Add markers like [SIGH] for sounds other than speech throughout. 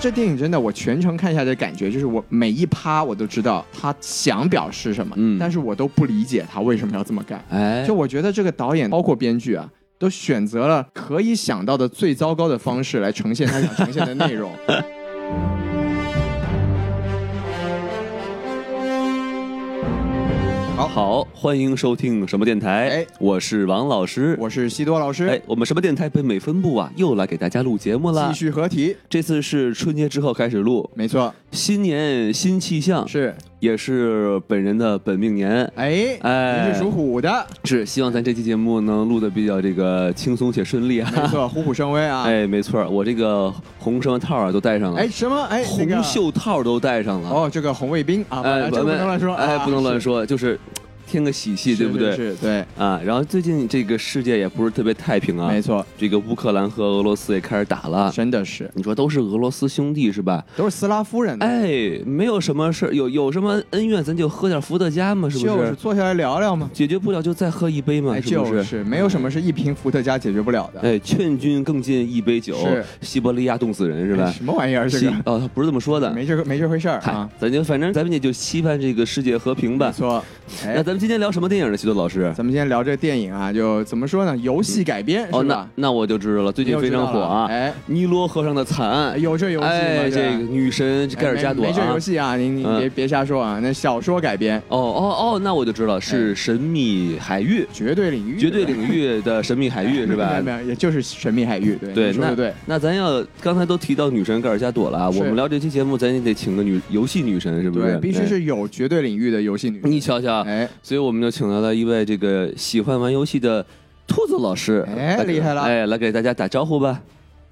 这电影真的，我全程看下来的感觉就是，我每一趴我都知道他想表示什么，嗯但是我都不理解他为什么要这么干。哎就我觉得这个导演包括编剧啊，都选择了可以想到的最糟糕的方式来呈现他想呈现的内 [LAUGHS] 容。好好，欢迎收听什么电台？哎我是王老师。我是西多老师，哎，我们什么电台北美分部啊，又来给大家录节目啦继。续合体，这次是春节之后开始录，没错，新年新气象，是也是本人的本命年。哎，哎您是属虎的，是希望咱这期节目能录的比较这个轻松且顺利没啊。错，虎虎生威 [LAUGHS] 啊。哎，没错，我这个红绳套啊都戴上了哎，，什么？哎，那个红袖套都戴上了。哦，这个红卫兵啊，哎，这不们能乱说，哎，啊不能乱，是说，就是添个喜气，是对不对？是，是对，啊，然后最近这个世界也不是特别太平啊没，错，这个乌克兰和俄罗斯也开始打了。真的是，你说都是俄罗斯兄弟是吧？都是斯拉夫人的，哎，没有什么事儿，有有什么恩怨咱就喝点伏特加嘛，是不就是是？坐下来聊聊嘛。解决不了就再喝一杯嘛，哎，是就不是？是没有什么是一瓶伏特加解决不了的，哎，劝君更尽一杯酒是，西伯利亚冻死人是吧哎？什么玩意儿？这西个哦，他不是这么说的。 [LAUGHS] 没这个没这回事儿嗨啊，，咱就反正咱们也就期盼这个世界和平没吧。错。那哎咱，们今天聊什么电影呢，徐多老师？咱们今天聊这电影啊，就怎么说呢？游戏改编哦，是那吧？那我就知道了，最你近又非知道常了火啊，哎，尼罗河上的惨案。有这游戏吗？是吧哎，这个女神盖尔加朵哎没没这啊游。戏啊，您您嗯别别瞎说啊，那小说改编，哦哦哦，那我就知道是《神秘海域绝对哎领》，域，绝对领域的《神秘海域》是吧没？有没有，也就是神秘海域，对对，你说那的对，那咱要刚才都提到女神盖尔加朵了啊，是我们聊这期节目，咱也得请个女游戏女神，是不是？对，必须哎。是有绝对领域的游戏女神。你瞧瞧，哎，所以我们就请来了一位这个喜欢玩游戏的兔子老师，哎来给厉害了哎，来给大家打招呼吧。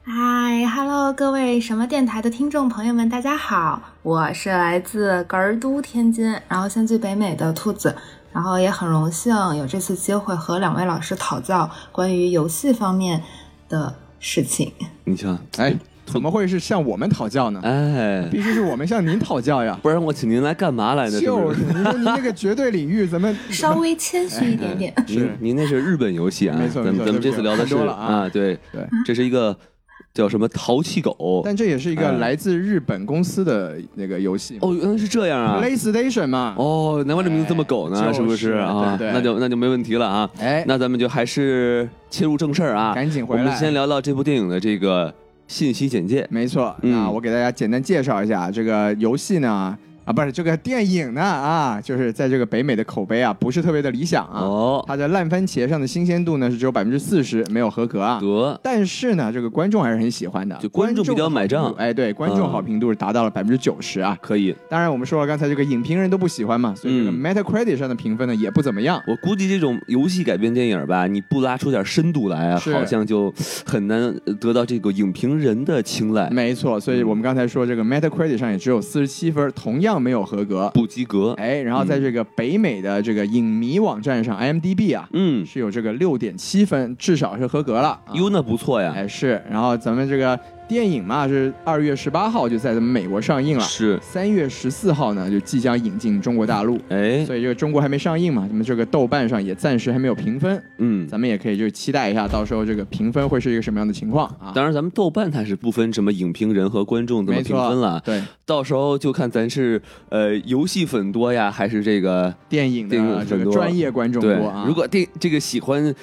嗨，Hello，各位什么电台的听众朋友们，大家好，我是来自格儿都天津，然后现居北美的兔子，然后也很荣幸有这次机会和两位老师讨教关于游戏方面的事情。你瞧， [LAUGHS] 哎，怎么会是向我们讨教呢？哎，必须是我们向您讨教 [LAUGHS] 呀。不然我请您来干嘛来呢？就是是您说您那个绝对领域，咱们 [LAUGHS] 稍微谦虚一点 [LAUGHS] 点，不是？ [LAUGHS] 是您您那是日本游戏啊，没错咱没们错咱们这次聊的对不是起看多了啊对对，这是一个叫什么淘气狗，但这也是一个嗯来自日本公司的那个游戏嘛哦，原来是这样啊， ，PlayStation 嘛。哦，难怪这名字这么狗哎呢，就是不是啊？对对那就那就没问题了啊。哎，那咱们就还是切入正事儿啊，赶紧我回们来。先聊聊这部电影的这个信息简介。没错，嗯那我给大家简单介绍一下这个游戏呢，啊，不是这个电影呢，啊，就是在这个北美的口碑啊，不是特别的理想啊。哦，它的烂番茄上的新鲜度呢是只有百分之四十，没有合格啊。得，但是呢，这个观众还是很喜欢的，就观众比较买观账嗯众好评度哎，对，观众好评度是达到了百分之九十啊。可以。当然，我们说了，刚才这个影评人都不喜欢嘛，所以这个嗯 Metacritic 上的评分呢也不怎么样。我估计这种游戏改编电影吧，你不拉出点深度来啊，是好像就很难得到这个影评人的青睐，没错，所以我们刚才说这个 Metacritic 上也只有四十七分，同样没有合格。不及格。哎，然后在这个北美的这个影迷网站上，IMDB 啊嗯，是有这个六点七分，至少是合格了。啊哟，那不错呀，哎是，然后咱们这个电影嘛是二月十八号就在咱们美国上映了，是，三月十四号呢就即将引进中国大陆。哎，所以这个中国还没上映嘛，咱们这个豆瓣上也暂时还没有评分，嗯，咱们也可以就期待一下，到时候这个评分会是一个什么样的情况啊？当然咱们豆瓣它是不分什么影评人和观众怎么没评错，分了，对，到时候就看咱是呃游戏粉多呀，还是这个电影电影的这很个多专业观众对多啊。。如果这这个喜欢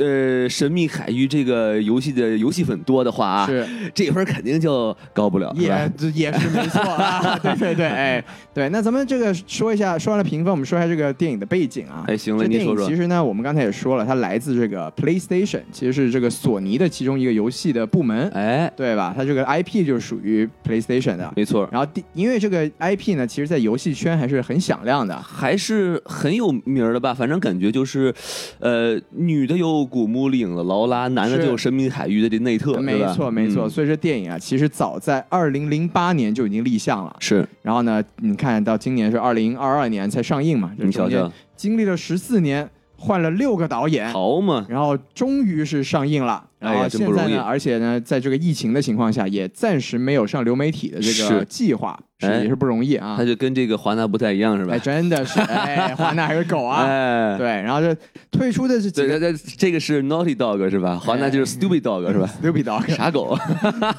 呃神秘海域这个游戏的游戏粉多的话啊，是，这分肯定就高不了，是吧也？这也是没错啊， [LAUGHS] 对对对，哎，对，那咱们这个说一下，说完了评分，我们说一下这个电影的背景啊。哎，行了，这您电说影说其，实呢，我们刚才也说了，它来自这个 PlayStation，其实是这个索尼的其中一个游戏的部门，哎，对吧？它这个 IP 就属于 PlayStation 的，没错。然后第，因为这个 IP 呢，其实在游戏圈还是很响亮的。啊还是很有名儿的吧，反正感觉就是，呃，女的有古墓丽影的劳拉，男的是就有神秘海域的这内特，没对吧错，没错。嗯所以这电影啊，其实早在二零零八年就已经立项了。是然后呢，你看到今年是二零二二年才上映嘛，这你瞧中间瞧，经历了十四年，换了六个导演，好嘛，然后终于是上映了。哎然呀，后真不现在容易呢，。而且呢，在这个疫情的情况下，也暂时没有上流媒体的这个是计划，是哎也是不容易啊他。就跟这个华纳不太一样，是吧哎，？真的 [LAUGHS] 是，哎，华纳还是狗啊？哎，对，然后这退出的是几对，个哎那那这个是 Naughty Dog 是吧？华纳就是 Stupid [LAUGHS] Dog 是吧？牛逼的傻狗，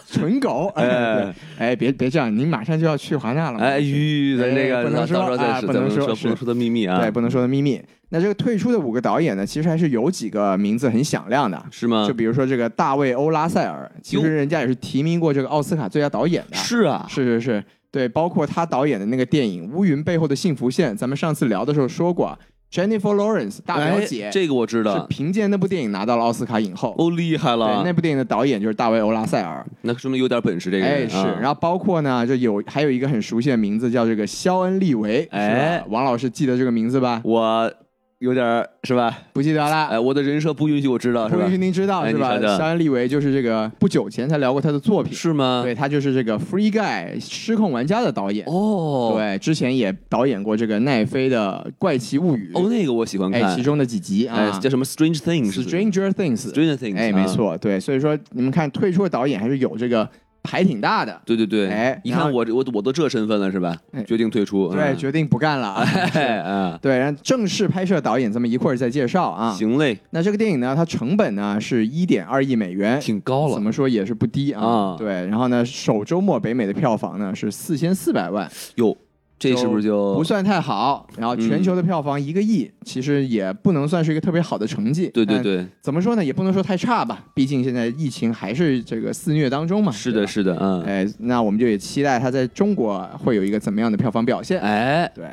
纯狗。哎，哎对哎，别别这样，您马上就要去华纳了嘛。 [LAUGHS] 哎，吁，咱这哎个不能到说到时候再啊说不咱能们说说不能是说的秘密啊对，，不能说的秘密。那这个退出的五个导演呢，其实还是有几个名字很响亮的，是吗就？比如说这个大卫·欧拉塞尔，其实人家也是提名过这个奥斯卡最佳导演的。是啊，是是是，对，包括他导演的那个电影《乌云背后的幸福线》，咱们上次聊的时候说过啊，Jennifer Lawrence 大表哎姐、这个我知是道，凭借那部电影拿到了奥斯卡影后。哦，厉害对，了那，部电影的导演就是大卫·欧拉塞尔。那说明有点本事，这个哎，人是。啊然后包括呢，就有还有一个很熟悉的名字叫这个肖恩·利维，哎是吧，王老师记得这个名字吧？我有点儿是吧？不记得了。哎，我的人设不允许我知道啊是不吧允许？您知道哎是吧？你瞧瞧肖恩·利维就是这个不久前才聊过他的作品，是吗？对他就是这个《Free Guy》失控玩家的导演，哦，对，之前也导演过这个奈飞的《怪奇物语》哦，那个我喜欢看，哎，其中的几集哎啊，叫什么 Strange Things Stranger Things》 Stranger Things，哎，没啊，错，对，所以说你们看退出的导演还是有这个牌挺大的，对对对，哎一然后看我这我我都这身份了是吧哎？决定退出，对，嗯决定不干了啊， [LAUGHS] 哎啊，对，然后正式拍摄导演咱们一会儿再介绍啊。行嘞，那这个电影呢，它成本呢是一点二亿美元，挺高哎怎了，么说也是不低啊。啊对，然后呢，首周末北美的票房呢是四千四百万，哟，这是不是不就？算太好？然嗯后全球的票房一个亿，其实也不能算是一个特别好的成绩。对对但对，怎么说呢？也不能说太差吧，毕竟现在疫情还是这个肆虐当中嘛。是对的，吧。是的，嗯，哎，那我们就也期待它在中国会有一个怎么样的票房表现。哎，对。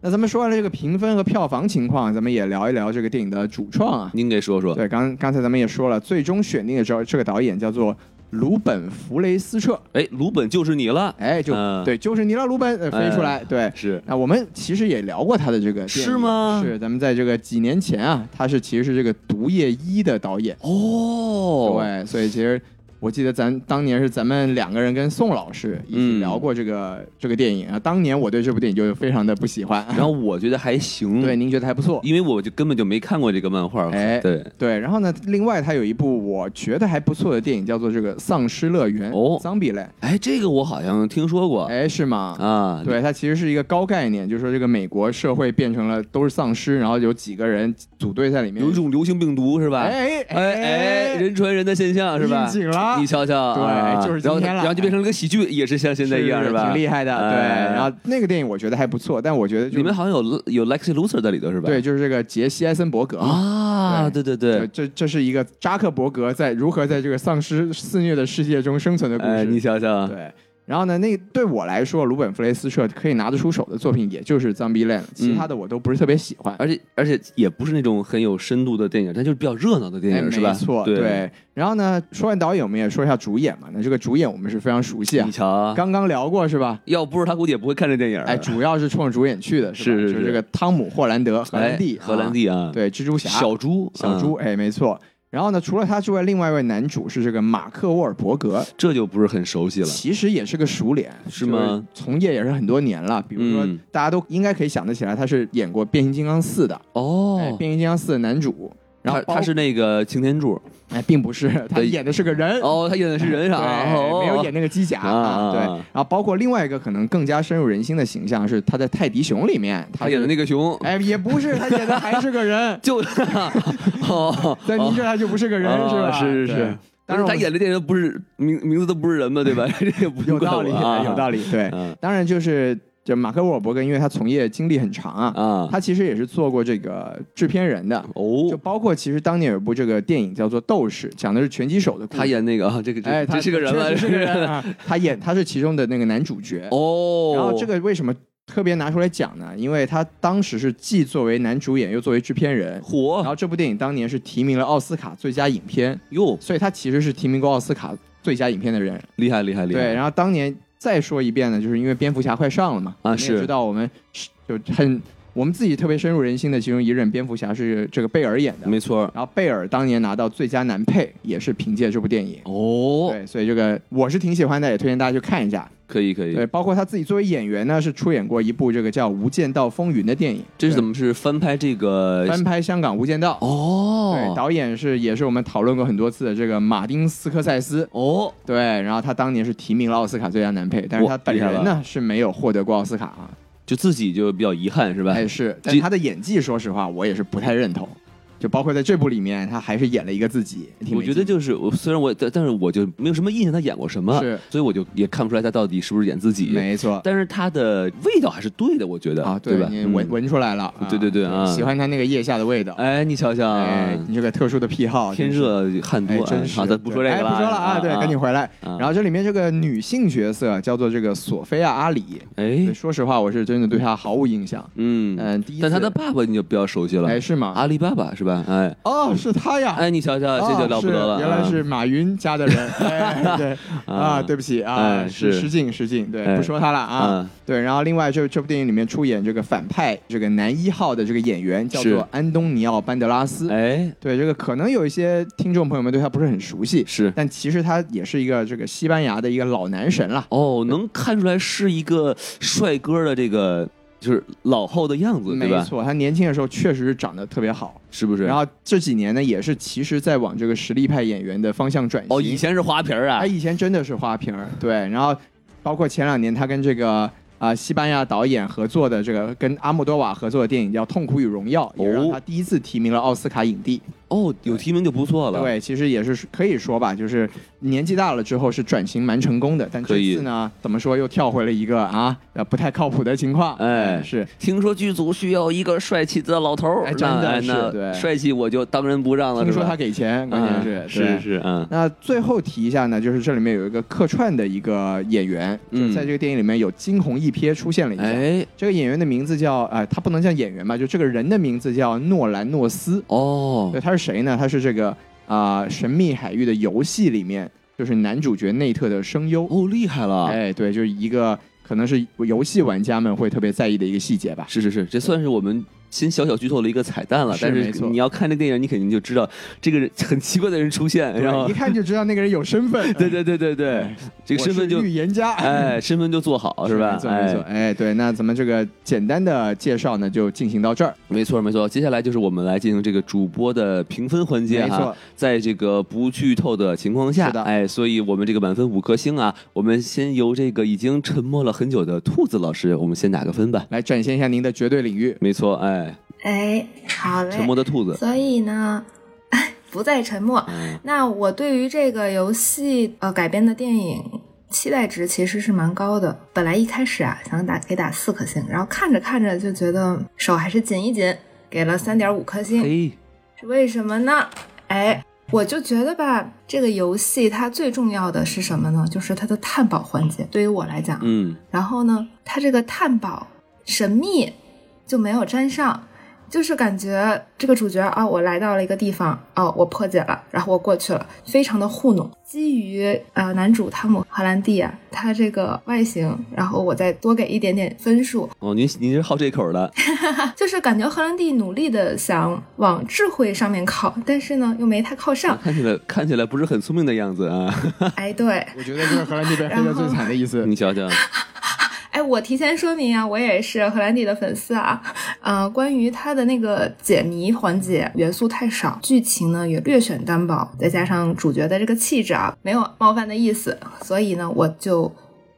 那咱们说完了这个评分和票房情况，咱们也聊一聊这个电影的主创啊。您给说说，对，刚刚才咱们也说了，最终选定的时候，这个导演叫做鲁本·弗雷斯彻。哎，鲁本就是你了，哎，就、嗯对，就是尼拉鲁本、呃、飞出来，对。是啊，我们其实也聊过他的这个电影是吗是，咱们在这个几年前啊，他是其实是这个《毒液一》的导演，哦，对，所以其实我记得咱当年是咱们两个人跟宋老师一起嗯聊过这个、这个电影啊。当年我对这部电影就非常的不喜欢，然后嗯我觉得还行，对，，您觉得还不错，因为我就根本就没看过这个漫画，哎对，对。然后呢，另外他有一部我觉得还不错的电影叫做这个《丧尸乐园》哦丧比类，哎，这个我好像听说过哎，是吗？啊，对，它其实是一个高概念，就是说这个美国社会变成了都是丧尸，然后有几个人组队在里面。有一种流行病毒是吧？哎哎哎，人传人的现象是吧应？景了你瞧瞧，对啊就是今然后天了然后就变成了个喜剧，也是像现在一样是吧？挺厉害的，对。哎然后那个电影我觉得还不错，但我觉得就里面好像有有 Lexi Luthor 在里头是吧？对，就是哎这个杰西·艾森伯格嘛。啊，对对这对，这这是一个扎克伯格在如何在这个丧尸肆虐的世界中生存的故事。哎，你瞧瞧，对，然后呢，那对我来说，鲁本·弗雷斯彻可以拿得出手的作品，也就是《Zombieland》，其嗯他的我都不是特别喜欢。而且而且也不是那种很有深度的电影，它就是比较热闹的电哎，影是吧？没错，对，然后呢，说完导演，我们也说一下主演嘛。那这个主演我们是非常熟悉啊你，瞧，刚刚聊过是吧？要不是他估计也不会看这电影。啊哎，主要是冲着主演去的，吧呃是是就是这个汤姆·霍兰德，荷哎兰弟，荷兰弟啊啊，，对，蜘蛛侠，小猪小猪，，嗯哎，没错。然后呢，除了他之外，另外一位男主是这个马克·沃尔伯格，这就不是很熟悉了。其实也是个熟脸，是吗？从业也是很多年了，比如说嗯大家都应该可以想得起来，他是演过《变形金刚四》的，哎，《哦，变形金刚四》的男主。然后他他包是那个擎天柱，哎，并不是，他对演的是个人哦，他演的是人啥？ [LAUGHS] 对，哦没有演那个机甲啊啊啊，啊对。然后包括另外一个可能更加深入人心的形象是他在《泰迪熊》里面，他演的那个，个熊，，哎，也不是，他演的还是个人就 [LAUGHS] 哦，在您这儿他就不是个人哦是吧？是是对是， [LAUGHS] 当但然是我他们演的电影都不是名名字都不是人嘛，对吧？ [LAUGHS] 这也不有道理，有道理理，对。啊当然就是这马克·沃尔伯格，因为他从业经历很长啊，啊他其实也是做过这个制片人的。就哦，包括其实当年有一部这个电影叫做《斗士》，讲的是拳击手的故事。他演那个 [LAUGHS] 啊，这个哎，这他这是个人确吗？实是这个人啊，他演他是其中的那个男主角。 [LAUGHS] 哦，然后这个为什么特别拿出来讲呢？因为他当时是既作为男主演又作为制片人，然火后这部电影当年是提名了奥斯卡最佳影片，哟，所以他其实是提名过奥斯卡最佳影片的人。厉害厉害厉害！对，然后当年再说一遍呢，就是因为蝙蝠侠快上了嘛，啊你也是知道我们就很我们自己特别深入人心的其中一任蝙蝠侠是这个贝尔演的，没错儿然后贝尔当年拿到最佳男配也是凭借这部电影。哦，对，所以这个我是挺喜欢的，也推荐大家去看一下。可以可以对，，包括他自己作为演员呢，是出演过一部这个叫《无间道风云》的电影，这是怎么么是翻拍这个？翻拍香港《无间道》对，哦导演是也是我们讨论过很多次的这个马丁斯科塞斯。哦，对，然后他当年是提名了奥斯卡最佳男配，但是哇他本厉害人了呢是没有获得过奥斯卡啊。就自己就比较遗憾是吧？哎，是，但这是他的演技，说实话，我也是不太认同。就包括在这部里面，他还是演了一个自己。挺我没觉得劲就是，我虽然我但但是我就没有什么印象他演过什么，是所以我就也看不出来他到底是不是演自己。没错但是他的味道还是对的，我觉得啊，对吧？你嗯闻、闻出来了，啊对对对啊喜欢他那个腋下的味道。哎，你瞧瞧，哎，你这个特殊的癖好，天真是。热汗哎多，，真是好，咱不说这对个了，哎不说了啊！对，赶紧。回来。啊然后这里面这个女性角色叫做这个索菲亚·阿里，哎对，说实话，我是真的对她毫无印象。嗯，嗯，第一次，但他的爸爸你就比较熟悉了，哎是吗？阿里巴巴是吧？哎哦，是她呀！哎，你瞧瞧，这哦就了不得了，是原来啊是马云家的 [LAUGHS] 人，哎对啊，对不起啊，哎是是失敬失敬，对哎，不说他了啊嗯。对，然后另外这这部电影里面出演这个反派这个男一号的这个演员叫是做安东尼奥·班德拉斯。哎对，这个可能有一些听众朋友们对他不是很熟悉，是但其实他也是一个这个西班牙的一个老男神了。哦，能看出来是一个帅哥的这个就是老后的样子，嗯没对吧？错，他年轻的时候确实是长得特别好，是不是？然后这几年呢，也是其实在往这个实力派演员的方向转型。哦，以前是花瓶儿啊他，以前真的是花瓶儿，对。然后包括前两年他跟这个啊、西班牙导演合作的这个跟阿莫多瓦合作的电影叫《痛苦与荣耀》，也让他第一次提名了奥斯卡影帝。哦，有提名就不错了。，对，其实也是可以说吧，就是年纪大了之后是转型蛮成功的，但可这以次呢，怎么说又跳回了一个啊呃不太靠谱的情况。哎是听说剧组需要一个帅气的老头儿，哎真的那哎是那对帅气我就当仁不让了，听说是他吧？给钱，关键是、对嗯 [LAUGHS] 是是嗯，那最后提一下呢，就是这里面有一个客串的一个演员，就嗯是在这个电影里面有惊鸿一瞥出现了一下。哎这个演员的名字叫呃，他不能叫演员吧，就这个人的名字叫诺兰诺斯。哦对，他是谁呢？他是这个啊、神秘海域》的游戏里面，就是男主角内特的声优。哦，厉害了！哎，对，就是一个可能是游戏玩家们会特别在意的一个细节吧。是是是，这算是我们先小小剧透了一个彩蛋了。是但是没错你要看这电影，你肯定就知道这个人很奇怪的人出现，然对后一看就知道那个人有身 [LAUGHS] 份。 [LAUGHS] 对对对对对哎，这个身份我就是预言家。哎，身份就做好是吧没？错没错哎，，哎，对，那咱们这个简单的介绍呢，就进行到这儿。没错没错。接下来就是我们来进行这个主播的评分环节没哈错。在这个不剧透的情况下是，的哎，所以我们这个满分五颗星啊，我们先由这个已经沉默了很久的兔子老师，我们先打个分吧。来展现一下您的绝对领域。没错，哎，哎，好嘞。沉默的兔子，所 [LAUGHS] 以呢，不再沉默。嗯，那我对于这个游戏呃改编的电影期待值其实是蛮高的。本来一开始啊想打给打四颗星，然后看着看着就觉得手还是紧一紧，给了三点五颗星。嗯嘿，是为什么呢？哎，我就觉得吧，这个游戏它最重要的是什么呢？就是它的探宝环节。对于我来讲，啊嗯，然后呢，它这个探宝神秘就没有沾上，就是感觉这个主角啊，我来到了一个地方，哦，我破解了，然后我过去了，非常的糊弄。基于呃男主汤姆·荷兰弟啊，他这个外形，然后我再多给一点点分数，哦，您您是好这口的，。哎啊就是感觉荷兰弟努力的想往智慧上面靠，但是呢又没太靠上 [LAUGHS] 看起来看起来不是很聪明的样子啊，哎，对，我觉得就是荷兰这边黑的最惨的意思。你瞧瞧，哎，我提前说明啊，我也是荷兰弟的粉丝啊。呃，关于它的那个解谜环节元素太少，剧情呢也略显单薄，再加上主角的这个气质啊，没有冒犯的意思，所以呢，我就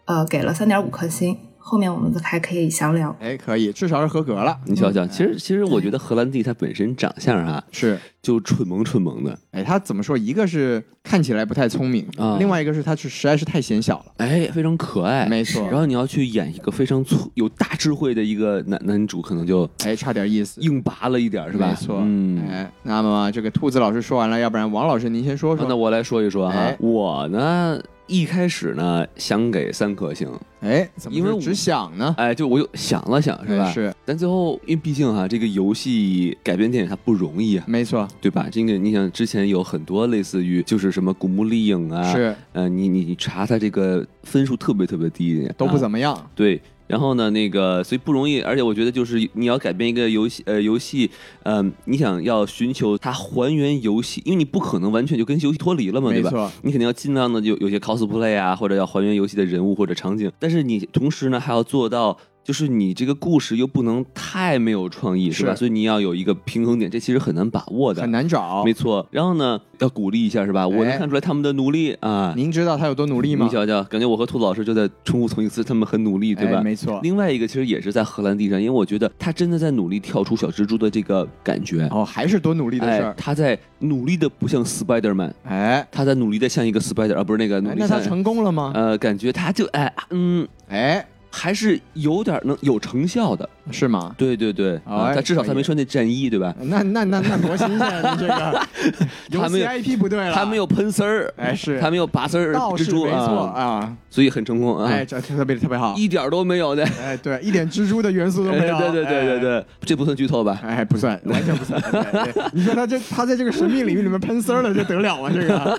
呃给了三点五颗星。后面我们还可以详聊。 [LAUGHS] 哎，可以，至少是合格了。你瞧瞧，其实其实我觉得荷兰弟他本身长相啊，是，就蠢萌蠢萌的，嗯哎，他怎么说？一个是看起来不太聪明，啊另外一个是他是实在是太显小了。哎，非常可爱，没错然后你要去演一个非常粗有大智慧的一个男男主，可能就哎，差点意思，硬拔了一点儿，是吧？没错。嗯，哎，那么这个兔子老师说完了，要不然王老师您先说那说。我来说一说哈，哎我呢一开始呢想给三颗星，哎，怎么因为是我只想呢？哎，就我又想了想，是吧？哎是，但最后因为毕竟哈、这个游戏改编电影它不容易啊。没错，对吧？这个你想，之前有很多类似于就是什么古墓丽影啊，是呃，你你你查它这个分数特别特别低，都不么、怎么样。对。然后呢，那个所以不容易，而且我觉得就是你要改编一个游戏，呃，游戏，嗯、你想要寻求它还原游戏，因为你不可能完全就跟游戏脱离了嘛，对没吧？错，你肯定要尽量的有有些 cosplay 啊，或者要还原游戏的人物或者场景，但是你同时呢还要做到，就是你这个故事又不能太没有创意，是吧？是所以你要有一个平衡点，这其实很难把握的很。难找没。错，然后呢，要鼓励一下是吧？我能哎看出来他们的努力啊，您知道他有多努力吗你？瞧瞧，感觉我和兔子老师就在重复同一个词，他们很努力，对吧？哎没错。另外一个其实也是在荷兰地上，因为我觉得他真的在努力跳出小蜘蛛的这个感觉，哦，还是多努力的事哎儿，。他在努力的不像 Spiderman，哎，他在努力的像一个 Spider 啊，不是那个努哎力那像、他成功了吗？呃，感觉他就哎嗯，哎，还是有点能有成效的，是吗？对对对，啊哎他至少他可没以穿那战衣，对吧？那那那那多新鲜啊！你这个游 [LAUGHS] 他没戏有 IP 不对了，他没有喷丝儿，哎是他没有拔丝儿，倒蜘是蛛没错啊，啊，所以很成功啊哎，，这特别特别好，一点儿都没有的。哎，对，一点蜘蛛的元素都哎没有， [LAUGHS] 对对对哎。对对，这不算剧透吧？哎，不算，完全不算。对对你说他这他在这个神秘领域里面喷丝儿了，这得了啊吗？这 [LAUGHS] 个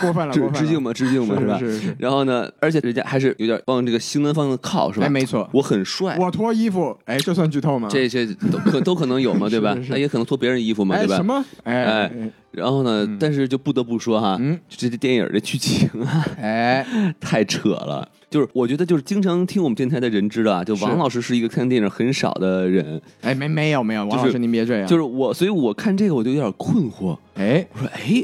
过分了，致过分了致敬嘛，致敬嘛，是吧？是是是然后呢，而且人家还是有点往这个新闻方向靠，是吧？哎没错我很帅，我脱衣服，哎，这算剧透吗？这些都 [LAUGHS] 可都可能有嘛，对吧是？是那也可能脱别人衣服嘛，哎对吧什？么？哎哎哎然后呢，但是就不得不说哈嗯，这这电影的剧情啊，哎，太扯了。就是我觉得，就是经常听我们电台的人知道啊，就是王老师是一个看电影很少的人，哎，没没有没有，王就是老师您别这样，就是我，所以我看这个我就有点困惑。哎，我说，哎，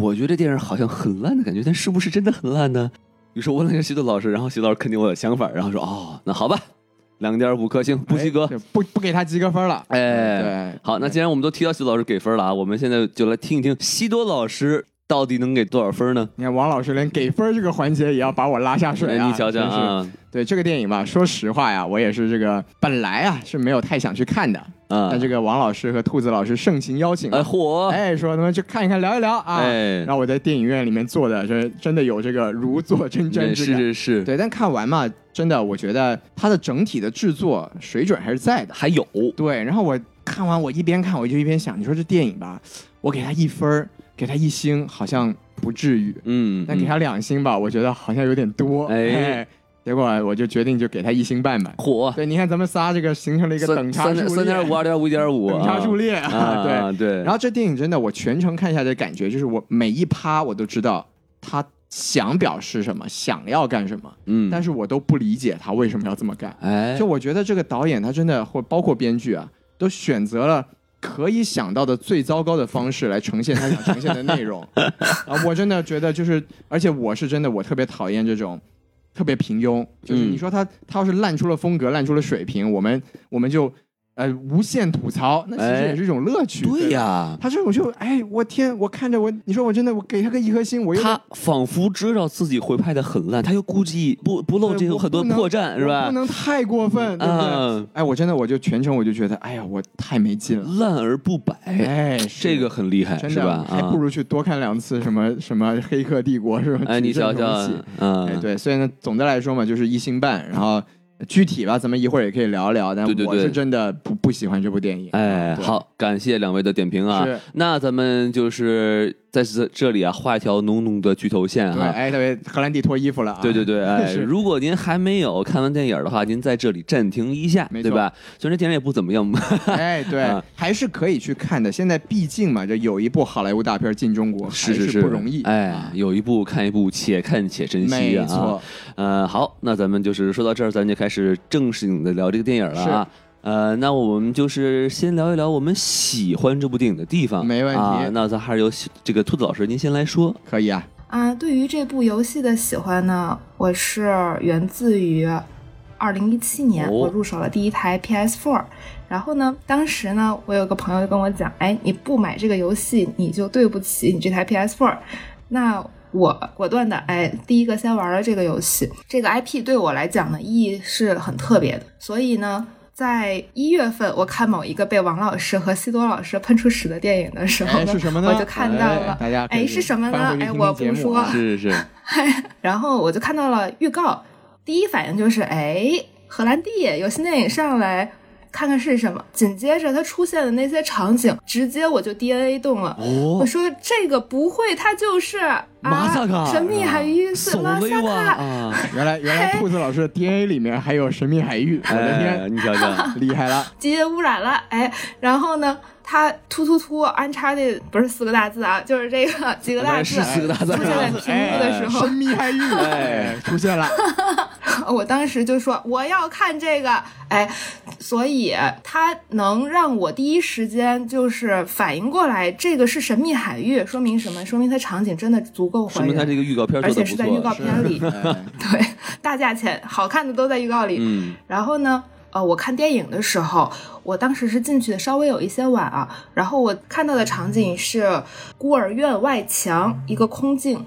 我觉得这电影好像很烂的感觉，但是不是真的很烂呢？于是我问了一下徐豆老师，然后徐豆老师肯定我的想法，然后说，哦，那好吧，两点五颗星，不及格哎。就不不给他及格分了。哎对，好，那既然我们都提到徐老师给分了啊，我们现在就来听一听西多老师到底能给多少分呢？你看王老师连给分儿这个环节也要把我拉下水啊！哎你瞧瞧真是啊对这个电影吧，说实话呀，我也是这个本来啊是没有太想去看的，啊但，这个王老师和兔子老师盛情邀请哎啊，嚯，哎，说他们去看一看，聊一聊啊。哎然后我在电影院里面坐的，这真的有这个如坐针毡是之感。是是，对，但看完嘛，真的我觉得它的整体的制作水准还是在的。还有对，然后我看完，我一边看我就一边想，你说这电影吧，我给它一分儿，给它一星，好像不至于。嗯，那给他两星吧，我觉得好像有点多。哎哎，结果我就决定就给他一星半吧。火对，你看咱们仨这个形成了一个等三差数三列，点三点五、二点五、一点五， [LAUGHS] 等差数列啊， [LAUGHS] 对。啊，对，然后这电影真的，我全程看下来的感觉就是，我每一趴我都知道他想表示什么，想要干什么，嗯，但是是我都不理解他为什么要这么干。哎就，我觉得这个导演他真的，或包括编剧啊，都选择了可以想到的最糟糕的方式来呈现他想呈现的内 [LAUGHS] 容啊！我真的觉得就是，而且我是真的，我特别讨厌这种。特别平庸，就是嗯你说他、他要是烂出了风格，烂出了水平，我们我们就呃无限吐槽，那其哎实也是一种乐趣。对吧、呀，他这种就哎，我天，我看着我，你说我真的我给他个一颗星，我又他仿佛知道自己会拍的很烂，他又估计不不露这对个我很多不能破绽是我吧不？能太过分，对不对？嗯哎，我真的我就全程我就觉得，哎呀，我太没劲了。烂而不摆，哎，是这个很厉害真是的吧？还啊不如去多看两次什么什么《黑客帝国》是吧？哎，你矩阵瞧游瞧戏，嗯，哎，对，所以呢，总的来说嘛，就是一星半。然后具体吧，咱们一会儿也可以聊一聊。但对对我是对真的不不喜欢这部电影。哎，嗯对，好，感谢两位的点评啊是。那咱们就是在这这里啊，画一条浓浓的剧透线对，哈。哎，特别荷兰弟脱衣服了啊！对对对，哎， [LAUGHS] 是如果您还没有看完电影的话，您在这里暂停一下，没对错吧？虽然这电影也不怎么样， [LAUGHS] 哎，对啊，还是可以去看的。现在毕竟嘛，这有一部好莱坞大片进中国，还是 [LAUGHS] 是不容易。哎啊，有一部看一部，且看且珍惜啊。没错，呃，好，那咱们就是说到这儿，咱就开始正式的聊这个电影了啊。呃，那我们就是先聊一聊我们喜欢这部电影的地方，没问题啊那咱还是由这个兔子老师您先来说，可以啊。啊，对于这部游戏的喜欢呢，我是源自于二零一七年哦我入手了第一台 PS4，、然后呢，当时呢，我有个朋友就跟我讲，哎，你不买这个游戏，你就对不起你这台 PS4。那我果断的，哎，第一个先玩了这个游戏。这个 IP 对我来讲呢，意义是很特别的，所以呢。在一月份，我看某一个被王老师和西多老师喷出屎的电影的时候哎，呢，是什么呢？我就看到了哎，大家可以哎是什么呢翻回去哎听我听节不目说啊是 [LAUGHS] 是是，然后我就看到了预告，第一反应就是，哎，荷兰弟有新电影上来，看看是什么。紧接着它出现的那些场景，直接我就 DNA 动了。我哦，说这个不会，它就是啊马萨卡啊嗯神秘海域是手马雷萨哇卡。啊！原来原来嘿兔子老师的 DNA 里面还有神秘海域，我的 [LAUGHS] 哎，天，你瞧 [LAUGHS] 瞧，厉害 [LAUGHS] 了！基因污染了，哎，然后呢，它突突突安插的不是四个大字啊， [LAUGHS] 就是这个几个大字是，哎四个大字哎出现在屏幕的时候神秘 [LAUGHS] 海域哎出现了， [LAUGHS] 我当时就说我要看这个，哎，所以它能让我第一时间就是反应过来，这个是神秘海域，说明什么？说明它场景真的足够说还明他原，这个预告片而做的且不是在预告错。片 [LAUGHS] 里，哎对，大价钱，好看的都在预告里，嗯，然后呢，呃，我看电影的时候，我当时是进去的稍微有一些晚啊，然后我看到的场景是孤儿院外墙嗯一个空镜，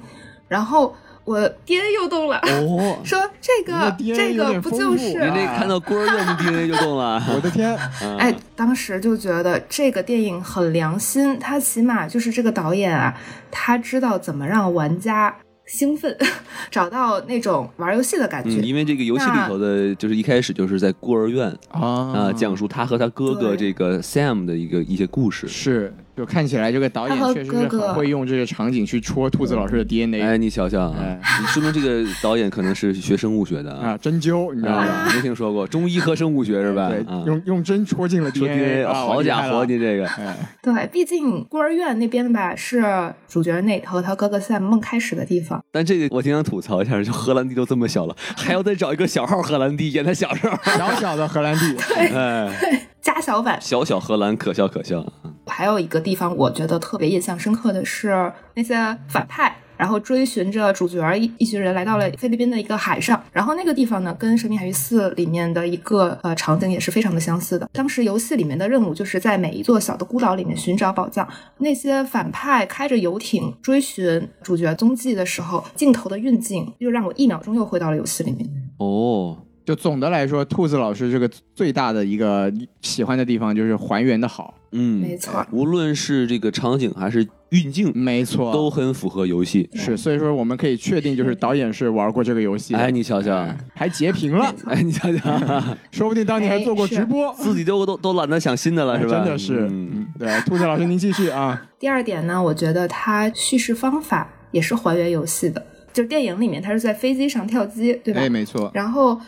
然后我爹又动了，哦， [LAUGHS] 说这个你的 DNA 这有个点不丰就富是您这看到孤儿 [LAUGHS] 院的 DNA 就动了。我的 [LAUGHS] 天，啊哎，当时就觉得这个电影很良心，他起码就是这个导演啊，他知道怎么让玩家兴奋， [LAUGHS] 找到那种玩游戏的感觉。嗯，因为这个游戏里头的，就是一开始就是在孤儿院啊，啊讲述他和他哥哥对这个 Sam 的一个一些故事。是，就看起来这个导演他和确实是哥哥很会用这个场景去戳兔子老师的 DNA 哎，你瞧瞧啊哎，说明这个导演可能是学生物学的啊啊，，针灸，你知道吧？啊没听说过中医和生物学是吧？对啊，，用用针戳进了说 DNA，DNA，啊好家伙，！我厉害了你这个哎，对，毕竟孤儿院那边吧是主角内和他哥哥 Sam 梦开始的地方。但这个我挺想吐槽一下，就荷兰弟都这么小 [LAUGHS] 了，还要再找一个小号荷兰弟演他小时候，小小的荷兰 [LAUGHS] 弟， [LAUGHS] 哎，加小版小小荷兰可笑可笑。啊还有一个地方，我觉得特别印象深刻的是那些反派，然后追寻着主角一一群人来到了菲律宾的一个海上，然后那个地方呢，跟《神秘海域四》里面的一个呃场景也是非常的相似的。当时游戏里面的任务就是在每一座小的孤岛里面寻找宝藏，那些反派开着游艇追寻主角踪迹的时候，镜头的运镜又让我一秒钟又回到了游戏里面。哦，就总的来说，兔子老师这个最大的一个喜欢的地方就是还原的好，嗯，没错，无论是这个场景还是运镜，没错，都很符合游戏。是，所以说我们可以确定，就是导演是玩过这个游戏的。哎，你瞧瞧，哎还截屏了，哎，你瞧 [LAUGHS] 瞧，说不定当年哎还做过直播，自己都都都懒得想新的了，哎是真吧？的是。嗯嗯对，兔子老师您继续啊，第二点呢，我觉得它叙事方法也是还原游戏的，就是电影里面它是在飞机上跳机， [LAUGHS] 对吧？哎，没错，然后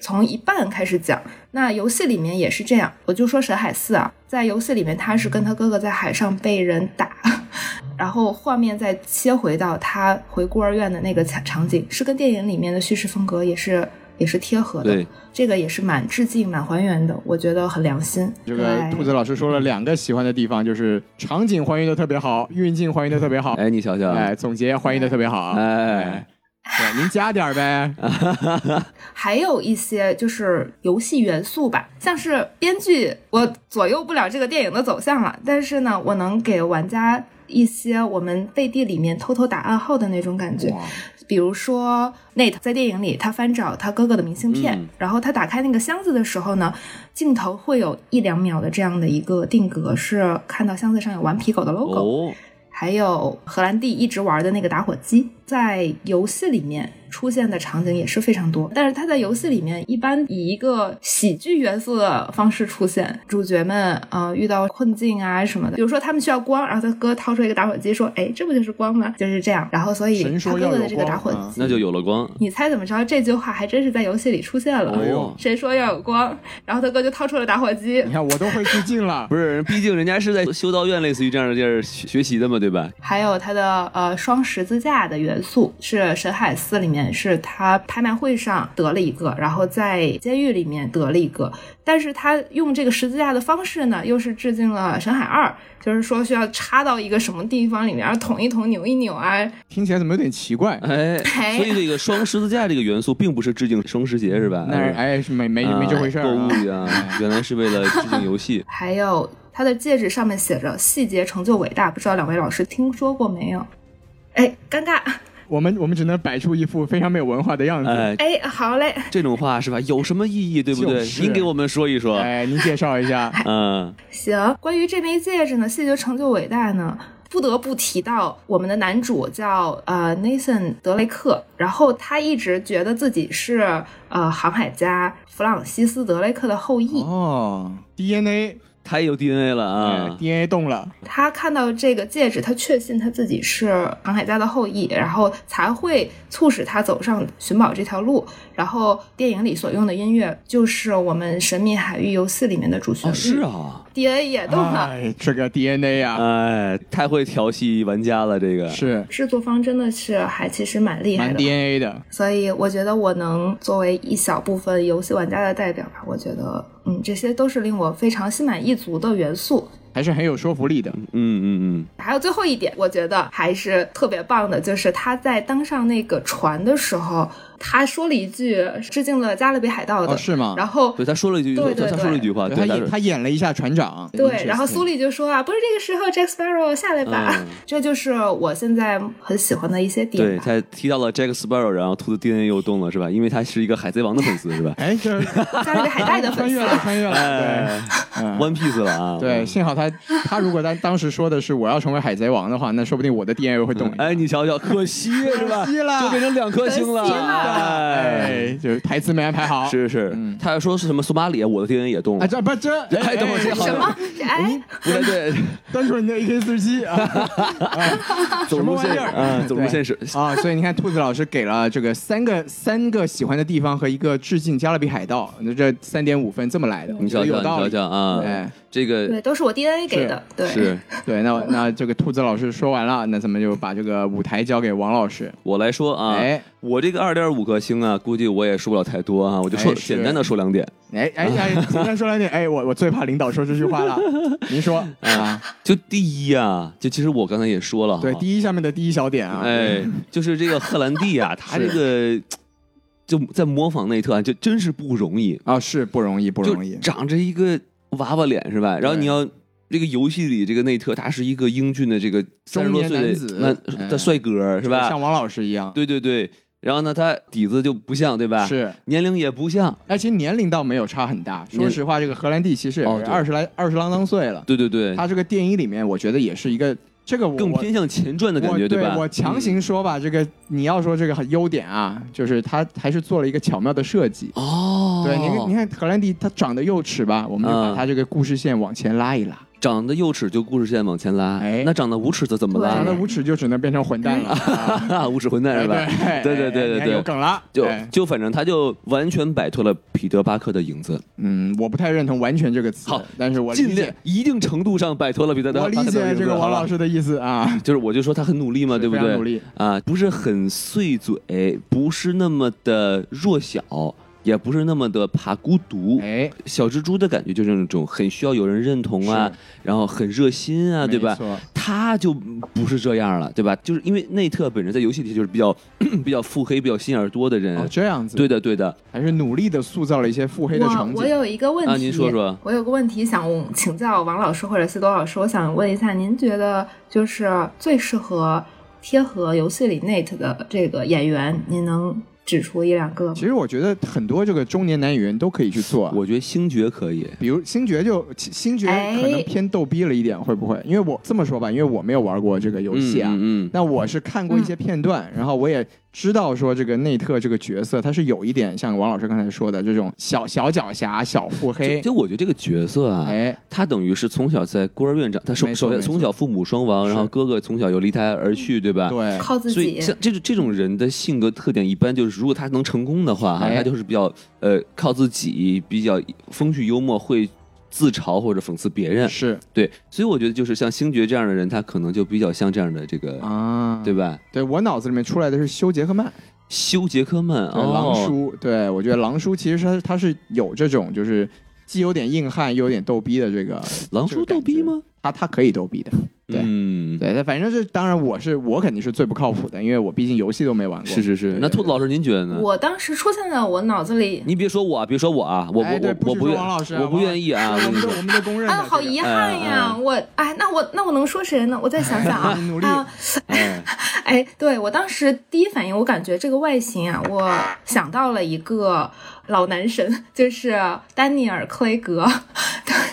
从一半开始讲，那游戏里面也是这样。我就说沈海四啊，在游戏里面他是跟他哥哥在海上被人打， [LAUGHS] 然后画面再切回到他回孤儿院的那个场场景，是跟电影里面的叙事风格也是也是贴合的对。这个也是蛮致敬、蛮还原的，我觉得很良心。这个对兔子老师说了两个喜欢的地方，就是场景还原的特别好，运镜还原的特别好，哎，你瞧瞧，哎，总结还原的特别好，啊哎，对，您加点儿呗，还有一些就是游戏元素吧，像是编剧，我左右不了这个电影的走向了，但是呢，我能给玩家一些我们背地里面偷偷打暗号的那种感觉。哇，比如说 Nate 在电影里，他翻找他哥哥的明信片，嗯然后他打开那个箱子的时候呢，镜头会有一两秒的这样的一个定格，是看到箱子上有顽皮狗的 logo。哦，还有荷兰弟一直玩的那个打火机，在游戏里面出现的场景也是非常多，但是它在游戏里面一般以一个喜剧元素的方式出现。主角们呃遇到困境啊什么的，比如说他们需要光，然后他哥掏出一个打火机说：“哎，这不就是光吗？”就是这样。然后所以神他说哥要哥有的这个打火光机，啊那就有了光。你猜怎么着？这句话还真是在游戏里出现了。哎呦谁说要有光？然后他哥就掏出了打火机你，看我都会致敬了，不是，毕竟人家是在修道院，类似于这样的地儿学学习的嘛，对吧？还有它的呃双十字架的元素是《神海四》里面是他拍卖会上得了一个，然后在监狱里面得了一个，但是他用这个十字架的方式呢，又是致敬了《神海二》，就是说需要插到一个什么地方里面，然后捅一捅、扭一扭啊，听起来怎么有点奇 [LAUGHS] 怪？哎，哎。所以这个双十字架这个元素，并不是致敬双十节，是 [LAUGHS] 吧？那哎，是没没没这回事哎购儿物啊，呀，原来是为了致敬 [LAUGHS] 游戏还有它的戒指上面写着“细节成就伟大”，不知道两位老师听说过没有？哎，尴尬，我们我们只能摆出一副非常没有文化的样子。哎，哎，好嘞， [LAUGHS] 这种话是吧？有什么意义，对不对就？是您给我们说一说。哎哎，您介绍一下，嗯，行，关于这枚戒指呢，细节成就伟大呢，不得不提到我们的男主叫呃 Nathan 德雷克，然后他一直觉得自己是呃航海家弗朗西斯德雷克的后裔。哦，DNA 太有 DNA 了哎啊！ DNA 动了，他看到这个戒指，他确信他自己是航海家的后裔，然后才会促使他走上寻宝这条路。然后电影里所用的音乐就是我们《神秘海域游戏》里面的主旋哦，律，是啊， DNA 也动了。哎，这个 DNA 啊，哎，太会调戏玩家了，这个是制作方真的是还其实蛮厉害蛮的， DNA 的。所以我觉得我能作为一小部分游戏玩家的代表吧，我觉得嗯，这些都是令我非常心满意足的元素。还是很有说服力的。嗯嗯还有最后一点，我觉得还是特别棒的，就是他在登上那个船的时候，他说了一句致敬了《加勒比海盗》的，哦，是吗？然后嗯，对，他说了一句，对对他对说了一句话，对他对，他演说他演了一下船长，对，然后苏丽就说啊，不是这个时候，Jack Sparrow 下来吧，嗯 [LAUGHS] 这就是我现在很喜欢的一些点对吧。他提到了 Jack Sparrow，然后兔子 DNA 又动了，是吧？因为他是一个海贼王的粉丝， [LAUGHS] 是吧哎，这加勒比 [LAUGHS] 海盗的穿粉丝越，了，穿越了，哎对，嗯。 ？One Piece 了啊！对，幸好他他如果他当时说的是我要成为海贼王的话，那说不定我的 DNA 会动一下。 [LAUGHS] 哎，你瞧瞧，可惜是吧？可惜了就变成两颗星了。可惜了哎，哎，就是台词没安排好。是是，他还说是什么索马里，我的 DNA 也动哎嗯啊，了。这不这哎等会儿这好什么？嗯哎，不对对，端出你的 AK 四 [LAUGHS] 七啊走入什么玩现意实儿啊，走入现实。啊！所以你看，兔子老师给了这个三个三个喜欢的地方和一个致敬《加勒比海盗》，那这三点五分这么来的，我你觉瞧得瞧，有你道瞧理。瞧啊哎，这个对，都是我 DNA 给的，对，是对，那那这个兔子老师说完了，那咱们就把这个舞台交给王老师。我来说啊，哎我这个二点五颗星啊，估计我也说不了太多啊，我就说哎是简单的说两点。哎哎哎，今天说两点，哎，我我最怕领导说这句话了。您说啊？就第一啊，就其实我刚才也说了哈，对，第一下面的第一小点啊，哎，就是这个荷兰弟 [LAUGHS] 啊，他这个就在模仿内特啊，就真是不容易，啊是不容易，不容易就。长着一个娃娃脸是吧？然后你要这个游戏里这个内特，他是一个英俊的这个三十中年多岁男的子男的哎帅哥是吧像？王老师一样，对对对，然后呢，他底子就不像对吧？是，年龄也不像，而且年龄倒没有差很大。说年实话，这个荷兰弟其实也哦是对二十来二十郎当岁了。对对对，他这个电影里面，我觉得也是一个这个我更我偏向前传的感觉我对吧？我强嗯行说吧，这个你要说这个优点啊，就是他还是做了一个巧妙的设计。哦，对，你看，你看荷兰弟他长得幼齿吧，我们就把嗯他这个故事线往前拉一拉。长得幼齿就故事线往前拉，哎那长得无齿的怎么拉长得呢？无齿就只能变成混蛋了， [LAUGHS] 啊无齿混蛋嗯是吧？哎对对对哎对你看对有梗了。就哎就反正他就完全摆脱了彼得巴克的影子，嗯，我不太认同“完全”这个词，好但是我理尽解量，一定程度上摆脱了彼得巴我克的理影子。解这个王老师，师的意思啊，就是我就说他很努力嘛，是嗯对不非常对？努力啊，不是很碎嘴，不是那么的弱小，也不是那么的怕孤独。哎，小蜘蛛的感觉就是那种很需要有人认同啊是，然后很热心啊，对吧没？错他就不是这样了，对吧？就是因为内特本人在游戏里就是比较 [CLEARS THROAT] 比较腹黑、比较心眼儿多的人。哦，这样子，嗯对，的，对的，还是努力的塑造了一些腹黑的我场我景。有一个问题，啊您说说我有个问题想请教王老师或者西多老师，我想问一下，您觉得就是最适合贴合游戏里 Nate 的这个演员，您能指出一两个吗其？实我觉得很多这个中年男演员都可以去做，我觉得星爵可以。比如星爵就其星爵可能哎偏逗逼了一点，会不会？因为我这么说吧，因为我没有玩过这个游戏啊，嗯嗯那我是看过一些片段，然后我也知道说这个内特这个角色，他是有一点像王老师刚才说的这种小小狡黠、小腹黑嗯。就，就我觉得这个角色啊，哎，他等于是从小在孤儿院长，他首没错首先没错从小父母双亡，是然后哥哥从小又离他而去，对吧？。对，靠自哎所以己，像这种这种人的性格特点，一般就是如果他能成功的话，哎他就是比较呃靠自己，比较风趣幽默，会自嘲或者讽刺别人。是对，所以我觉得就是像星爵这样的人，他可能就比较像这样的这个，啊，对吧？对我脑子里面出来的是修杰克曼，修杰克曼对哦，狼叔，对我觉得狼叔其实他他是有这种就是既有点硬汉又有点逗逼的这个，狼这叔个感逗逼觉吗？他他可以逗逼的，对嗯，对，但反正是当然我是我肯定是最不靠谱的，因为我毕竟游戏都没玩过。是是是。对那兔子老师您觉得呢？我当时出现在我脑子里，您别说我啊，别说我啊，我我哎对我不我许不说愿，王老师啊我不王老愿意啊！我我跟你们说都我们都公认的啊，这个。好遗憾呀！哎哎我哎，那我那我能说谁呢？我再 [LAUGHS] 想想啊，哎努力啊，哎，哎，对我当时第一反应，我感觉这个外形啊，我想到了一个 [LAUGHS] 老男神，就是丹尼尔·克雷格。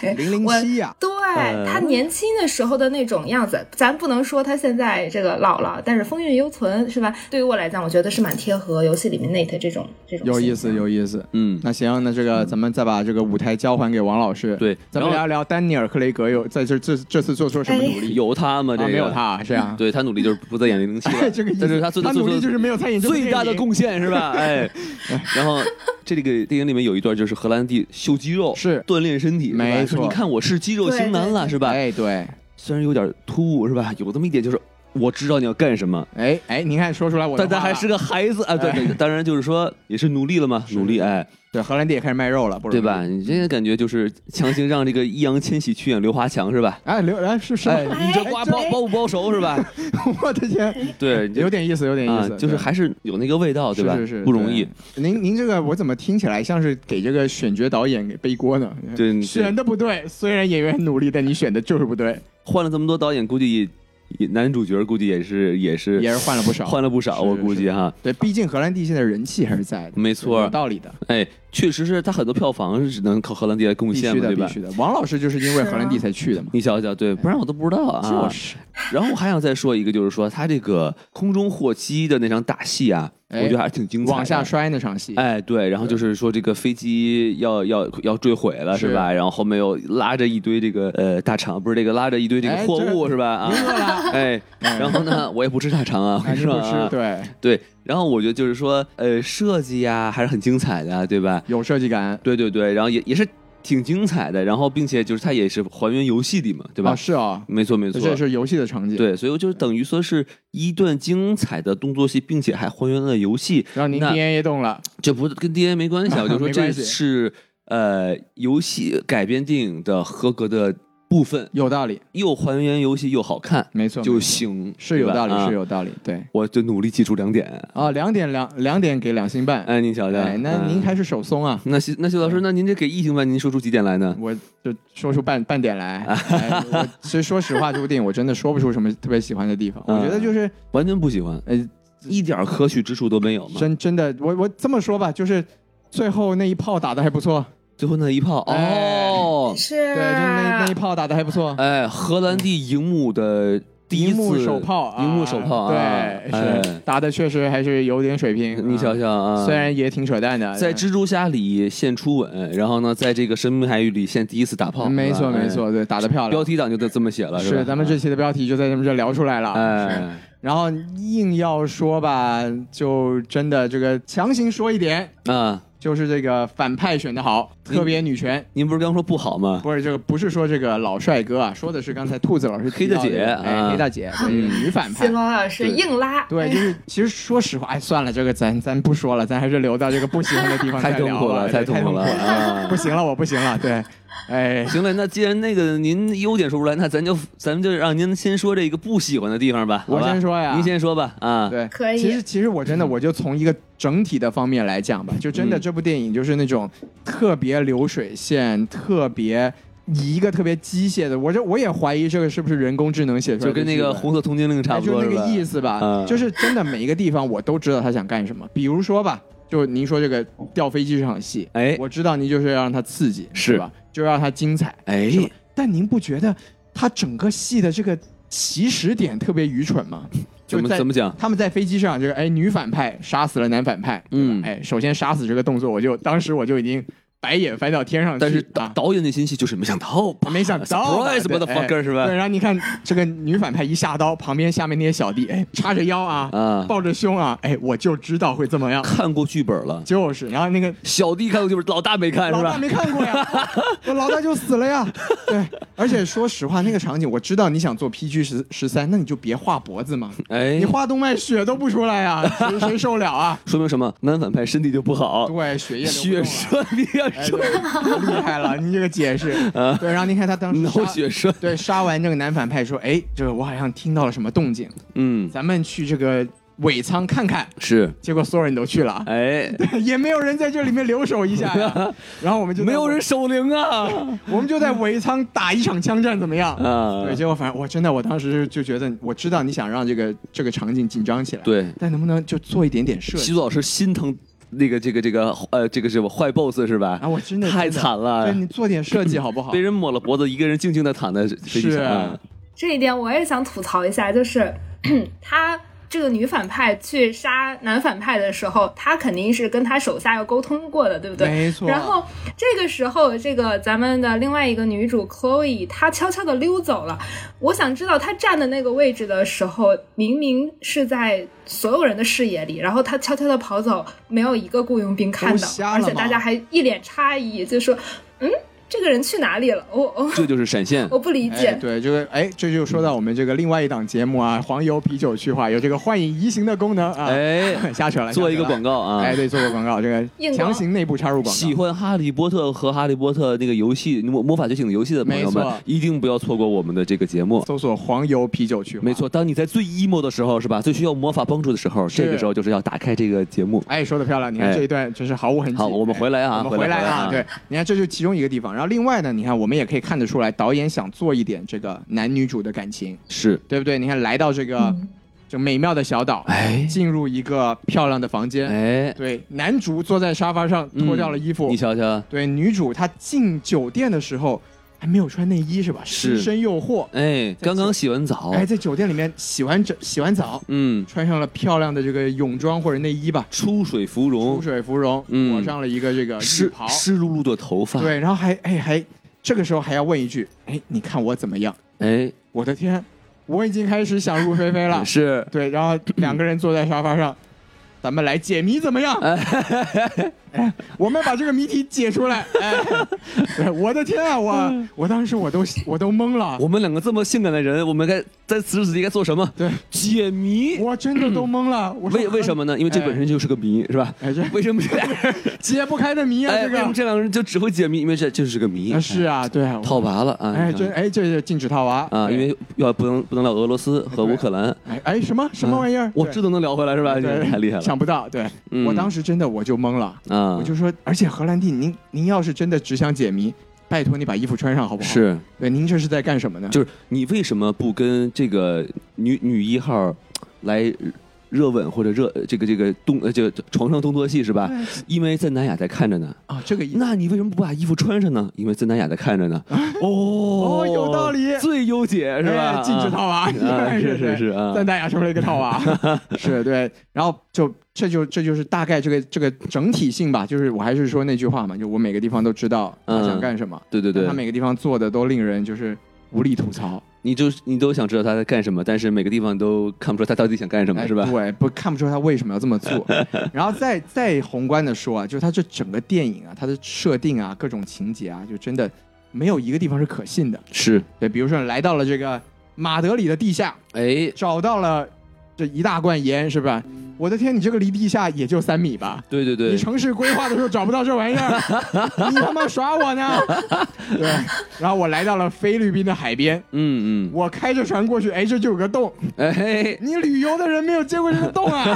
对，零零我七呀，啊对呃他年轻的时候的那种样子，咱不能说他现在这个老了，但是风韵犹存，是吧？对于我来讲，我觉得是蛮贴合游戏里面 Nate 这种这种有意形思，象有意思。嗯，那行，那这个咱们再把这个舞台交还给王老师。对咱们然聊后聊丹尼尔·克雷格有在这这这次做出了什哎么努力？有他吗？这啊，个没有他，啊，是啊，对他努力就是不在演零零七了， [LAUGHS] 这个意思但是他做他做努出力的就是没有参演这部最大的电影贡献是 [LAUGHS] 吧？哎，然后这个电影里面有一段就是荷兰弟秀肌肉，是锻炼身体，是吧没说错你看我是肌肉型男了，是吧？哎，对，虽然有点突兀是吧？ [LAUGHS] 有这么一点就是我知道你要干什么，哎哎，您看说出来我的但他话还了是个孩子啊。对对，当然就是说也是努力了嘛，是努力哎，对荷兰弟也开始卖肉了，不容对易吧？？你这个感觉就是强行让这个易烊千玺去演刘华强是吧？哎，刘哎是是吗， [LAUGHS] 哎，你这瓜包包不包熟是吧？ [LAUGHS] 我的天， [LAUGHS] 对，你这有点意思，有点意啊思，，就是对还是有那个味道，对吧？是是是不容易。。对您您这个我怎么听起来像是给这个选角导演给背锅呢？对对选的不对，虽然演员很努力，但你选的就是不对，换了这么多导演，估计也也男主角估计也是也是也是换了不少。换了不少，是我估计哈。对，毕竟荷兰弟现在人气还是在的，没错有道理的，哎，确实是他很多票房是只能靠荷兰弟来贡必献须嘛，的，对必吧？须的。王老师就是因为啊荷兰弟才去的嘛，你想想，对，不然我都不知道啊。就是 [LAUGHS] 然后我还想再说一个，就是说他这个空中获击的那场打戏啊，哎我觉得还挺精彩的。往下摔那场戏，哎，对，然后就是说这个飞机要要要坠毁了是是吧？然后后面又拉着一堆这个呃大肠，不是这个拉着一堆这个哎货这 [LAUGHS] 物是吧？啊赢， [LAUGHS] 了，哎，然后呢，我也不吃大肠啊，我 [LAUGHS] 哎跟你你不说啊是，对，对，然后我觉得就是说，呃，设计呀、还是很精彩的啊，对吧？有设计感，对对对，然后也也是挺精彩的，然后并且就是它也是还原游戏里嘛，对吧？啊，是啊，没错没错，这是游戏的场景，，对，所以我就等于说是一段精彩的动作戏，并且还还原了游戏，让您那 DNA 动了，这不跟 DNA [LAUGHS] 没关系啊，我就说没关这系是呃游戏改编电影的合格的部分，有道理，又还原游戏又好看没错，就没错行，是有对吧道理，啊是有道理，对。我就努力记住两点。啊，两点两两点给两星半，哎，您瞧瞧，哎，那您嗯还是手松啊，那徐那徐老师，那您这给异性伴，您说出几点来呢？我就说出半半点 [LAUGHS] 来。哎我其实说实话，这部电影我真的说不出什么特别喜欢的地方。嗯我觉得就是完全不喜欢，呃，一点可取之处都没有嘛。真真的，我我这么说吧，就是最后那一炮打的还不错，最后那一炮，哎哦，是，对，就是那那一炮打的还不 [LAUGHS] 错，哎，荷兰弟荧幕的第一荧幕次手，炮啊，荧幕手炮啊对，是哎打的确实还是有点水平。你想啊想啊，虽然也嗯挺扯淡的，在但蜘蛛侠里献初吻，然后呢，在这个神秘海域里献第一次打炮，没是吧错没，哎错，对，打的漂标亮。题党就这这么写了，吧是，咱们这期的标题就在咱们这聊出来了。哎，然后硬要说吧，就真的这个强行说一点，啊，就是这个反派选的好，嗯特别女权。您不是刚说不好吗？不是这个，不是说这个老帅哥啊，说的是刚才兔子老师提到的黑大姐啊哎，黑大姐，对女反西派。罗老师对硬拉，哎对，就是其实说实话，哎，算了，这个咱咱不说了，咱还是留到这个不喜欢的地方再太痛聊苦吧了，对太太痛苦了啊 [LAUGHS] 不！行了，我不行了，对，哎，行了，那既然那个您优点说不出来，那咱就咱们就让您先说这个不喜欢的地方吧。我好吧先说呀您先说吧。啊，对，可以其实其实我真的我就从一个整体的方面来讲吧，就真的嗯这部电影就是那种特别流水线，特别以一个特别机械的，我这我也怀疑这个是不是人工智能写出来的就剧本，跟那个红色通缉令差哎不多就是那吧个？意思吧，嗯就是 [LAUGHS] 真的每一个地方我都知道他想干什么。比如说吧，就您说这个掉飞机这场戏，哎我知道您就是要让它刺激，是吧？就要让它精彩，哎是吧但您不觉得他整个戏的这个起始点特别愚蠢吗？就怎么在怎么讲？他们在飞机上，这个哎，女反派杀死了男反派，对吧嗯哎，首先杀死这个动作，我就当时我就已经白眼翻到天上去，但是导啊导演内心戏就是没想到吧，没想到吧 surprise 对 motherfucker 哎是吧对，然后你看这个女反派一下刀，旁边下面那些小弟，哎，叉着腰啊，啊，抱着胸啊，哎，我就知道会这么样，看过剧本了，就是，然后那个小弟看过剧本，老大没看是老大吧？没看过 [LAUGHS] 呀，我老大就死了呀。对，而且说实话，那个场景我知道你想做 PG 十十三，那你就别画脖 [LAUGHS] 子嘛，哎你，画动脉血都不出来呀，谁谁受了啊？说明什么？男反派身体就不好，对，血液流血不动了。栓，你要哎，说对厉害了，你这个解 [LAUGHS] 释，对，然后您看他当时啊脑杀血栓，对，杀完这个男反派说：“哎，这个我好像听到了什么动静，嗯，咱们去这个尾舱看看。是，”结果所有人都去了， [LAUGHS] 哎，也没有人在这里面留守一下呀。 [LAUGHS] 然后我们就在没有人，守灵啊，我们就在尾舱打一场枪战，怎么样？啊对，，结果反正我真的我当时就觉得，我知道你想让这个这个场景紧张起来，，对，但能不能就做一点点设习计？祖老师心疼那个这个这个呃这个是坏 boss 是吧？啊，我真的太真的惨了对你做点设计好不好被？人抹了脖子，一个人静静的躺在飞机是上啊，这一点我也想吐槽一下，就是 [CLEARS THROAT] 她这个女反派去杀男反派的时候，她肯定是跟她手下要沟通过的，对不对？没错然后这个时候，这个咱们的另外一个女主 Chloe，她悄悄的溜走了。我想知道她站的那个位置的时候，明明是在所有人的视野里，然后她悄悄的跑走，没有一个雇佣兵看都到，瞎而了且吗大家还一脸诧异，就说：“嗯，这个人去哪里了？我我这就是 [LAUGHS] 闪现。我不理解。哎，对，这个哎，这就说到我们这个另外一档节目啊，黄油啤酒去化有这个幻影移形的功能啊。哎， [LAUGHS] 瞎扯了，做一个瞎扯了广告啊！哎，对，做个广告，这硬个广强行内部插入广喜告。欢《哈利波特》和《哈利波特》那个游戏魔魔法觉醒的游戏的朋友没们错，一定不要错过我们的这个节目。搜索黄油啤酒去化，没。错，当你在最 emo 的时候，是吧？最需要魔法帮助的时候，是这个时候就是要打开这个节目。哎，说的漂亮！你看哎这一段真是毫无痕迹。好，我们回来哎啊，我们回来来啊，回对，你看这就是其中一个地方。然后另外呢，你看我们也可以看得出来，导演想做一点这个男女主的感情，是，对不对？你看来到这个嗯这美妙的小岛，哎进入一个漂亮的房间，哎，嗯对，男主坐在沙发上脱掉了衣服你，瞧瞧，对，女主她进酒店的时候还没有穿内衣是吧？是深深诱惑，哎，这刚刚洗完澡，哎，在酒店里面洗完澡，洗完澡，[CLEARS THROAT] 嗯，穿上了漂亮的这个泳装或者内衣吧，出水出芙蓉，水芙蓉，嗯啊裹上了一个这个浴湿袍，湿漉漉的头发，对，然后还哎还这个时候还要问一句，哎，你看我怎么样？哎，。我的天，我已经开始想入非非了 [LAUGHS] 是，对，然后两个人坐在沙发 [CLEARS THROAT] 上，咱们来解谜怎么样？哎，哎 [LAUGHS] 我们把这个谜题解出来。哎，对我的天啊，我我当时我都我都懵了，嗯我们两个这么性感的人，我们该在此时此地该做什么？对，解谜。我真的都懵了。我说嗯哎为为什么？呢？因为这本身就是个谜，是吧？哎，这为什么这俩人？解不开的谜啊，哎，这为什么个这两个人就只会解谜？因为这就是个谜啊。是啊，对啊哎，，套娃了啊！哎，你看这哎这是禁止套娃啊，因为要不能不能聊俄罗斯和乌克兰，哎哎什么什么玩意儿？啊我对这都能聊回来是吧？对太厉害了想不到，对嗯我当时真的我就懵了，啊！我就说，而且荷兰弟，您您要是真的只想解谜，拜托你把衣服穿上好不好？，是，对，您这是在干什么呢？就是你为什么不跟这个女女一号来热吻或者热这个这个动呃这个床上动作戏是吧？因为在南雅在看着呢。啊，这个意思。那你为什么不把衣服穿上呢？因为在南雅在看着呢。哦 [LAUGHS] 哦有道理最优解是吧？哎禁止套 [LAUGHS] 娃，啊是是是 [LAUGHS] 啊但大雅成为了一个套 [LAUGHS] 娃，是对。然后就这就这就是大概这个这个整体性吧，就是我还是说那句话嘛，就我每个地方都知道他想干什么，嗯对对对他，每个地方做的都令人就是无力吐槽，你就你都想知道他在干什么，但是每个地方都看不出他到底想 [LAUGHS] 干什么，哎是吧？对，不看不出他为什么要这么 [LAUGHS] 做。然后再再宏观的说啊，就是他这整个电影啊，它的设定啊，各种情节啊，就真的没有一个地方是可信的。是，对，比如说来到了这个马德里的地下，哎，找到了这一大罐盐，是吧？我的天，你这个离地下也就三米吧？对对你对，城市规划的时候找不到这玩意 [LAUGHS] 儿，你他妈耍我呢？对，然后我来到了菲律宾的海边，嗯我开着船过去，哎，这就有个洞，嗯，哎，你旅游的人没有见过这个 [LAUGHS] 洞啊！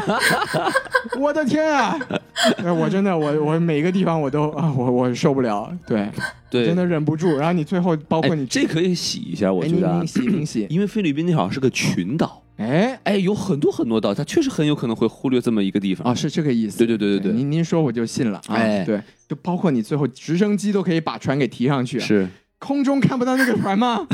我的天啊！哎我真的，我我每个地方我都啊，我我受不了，对，对，真的忍不住。然后你最后，包括哎你，这可以洗一下，我哎觉你得啊你，洗你洗，因为菲律宾那好像是个群岛，哎哎，有很多很多岛，它确实很有可能会忽略这么一个地方。啊，是这个意思。对对对对对，您您说我就信了啊！哎对，就包括你最后直升机都可以把船给提上去，是，空中看不到那个船 [LAUGHS] 吗？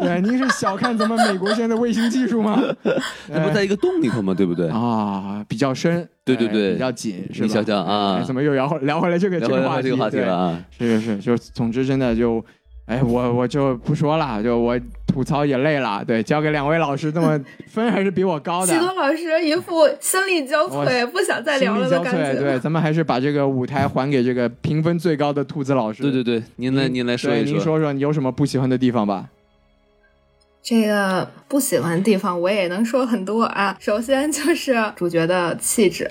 对，您是小看咱们美国现在的卫星技术 [LAUGHS] 吗？它不哎在一个洞里头吗？对不对？啊，比较深，对对哎对比较紧，是吧？你想想啊哎怎么又聊回聊回来这个聊回来话这个话题对了啊，是是是，就总之真的就，哎，我我就不说了，就我吐槽也累了，对，交给两位老师，这么分还是比我高的许。多老师一副心力交瘁、我不想再心聊了 [LAUGHS] 力的交感瘁，觉。对，咱们还是把这个舞台还给这个评分最高的兔子老师。对对对，您来您来说对一您说说你有什么不喜欢的地方 [LAUGHS] 吧？这个不喜欢的地方我也能说很多啊。首先就是主角的气质，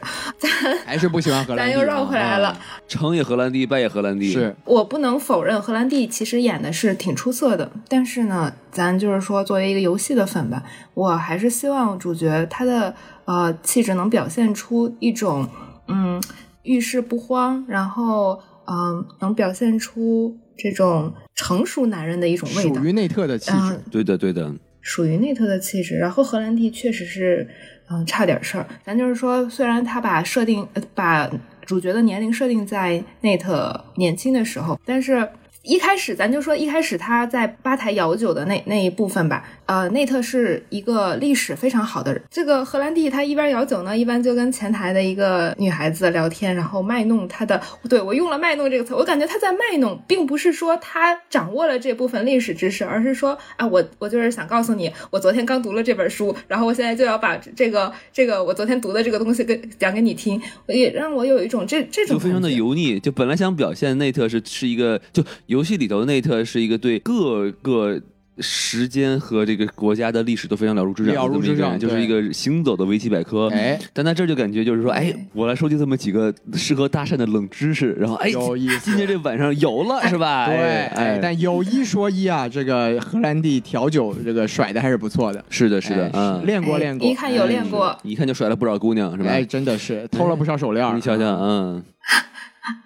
还是不喜欢荷兰咱弟啊？又绕回来了。成也荷兰弟，败也荷兰弟，是，我不能否认荷兰弟其实演的是挺出色的，但是呢，咱就是说作为一个游戏的粉吧，我还是希望主角他的呃气质能表现出一种嗯遇事不慌，然后嗯、能表现出这种成熟男人的一种味道属。于内特的气质嗯。对的对的，属于内特的气质。然后荷兰弟确实是，嗯，差点事儿。咱就是说，虽然他把设定、呃把主角的年龄设定在 Nate 年轻的时候，但是。一开始咱就说，一开始他在吧台摇酒的那那一部分吧，呃，内特是一个历史非常好的人。这个荷兰弟他一边摇酒呢，一般就跟前台的一个女孩子聊天，然后卖弄他的。对我用了“卖弄”这个词，我感觉他在卖弄，并不是说他掌握了这部分历史知识，而是说啊，我我就是想告诉你，我昨天刚读了这本书，然后我现在就要把这个这个我昨天读的这个东西跟讲给你听，也让我有一种这这种就非常的感觉油腻。就本来想表现内特是是一个，就游戏里头的内特是一个对各个时间和这个国家的历史都非常了如指掌了的如这么一指个掌人，就是一个行走的维基百科。哎，但他这就感觉就是说，哎对，我来收集这么几个适合搭讪的冷知识，然后哎，有意思今天这晚上有了是吧？对，哎哎，，但有一说一啊，这个荷兰弟调酒这个甩的还是不错的，是的，是的哎，嗯，练过练过，一看有练过，一看就甩了不少姑娘是吧？哎，啊真的是偷了不少手链儿。你瞧瞧，嗯，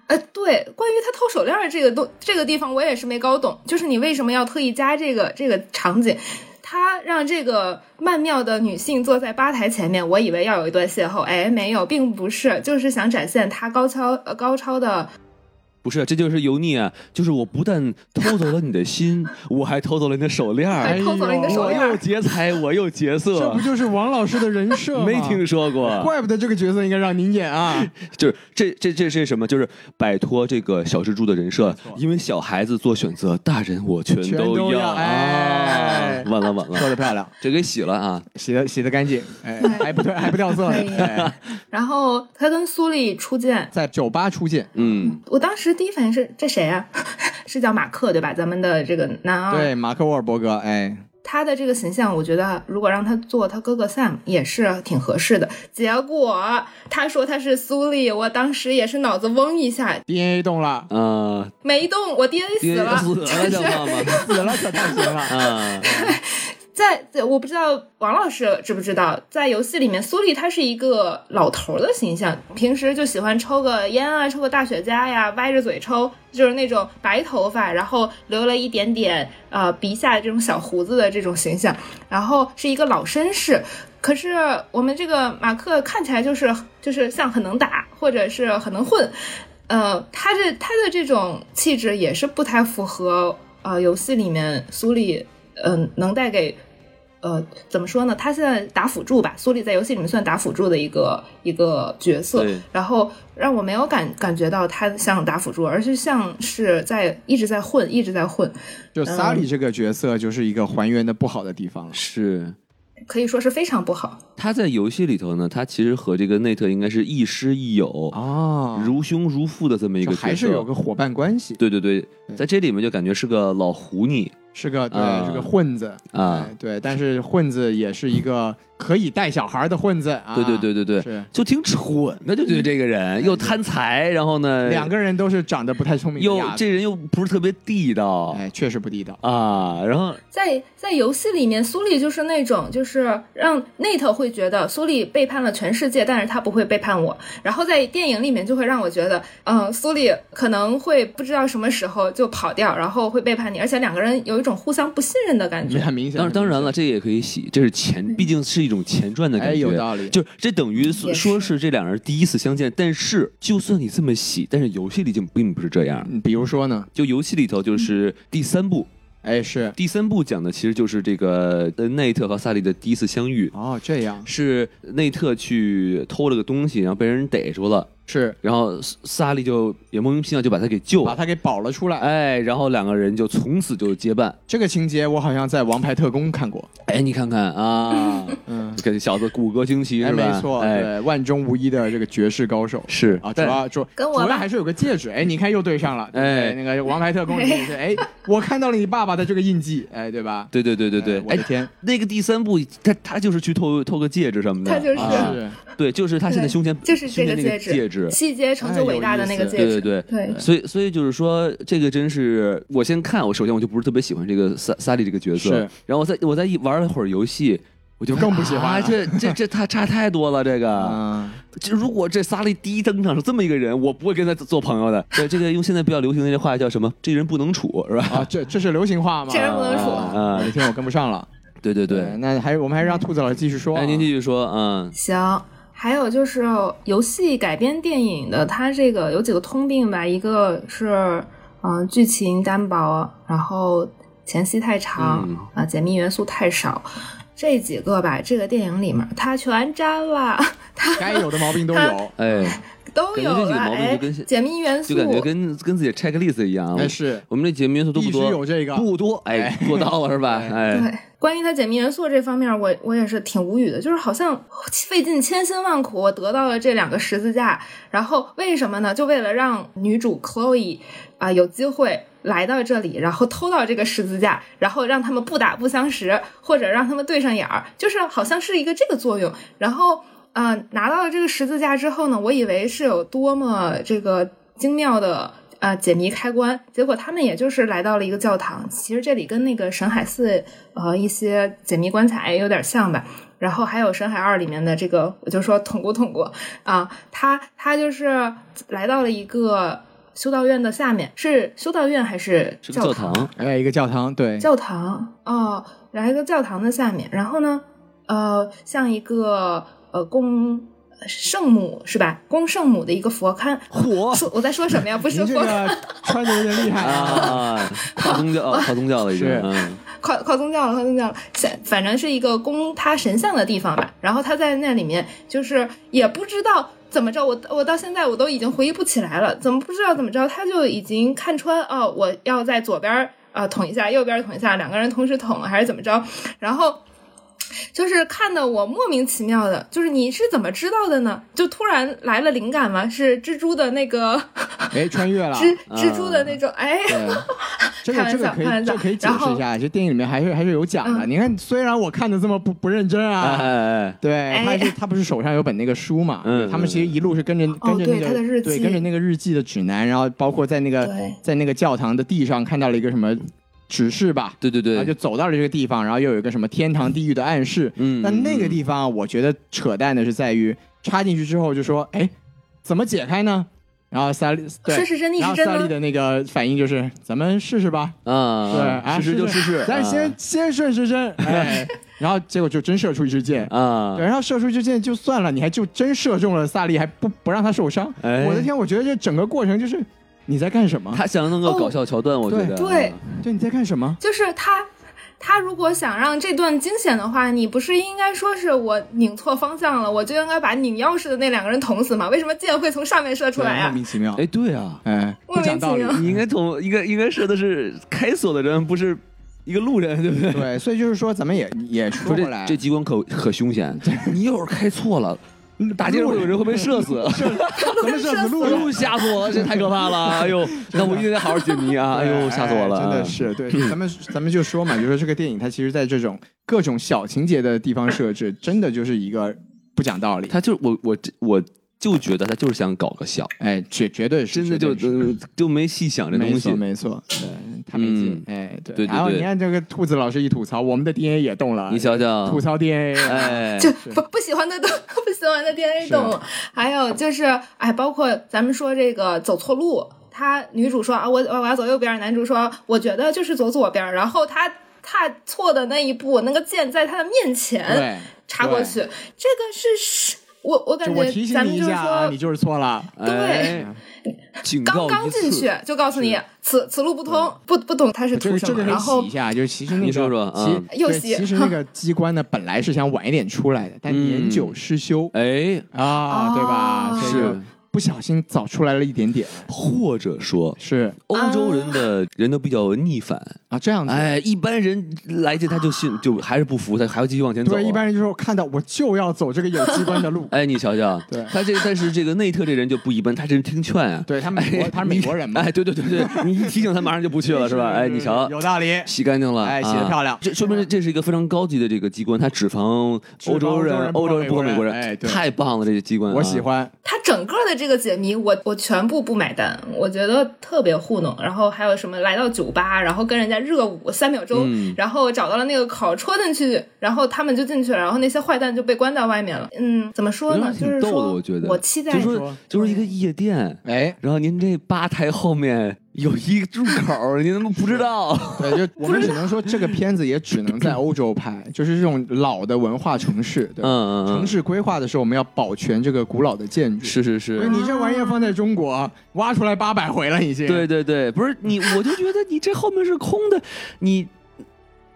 呃，对，关于他偷手链儿这个东这个地方，我也是没搞懂，就是你为什么要特意加这个这个场景？他让这个曼妙的女性坐在吧台前面，我以为要有一段邂逅，哎，没有，并不是，就是想展现他高超呃高超的不是，这就是油腻啊！就是我不但偷走了你的心，我还偷走了你的手链儿， [LAUGHS] 哎偷走了你的手我链又儿。[LAUGHS] 劫财，我又劫这色不，就是王老师的人设吗？没听说过。怪不得这个角色应该让您演 [LAUGHS] 啊！就是这这这是什么？就是摆脱这个小蜘蛛的人设，因为小孩子做选择，大人我全全都都要啊哎！晚了晚说了，的漂亮，这给洗了啊！洗的洗的干净，哎，还不掉还不掉色，可以哎然后他跟苏丽初见，在酒吧出现，嗯，我当时第一反应是这谁啊？ [LAUGHS] 是叫马克对吧？咱们的这个男二对，马克沃尔伯格，哎，他的这个形象，我觉得如果让他做他哥哥 Sam 也是挺合适的。结果他说他是苏丽，我当时也是脑子嗡一下， DNA 动了，啊，没动，我 DNA 死了。死了，就知是道吗？死了可太行了。啊，在在我不知道王老师知不知道，在游戏里面，苏丽他是一个老头儿的形象，平时就喜欢抽个烟啊，抽个大雪茄呀，歪着嘴抽，就是那种白头发，然后留了一点点呃鼻下这种小胡子的这种形象，然后是一个老绅士。可是我们这个马克看起来就是就是像很能打，或者是很能混，呃，他这他的这种气质也是不太符合呃游戏里面苏里嗯、能带给呃怎么说呢？他现在打辅助吧，苏里在游戏里面算打辅助的一个一个角色对，然后让我没有感感觉到他像打辅助，而是像是在一直在混，一直在混，就萨里这个角色就是一个还原的不好的地方了，是。可以说是非常不好。他在游戏里头呢，他其实和这个内特应该是亦师亦友，哦，如兄如父的这么一就个角色，还是有个伙伴关系，对对对，在这里面就感觉是个老狐狸是个对啊是个混子啊哎，对，但是混子也是一个可以带小孩的混子啊，对对对对对是，就挺蠢的，就觉得这个人又贪财，然后呢，两个人都是长得不太聪明的又样子，这人又不是特别地道哎，确实不地道。啊，然后在在游戏里面，苏丽就是那种，就是让 Nate 会觉得苏丽背叛了全世界，但是他不会背叛我。然后在电影里面就会让我觉得，嗯，苏丽可能会不知道什么时候就跑掉，然后会背叛你，而且两个人有一种互相不信任的感觉。很明显，当当然了，很这也可以洗，这是前，毕竟是一种前传的明显，感嗯哎，觉，有道理，就这等于也说是说是这两人第一次相见，但是就算你这么洗，但是游戏里就并不是这样。嗯比如说呢，就游戏里头嗯就是第三部，哎是第三部讲的其实就是这个呃内特和萨利的第一次相遇，哦这样是内特去偷了个东西，然后被人逮住了，是然后萨萨利就也莫名其妙就把他给救把了，他给保了出来。哎，然后两个人就从此就 [LAUGHS] 结伴。这个情节我好像在《王牌特工》看过，哎，你看 [LAUGHS] 看啊，嗯，这小子骨骼惊奇哎是吧？没错，哎，对，万中无一的这个绝世高手是啊，主但要主跟我主要吧还是有个戒指，哎，你看又对上了，对哎那个《王牌特工》里面是，哎，我看到了你爸爸的这个印记，哎，对吧？对对对对哎对，我哎的，天，那个第三部，他他就是去偷偷个戒指什么的，他就是啊是对，就是他现在对胸前就是胸这前个那个戒指，戒指，哎细节成就伟大的那个戒对指。对对。对所以，所以就是说，这个真是我先看，我首先我就不是特别喜欢这个萨萨利这个角色是，然后我再我再一玩了会儿游戏，我就更不喜欢啊，了这这这他差太多了，这个，啊，这如果这萨利第一登场是这么一个人，我不会跟他做朋 [LAUGHS] 友的。对，这个用现在比较流行的那话叫什么？这人不能处，是吧？啊，这这是流行话吗？这人不能说啊我的天，我跟不上了。对对对，那还我们还是让兔子老师继续说啊。哎，您继续说，嗯，行，还有就是游戏改编电影的，它这个有几个通病吧，一个是嗯、呃剧情单薄，然后前戏太长啊、嗯解密元素太少。这几个吧，这个电影里面它全沾了， [LAUGHS] 它该有的毛 [LAUGHS] 病都有。哎，都有感觉这几了。个毛病就哎跟现，解密元素就感觉跟跟自己 checklist 一样。但哎是我们这节目元素多不必须多？有这个不多，哎，做到了 [LAUGHS] 是吧？哎，对，关于它解密元素这方面，我我也是挺无语的，就是好像费尽千辛万苦，我得到了这两个十字架，然后为什么呢？就为了让女主 Chloe 啊、有机会来到这里，然后偷到这个十字架，然后让他们不打不相识，或者让他们对上眼儿，就是好像是一个这个作用，然后。呃，拿到了这个十字架之后呢，我以为是有多么这个精妙的呃解谜开关，结果他们也就是来到了一个教堂。其实这里跟那个沈海四呃一些解谜关卡也有点像吧。然后还有《沈海二》里面的这个，我就说捅咕捅咕啊、他他就是来到了一个修道院的下面，是修道院还是是个教堂？堂，哎，一个教堂，对，教堂哦，来一个教堂的下面，然后呢，呃，像一个呃供圣母是吧？供圣母的一个佛龛。火说我在说什么呀？不是您这佛龛，个穿的有点厉害啊！啊，跨 [LAUGHS] 宗教，跨宗教了已经。是嗯靠靠宗教了，靠宗教了。反反正是一个供他神像的地方吧。然后他在那里面，就是也不知道。怎么着？我我到现在我都已经回忆不起来了，怎么不知道怎么着？他就已经看穿哦，我要在左边儿呃捅一下，右边儿捅一下，两个人同时捅还是怎么着？然后就是看的我莫名其妙的，就是你是怎么知道的呢？就突然来了灵感吗？是蜘蛛的那个哎，穿越了。 [LAUGHS] 蜘蜘蛛的那种，哎，对，这开个这个玩笑可以开玩这笑个可以解然释后一下，这电影里面还是还是有讲的。嗯你看，虽然我看的这么不不认真哎啊，哎哎，对，他是他不是手上有本那个书嘛？嗯他们其实一路是跟着跟着哦对那个他的日对记跟着那个日记的指南，然后包括在那个对在那个教堂的地上看到了一个什么指示吧，对对然后啊对就，走到了这个地方，然后又有一个什么天堂地狱的暗示。嗯但那个地方我觉得扯淡的是在于插进去之后就说，哎，怎么解开呢？然后萨利对，是是真的然是后真萨利的。的那个反应就是，咱们试试吧。啊，对，啊试试就试试，咱先啊先顺时针， [LAUGHS] 哎，然后结果就真射出一支箭。啊对，，然后射出一支箭就算了，你还就真射中了萨利，还不不让他受伤。哎我的天，我觉得这整个过程就是你在干什么？他想弄个搞笑桥段，我觉得嗯对，对，你在干什么？就是他，他如果想让这段惊险的话，你不是应该说是我拧错方向了，我就应该把拧钥匙的那两个人捅死吗？为什么箭会从上面射出来对莫呀、名其妙。哎对啊，哎，莫不名讲其道理妙。 [LAUGHS] 你应该捅，应该应该射的是开锁的人，不是一个路人，对不对？对，所以就是说，咱们也也说说回来，这这激光可可凶 [LAUGHS] 险，你一会儿开错了，大街上会有人会被射死，咱们这路人 [LAUGHS] 路吓死我了，这太可怕 [LAUGHS] 了！哎呦，那我一定得好好解谜 [LAUGHS] 啊！哎呦，吓死我了！哎真的是对， [CLEARS THROAT] 咱们咱们就说嘛，就说这个电影它其实在这种各种小情节的地方设置，真的就是一个不讲道理。他就我我我就觉得他就是想搞个笑，哎，绝绝对是，真的就绝对是呃就没细想这没东错西。嗯没错，对，他没劲，哎，对对然后对你看这个兔子老师一吐槽，我们的 DNA 也动了，你想吐想，槽 DNA，哎，就不不喜欢的都 [LAUGHS] 不喜欢的 DNA 是动物，还有就是哎，包括咱们说这个走错路，他女主说啊我我我要走右边，男主说我觉得就是走左边，然后他踏错的那一步，那个箭在他的面前对，哎插过去，这个是是。我我就感我觉提醒咱们你一就是下啊，说你，就是错了，呃哎，警告刚刚一次嗯进去，就告诉你此此路不通，不不懂它是这图个什这么，个可以然后洗一下，就是其实那个你说说嗯其又对洗其实那个机关呢，本来是想晚一点出来的，嗯但年久失修哎，啊，对吧？哦所以就是不小心早出来了一点点，或者说啊是欧洲人的人都比较逆反，啊，这样子。哎，一般人来这他就信，就还是不服，他还要继续往前走啊。，对，一般人就是看到我就要走这个有机关的路哎，你瞧瞧，对他这但是这个内特这人就不一般，他这人听劝啊，对他美国，他是美国人嘛，哎，对对对对，你一提醒他马上就 [LAUGHS] 不去了 [LAUGHS] 是吧？哎，你瞧，有道理，洗干净了，哎，洗啊的漂亮，这说明这是一个非常高级的这个机关，它只防只欧防洲欧洲人人，欧洲不人防防美国美国人哎人，对太棒了！这个机关，我喜啊。欢。它整个的这个解谜，我我全部不买单，我觉得特别糊弄。然后还有什么来到酒吧，然后跟人家热舞三秒钟，嗯然后找到了那个口戳进去，然后他们就进去了，然后那些坏蛋就被关到外面了。嗯，怎么说我呢？觉就得挺是逗的说，我觉得期待就说就是一个夜店，哎，然后您这吧台后面有一入口，你怎么不知道？对，就我们只能说这个片子也只能在欧洲拍，就是这种老的文化城市， [LAUGHS] 对吧？嗯嗯嗯城市规划的时候，我们要保全这个古老的建筑。是是不是是，你这玩意儿放在中国，挖出来八百回了已经。对对对，不是你，我就觉得你这后面是空的，你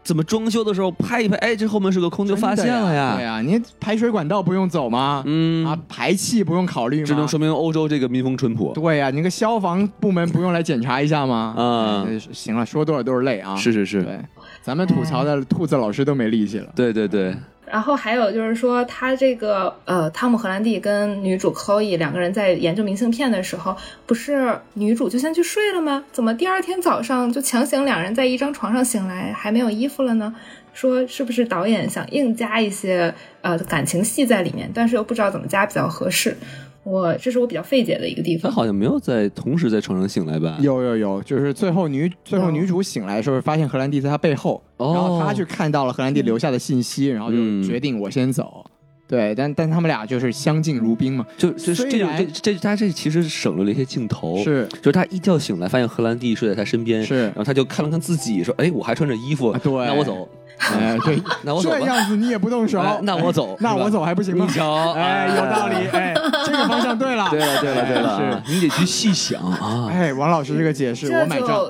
怎么装修的时候拍一拍，哎，这后面是个空，就真的发现了呀。对呀，啊你排水管道不用走吗？嗯，啊，排气不用考虑吗？只能说明欧洲这个民风淳朴。对呀、你那个消防部门不用来检查一下吗？啊哎行了，说多少都是泪啊。是是是，对，咱们吐槽的哎兔子老师都没力气了。对对嗯对，然后还有就是说，他这个呃，汤姆·荷兰弟跟女主 Chloe 两个人在研究明信片的时候，不是女主就先去睡了吗？怎么第二天早上就强行两人在一张床上醒来，还没有衣服了呢？说是不是导演想硬加一些呃感情戏在里面，但是又不知道怎么加比较合适？我这是我比较费解的一个地他方。好像没有在同时在床上醒来吧？有有有，就是最后女最后女主醒来的时候，发现荷兰弟在她背后，哦然后她去看到了荷兰弟留下的信息，然后就嗯决定我先走。对，但但他们俩就是相敬如宾嘛，就就虽是这种然这这他这其实省略了一些镜头，是就是他一觉醒来发现荷兰弟睡在他身边，是然后他就看了看自己，说哎我还穿着衣服，啊对那我走， [LAUGHS] 哎， [LAUGHS] 对，那我走这吧，样子你也不动手哎，那我走，那是吧我走还不行吗你？瞧， [LAUGHS] 哎，有道理，哎，这个方向对了， [LAUGHS] 对了，对了，对哎了是，，你得去细想啊。哎，王老师这个解释，我这买就账，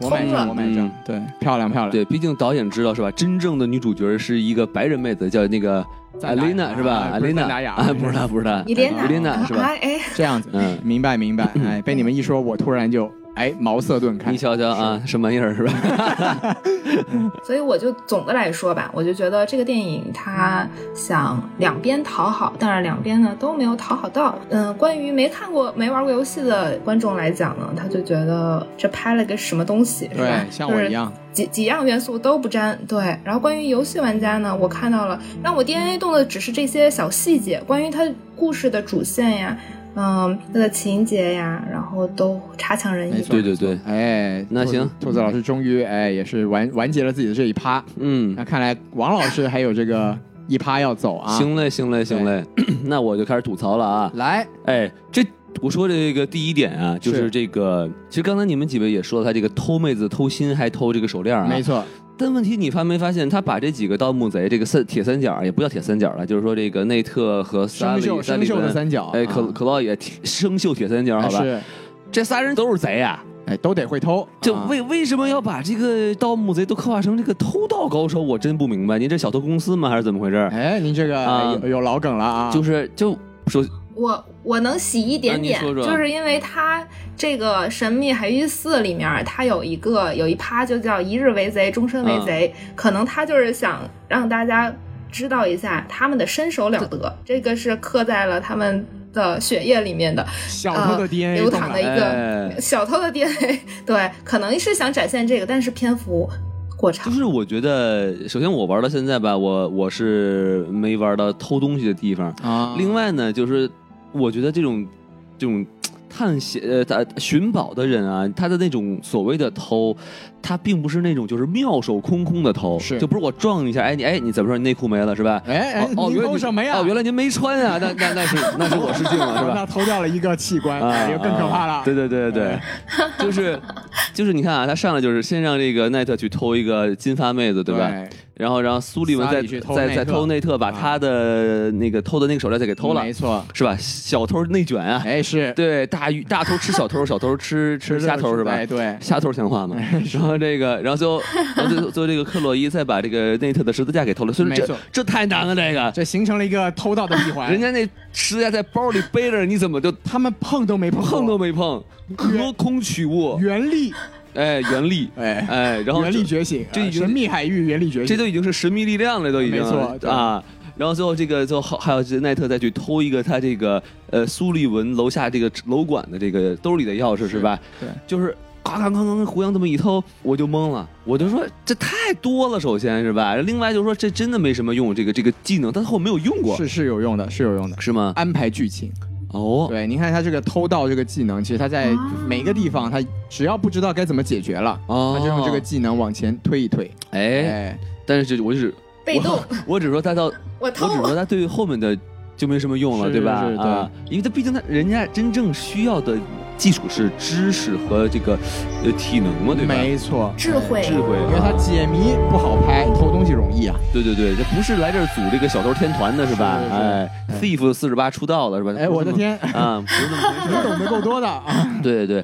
我买通了账，我买账嗯，对，漂亮漂亮，对，毕竟导演知道是吧？真正的女主角是一个白人妹子，叫那个艾赞达雅琳娜是吧？啊艾不是琳娜赞达雅啊，不是她，不是 [LAUGHS] 她，伊莲娜，伊莲娜是吧？哎哎，这样子，嗯明白明白，哎，被你们一说，我突然就哎茅塞顿开你，瞧瞧啊，什么玩意儿是吧？所以我就总的来说吧，我就觉得这个电影它想两边讨好，但是两边呢都没有讨好到。嗯，关于没看过、没玩过游戏的观众来讲呢，他就觉得这拍了个什么东西，是吧对，？像我一样，几几样元素都不沾。对，然后关于游戏玩家呢，我看到了让我 DNA 动的只是这些小细节，关于它故事的主线呀，嗯，它的情节呀，然后都差强人没意错。对对对，哎，那兔子行兔子老师终于哎也是完完结了自己的这一趴。嗯那，看来王老师还有这个一趴要走啊。，行嘞，行嘞，行嘞， [CLEARS THROAT] 那我就开始吐槽了啊。来，哎，这我说这个第一点啊，就是是这个，其实刚才你们几位也说了，他这个偷妹子、偷心，还偷这个手链啊，没错，但问题你发没发现，他把这几个盗墓贼，这个三铁三角啊也不叫铁三角了，就是说这个内特和生萨利锈萨生利锈的文，三角，哎，可啊可洛也铁生锈铁三角，好吧？是，这仨人都是贼啊！哎，都得会偷。就啊为为什么要把这个盗墓贼都刻画成这个偷盗高手？我真不明白，您这小偷公司吗？还是怎么回事？哎，您这个啊有有老梗了啊。就是就首我我能洗一点点，啊你说说就是因为它这个《神秘海域四》里面，它有一个有一趴就叫“一日为贼，终身为贼”，嗯可能他就是想让大家知道一下他们的身手了得，这个是刻在了他们的血液里面的。小偷的啊呃 DNA 流动淌了的一哎个小偷的 DNA，对，可能是想展现这个，但是篇幅过就长。是我觉得，首先我玩到现在吧，我我是没玩到偷东西的地方，啊，另外呢，就是我觉得这种这种探险呃打寻宝的人啊，他的那种所谓的偷，他并不是那种就是妙手空空的偷，是就不是我撞一下，哎你哎你怎么说你内裤没了是吧？哎哎，哦哦您原来偷你什么呀？哦原来您没穿啊，那那那是 [LAUGHS] 那是我失敬了是吧那？偷掉了一个器官，啊哎，就更可怕啊了。哎对对对对对， [LAUGHS] 就是就是你看啊，他上来就是先让这个奈特去偷一个金发妹子，对吧？然后然后苏利文萨再里去偷再内再特偷内特，把啊他的那个偷的那个手链再给偷了没，错。是吧？小偷内卷啊，哎，是对，大鱼大头吃小偷，小偷 [LAUGHS] 吃吃虾头是吧哎，？对，虾头像话 [LAUGHS] 吗？然后这个，然后最后，然后最后最后这个克洛伊再把这个内特的十字架给偷了，所以没这错这太难了，这个这形成了一个偷盗的闭环。 [LAUGHS] 人家那十字架在包里背着，你怎么就他们碰都没碰过，碰都没碰，隔空取物？原力，哎，原力，哎哎，然后原力这觉醒，这啊已经神秘海域原力觉这醒，都已经是神秘力量了，都已经没错对啊。然后最后这个最后还有这奈特再去偷一个他这个呃苏利文楼下这个楼管的这个兜里的钥匙是吧？对，就是咔咔咔咔胡杨这么一偷，我就懵了，我就说这太多了，首先是吧？另外就是说这真的没什么用，这个这个技能，但是我没有用过，是是有用的，是有用的。是吗？安排剧情，哦，对，您看他这个偷盗这个技能，其实他在啊每个地方，他只要不知道该怎么解决了，哦他就用这个技能往前推一推。哎，哎，但是这我就是被动，我，我只说 [LAUGHS] 他到我我只偷说他对后面的就没什么用了，是对吧？是是对啊，因为他毕竟他人家真正需要的基础是知识和这个呃体能嘛，对吧？没错，智慧智慧因为它啊，解谜不好拍，偷东西容易啊。对对对，这不是来这儿组这个小偷天团的是吧？是是哎，Thief 四十八出道了是吧？哎，我的天， [LAUGHS] 啊，不是那么回事你儿。懂得够多的啊！对 [LAUGHS] 对，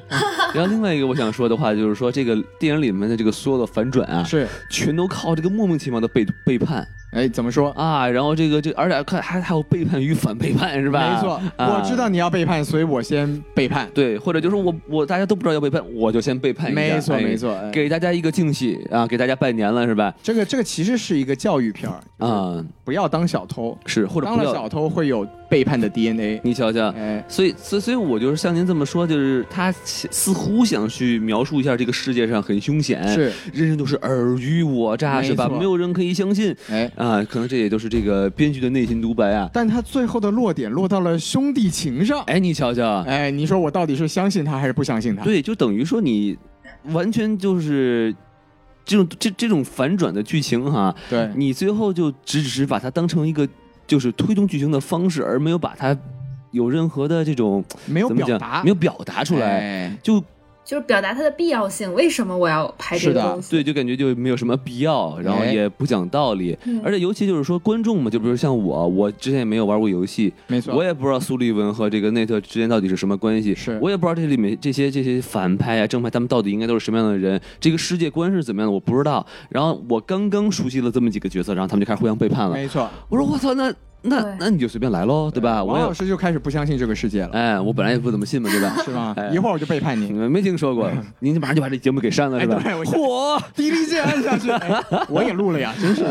然后另外一个我想说的话就是说，这个电影里面的这个所有的反转啊，是，全都靠这个莫名其妙的背背叛哎，怎么说？啊，然后这个这而且看还还有背叛与反背叛是吧？没错，啊我知道你要背叛，所以我先背叛。对，或者就是我我大家都不知道要背叛，我就先背叛一下，没错，哎没，错。哎给大家一个惊喜啊，给大家拜年了是吧？这个这个其实是一个教育片儿，啊、不要当小偷，是或者当不了要，小偷会有背叛的 DNA。你瞧瞧。哎，所以，所以，所以我就是像您这么说，就是他似似乎想去描述一下这个世界上很凶险，是，人人都是尔虞我诈，没是吧？错没有人可以相信哎，啊，可能这也就是这个编剧的内心独白啊。但他最后的落点落到了兄弟情上。哎，你瞧瞧，哎，你说我到底是相信他还是不相信他？对，就等于说你完全就是这种这这种反转的剧情哈、对你最后就只只是把它当成一个就是推动剧情的方式，而没有把它有任何的这种没有怎么表讲达，没有表达出来，哎就就是表达它的必要性。为什么我要拍这是个的东西？对，就感觉就没有什么必要，然后哎也不讲道理，嗯而且尤其就是说观众嘛，就比如像我，我之前也没有玩过游戏，没错，我也不知道苏利文和这个内特之间到底是什么关系，是我也不知道这里面这些这些反派啊、正派他们到底应该都是什么样的人，这个世界观是怎么样的，我不知道。然后我刚刚熟悉了这么几个角色，然后他们就开始互相背叛了。没错。我说我操，那那对那你就随便来喽，对吧？我王老也师就开始不相信这个世界了，哎，我本来也不怎么信嘛，对吧？是吧哎？一会儿我就背叛你你，们没听说过，您马上就把这节目给删了是吧？哎对我嚯，滴滴键按下去，哎我也录了呀，真是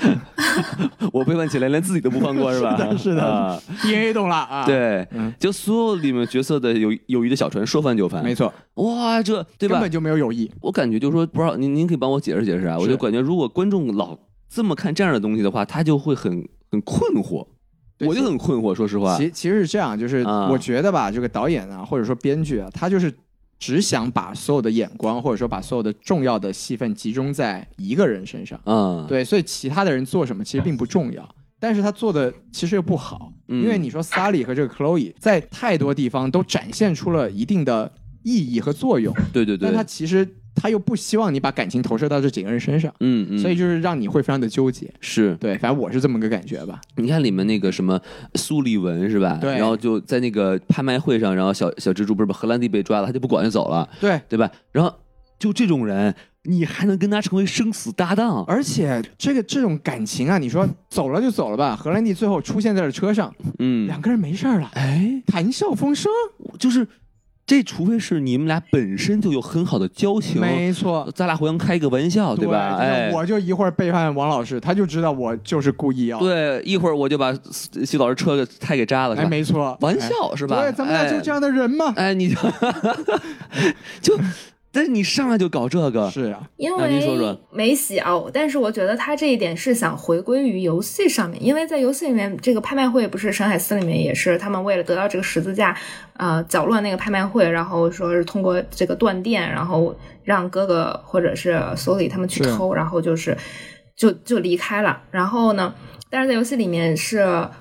[LAUGHS] 我背叛起来连自己都不放过是吧？的是的啊 DNA 动了啊！，对嗯，就所有里面角色的友友谊的小船，说翻就翻，没错，哇，这对根吧？本就没有友谊。我感觉就是说，不知道您您可以帮我解释解释啊？我就感觉如果观众老这么看这样的东西的话，他就会很很困惑，对我就很困惑，说实话。其其实是这样，就是啊我觉得吧，这个导演啊，或者说编剧啊，他就是只想把所有的眼光，或者说把所有的重要的戏份集中在一个人身上。嗯，对，所以其他的人做什么其实并不重要，但是他做的其实又不好，嗯因为你说 Sally 和这个 Chloe 在太多地方都展现出了一定的意义和作用，对对对但他对，其实他又不希望你把感情投射到这几个人身上，嗯嗯，所以就是让你会非常的纠结。是对，反正我是这么个感觉吧。你看里面那个什么苏利文是吧？对然后就在那个拍卖会上，然后小小蜘蛛不是把荷兰弟被抓了，他就不管就走了，对，对吧？然后就这种人，你还能跟他成为生死搭档？而且这个这种感情啊，你说走了就走了吧，荷兰弟最后出现在了车上，嗯，两个人没事儿了，哎，谈笑风生，就是这，除非是你们俩本身就有很好的交情，没错。咱俩互相开个玩笑，对吧？就是哎，我就一会儿背叛王老师，他就知道我就是故意啊要。对，一会儿我就把徐老师车给胎给扎了，是哎，吧？没错，玩笑是是吧？对，咱们俩就这样的人嘛。哎。[LAUGHS] 哎，你就就，但是你上来就搞这个，是啊，因那您说为说没小，但是我觉得他这一点是想回归于游戏上面，因为在游戏里面，这个拍卖会不是深海寺里面也是他们为了得到这个十字架，呃，搅乱那个拍卖会，然后说是通过这个断电，然后让哥哥或者是索里他们去是偷，然后就是就就离开了。然后呢，但是在游戏里面是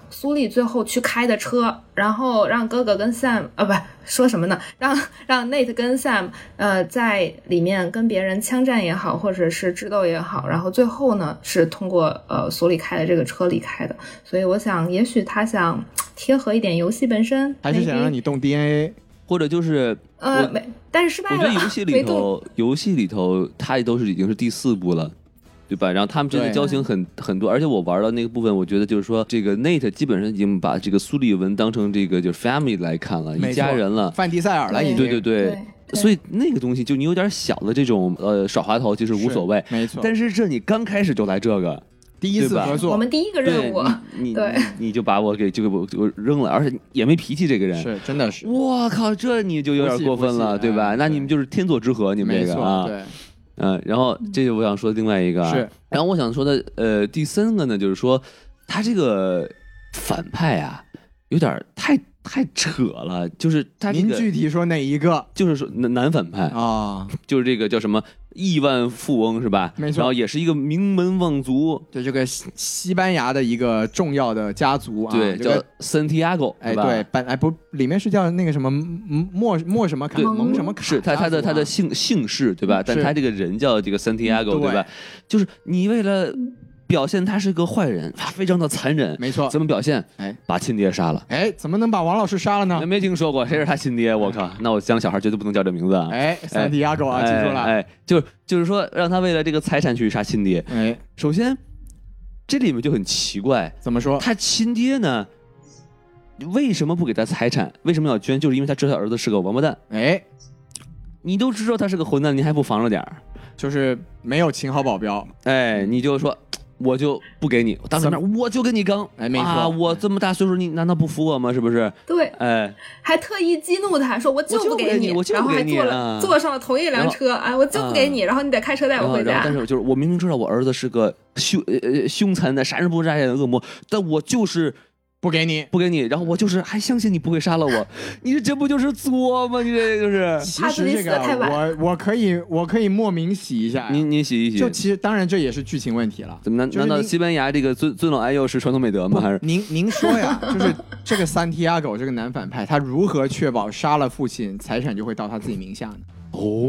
苏丽最后去开的车，然后让哥哥跟 Sam 呃不说什么呢，让让 Nate 跟 Sam 呃在里面跟别人枪战也好，或者是智斗也好，然后最后呢是通过呃苏丽开的这个车离开的。所以我想，也许他想贴合一点游戏本身，还是想 maybe 让你动 DNA。或者就是呃我没，但是失败我了。觉得游戏里没动头，游戏里头，它也都是已经是第四部了。对吧？然后他们之间的对交情很很多，而且我玩到那个部分，我觉得就是说，这个 Nate 基本上已经把这个苏利文当成这个就是 family 来看了，没一家错人了。范迪塞尔了，已经。对对对对，对所以那个东西就你有点小的这种呃耍滑头，其实无所谓。没错。但是这你刚开始就来这个，第一对次吧合我作们第一个任务，你你对你就把我给就给我我扔了，而且也没脾气这个人。是真的是，我靠，这你就有点过分了，不信不信对吧？哎那你们就是天作之合，你们没这个错，啊，对，嗯，然后这就我想说的另外一个啊是，然后我想说的呃第三个呢，就是说他这个反派啊，有点儿太太扯了，就是他这您个具体说哪一个就是说男男反派，啊？就是这个叫什么亿万富翁是吧？没错然后也是一个名门望族，对这个西西班牙的一个重要的家族啊，对，这叫个 Santiago，哎是吧对，本哎不，里面是叫那个什么嗯莫莫什么卡对蒙什么卡家族是啊，他他的他的姓姓氏对吧？但是他这个人叫这个嗯 Santiago 对对吧？就是你为了表现他是个坏人，他非常的残忍，没错怎么表现？哎啊把亲爹杀了。哎，怎么能把王老师杀了呢那？没听说过谁是他亲爹？我靠！那我将小孩绝对不能叫这名字啊！哎，三迪亚狗啊，记住了，哎，哎就是就是说，让他为了这个财产去杀亲爹。哎，首先，这里面就很奇怪，怎么说？他亲爹呢，为什么不给他财产？为什么要捐？就是因为他知道他儿子是个王八蛋。哎，你都知道他是个混蛋，你还不防着点儿？就是没有请好保镖，哎，你就说。我就不给你，当着面我就跟你刚，哎没错啊，我这么大岁数，你难道不服我吗？是不是？对，哎，还特意激怒他说：“我就我就不给给你我就然不后给还你坐了、啊坐上了同一然辆后车啊，我就不给啊你，然后你得开车带然我后，回然后家。但是我就是我明明知道我儿子是个凶呃呃凶残的杀人不眨眼的恶魔，但我就是不给你。不给你，然后我就是还相信你不会杀了我， [LAUGHS] 你这不就是作吗？你这就是其怕自实己这死个得太晚我我可以我可以莫名洗一下呀，您您洗一洗，就其实当然这也是剧情问题了。怎么难就是难道您西班牙这个尊尊老爱幼是传统美德吗？还是您您说呀，就是这个三提亚狗这个男反派，他如何确保杀了父亲财产就会到他自己名下呢？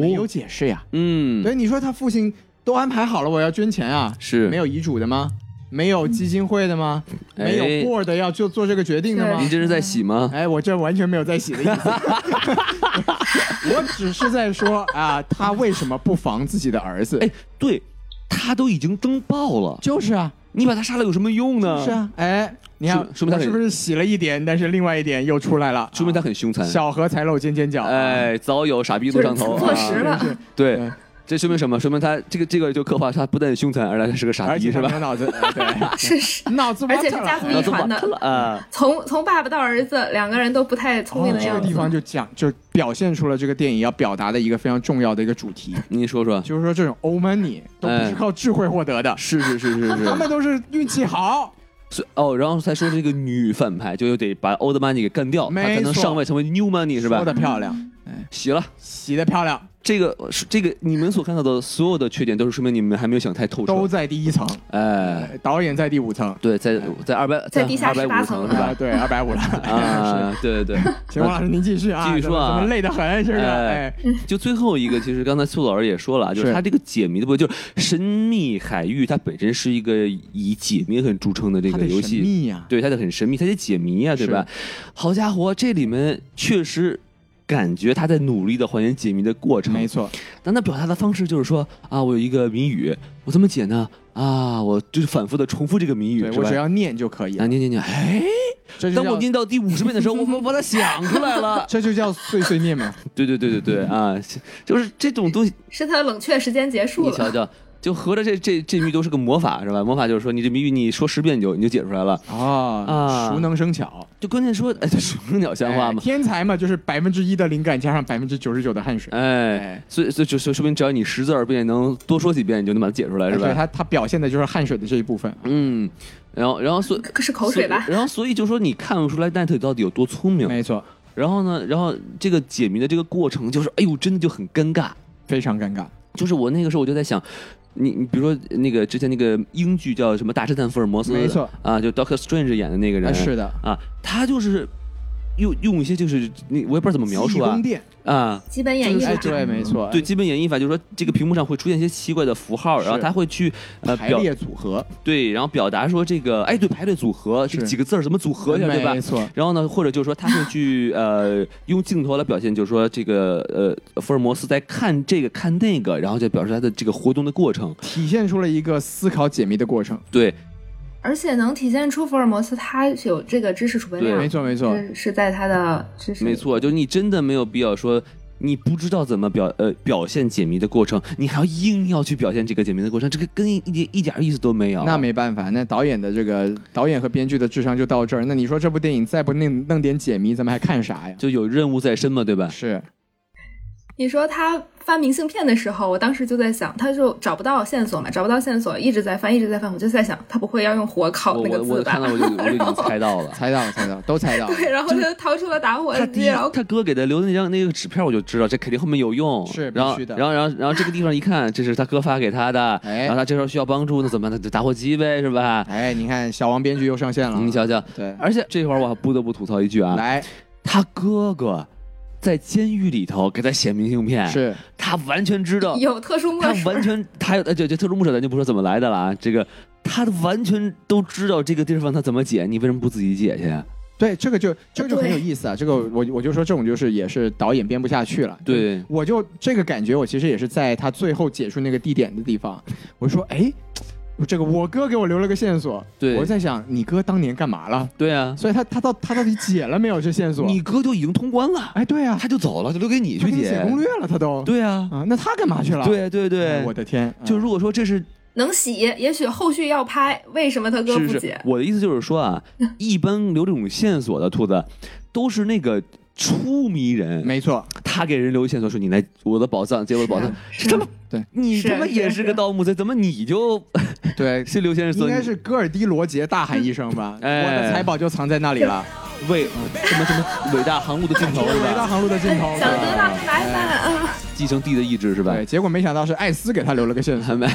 没有哦，解释呀。嗯所，以你说他父亲都安排好了，我要捐钱啊，是没有遗嘱的吗？没有基金会的吗？哎没有 board 要就做这个决定的吗您？这是在洗吗？哎，我这完全没有在洗的意思， [LAUGHS] 我只是在说啊，他为什么不防自己的儿子？哎，对，他都已经登报了，就是啊，你把他杀了有什么用呢？是啊，哎，你看，说说明他我很是不是洗了一点，但是另外一点又出来了？说明他啊很凶残。小荷才露尖尖角，啊，嗯哎，早有傻逼路上头，就是坐啊实了真是对对，这说明什么？说明他这个这个就刻画他不但凶残，而且还是个傻而逼，且是他没吧有？脑子，哎对，[LAUGHS] 是是，脑子而且是挖特了家族然后遗就传的完了啊！从从爸爸到儿子，两个人都不太聪明哦的这样个子。地方就讲，就表现出了这个电影要表达的一个非常重要的一个主题， [LAUGHS] 您说说，就是说这种欧 money 都不哎是靠智慧获得的，是是是是啊是他，们都是运气好。所以哦，然后才说这个女反派就又得把 old money 给干掉，她没才能错上位成为 new money 是吧说？的漂亮，洗了，洗的漂亮，这个是这个你们所看到的所有的缺点，都是说明你们还没有想太透都彻。在第一层，哎，导演在第五层，对，在嗯在二百在地下二百18五层是层啊，吧？对，二百五了。 [LAUGHS] 啊，[LAUGHS] 对对对，行，王老师您继续啊，继续说啊咱们累得很，是不是？哎哎，就最后一个，其实刚才苏老师也说了啊，就是是它这个解谜的部分，就是神秘海域，它本身是一个以解谜很著称的这它个得游神戏，秘啊呀，对，它得很神秘，它得解谜啊，对吧？好家伙，这里面确实感觉他在努力的还原解谜的过程，没错，但他表达的方式就是说啊，我有一个谜语，我怎么解呢？啊，我就是反复的重复这个谜语，对是我吧只要念就可以啊，了。念念念，哎，这就当我叫念到第五十遍的时候，我我把它想出来了。这就叫碎碎念嘛。 [LAUGHS] 对对对对对啊，就是这种东西，是他的冷却时间结束你瞧了，瞧，就合着这这这谜都是个魔法是吧？魔法就是说你这谜语你说十遍你就你就解出来了。啊啊熟能生巧，就关键说，哎，这鼠鸟像话哎吗？天才嘛，就是百分之一的灵感加上百分之九十九的汗水，哎哎，所以所以就说说明只要你识字儿，并且能多说几遍，你就能把它解出来是对吧？他，他表现的就是汗水的这一部分。嗯，然后然后所以可是口水吧所以？然后所以就说你看不出来奈特到底有多聪明。没错，然后呢，然后这个解谜的这个过程就是，哎呦，真的就很尴尬。非常尴尬。就是我那个时候我就在想，你你比如说那个之前那个英剧叫什么《大侦探福尔摩斯》，没错啊，就 Doctor Strange 演的那个人，哎是的，啊，他就是用用一些就是那我也不知道怎么描述记忆啊宫殿，啊，基本演哎，绎法，对，没错，对，基本演绎法就是说这个屏幕上会出现一些奇怪的符号，是然后他会去呃排表列组合，对，然后表达说这个哎对排列组合这是几个字儿怎么组合一下，对吧没？错，然后呢，或者就是说他会去呃用镜头来表现，就是说这个呃福尔摩斯在看这个看那个，然后就表示他的这个活动的过程。体现出了一个思考解谜的过程。对，而且能体现出福尔摩斯他有这个知识储备对嗯没量，错，没错，是是在他的知识没错，就是你真的没有必要说你不知道怎么表呃表现解谜的过程，你还要硬要去表现这个解谜的过程，这个跟一点一点意思都没有。那没办法，那导演的这个导演和编剧的智商就到这儿。那你说这 [LAUGHS] 部电影再不弄弄点解谜，咱们还看啥呀？就有任务在身嘛，对吧？是，你说他发明信片的时候，我当时就在想，他就找不到线索嘛，找不到线索，一直在翻，一直在翻，我就在想，他不会要用火烤我那个我我字吧看？到我就我就已经猜到了。猜到了，猜到了，都猜 [LAUGHS] 到了。对，然后就掏出了打火他第机，一然啊后他哥给他留的那张那个纸片，我就知道这肯定后面有用。是然后必须的然后然后然后这个地方一看，这是他哥发给他的，哎然后他这时候需要帮助，那怎么办？那就打火机呗，是吧？哎，你看小王编剧又上线了，你瞧瞧，对，而且这会儿我还不得不吐槽一句啊，嗯来他哥哥在监狱里头给他写明信片，是他完全知道，有特殊他墨水，完全他呃这这特殊牧者咱就不说怎么来的了啊，这个他完全都知道这个地方他怎么解，你为什么不自己解去啊？对这个就这个就很对有意思啊，这个我我就说这种就是也是导演编不下去了，对我就这个感觉，我其实也是在他最后解出那个地点的地方，我说哎，这个我哥给我留了个线索，对我就在想你哥当年干嘛了，对啊，所以他他到他到底解了没有这线索？你哥就已经通关了，哎对啊，他就走了，就留给你他去给你解写攻略了，他都对啊，啊，那他干嘛去了？对对对，哎我的天，就嗯如果说这是能洗，也许后续要拍，为什么他哥是不是解？我的意思就是说 [LAUGHS] 啊，一般留这种线索的兔子，都是那个出迷人，没 [LAUGHS] 错，他给人留线索说你来我的宝藏，结果宝藏是啊是啊他妈对你是他妈是啊也是是个盗墓贼，怎么你就，对 [LAUGHS] 是刘先生？应该是戈尔迪罗杰大喊一声吧，哎我的财宝就藏在那里 [LAUGHS] 了，为什么什么伟大航路的尽头是嗯 [LAUGHS] 伟大吧？航路的尽头。哎想对得到白饭啊！继承地的意志是吧对，？结果没想到是艾斯给他留了个线索，还没，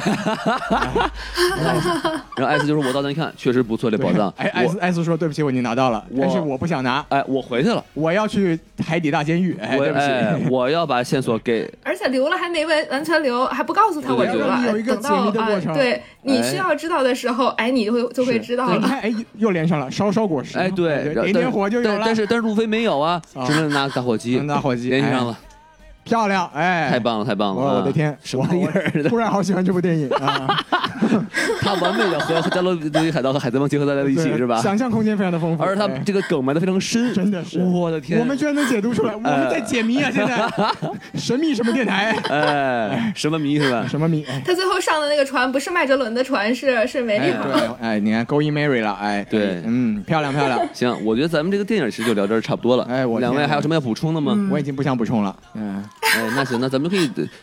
然后艾斯就说：“我到那一看，确实不错，这宝藏。 [LAUGHS] 哎，艾斯我艾斯说对不起，我已经拿到了，我但是我不想拿，哎，我回去了，我要去海底大监狱。哎，我对不 [LAUGHS] 哎，起，我要把线索给而且留了还没完完全留，还不告诉他我对留对了对有一，个等到解密的过程啊，对你哎需要知道的时候，哎，你就会就会是知道对你了。看，哎，又又连上了，烧烧果实。哎，对，然点后但点是火就有但了。但是但是路飞没有啊，啊只能拿打火机能，拿火机联系上，了哎，漂亮，哎，太！棒了，太棒了！我我的啊，天，什么玩意儿我的突？然好喜欢这部电影啊！他完美的和加勒比海盗和海贼王结合在 [LAUGHS] 了一起，对是吧？想象空间非常的丰富，而且他哎这个梗埋的非常深，真的是我的天！呃我们居然能解读 [LAUGHS] 出来，我们在解谜啊！现在神秘什么电 [LAUGHS] 台？哎，什么迷是吧？什么谜？哎，他最后上的那个船不是麦哲伦的船，是是梅丽哎号。对，哎，你看勾引 Mary 了，哎，对嗯，漂亮漂亮，行，我觉得咱们这个电影其实就聊这儿差不多了。哎我两位天还有什么要补充的吗？我已经不想补充了，嗯，哎，那行，那咱们可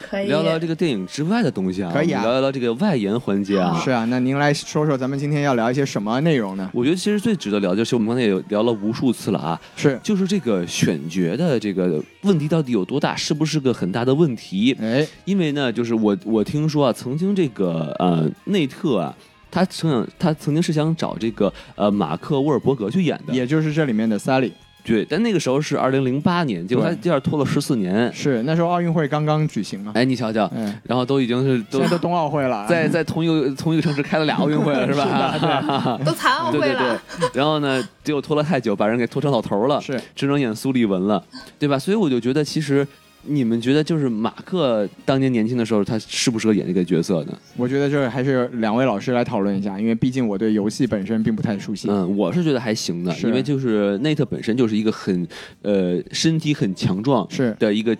可以以聊聊这个电影之外的东西啊，可以啊我们聊一聊这个外延环节啊。是啊，那您来说说咱们今天要聊一些什么内容呢？我觉得其实最值得聊，就是我们刚才也聊了无数次了啊，是，就是这个选角的这个问题到底有多大，是不是个很大的问题？哎，因为呢，就是我我听说啊，曾经这个呃内特啊，他曾想他曾经是想找这个呃马克沃尔伯格去演的，嗯也就是这里面的 Sally，对，但那个时候是二零零八年，结果他对这样拖了十四年，是那时候奥运会刚刚举行嘛，哎，你瞧瞧，嗯，然后都已经是现都在都冬奥会了，在在同一个同一个城市开了俩奥运会了，是 [LAUGHS] 吧？都残奥对会对了，对，然后呢，结果拖了太久，把人给拖成老头了，啊是只能演苏利文了，对吧？所以我就觉得，其实你们觉得就是马克当年年轻的时候，他适不适合演这个角色呢？我觉得这还是两位老师来讨论一下，因为毕竟我对游戏本身并不太熟悉。嗯，我是觉得还行的，是因为就是内特本身就是一个很呃身体很强壮是的一个。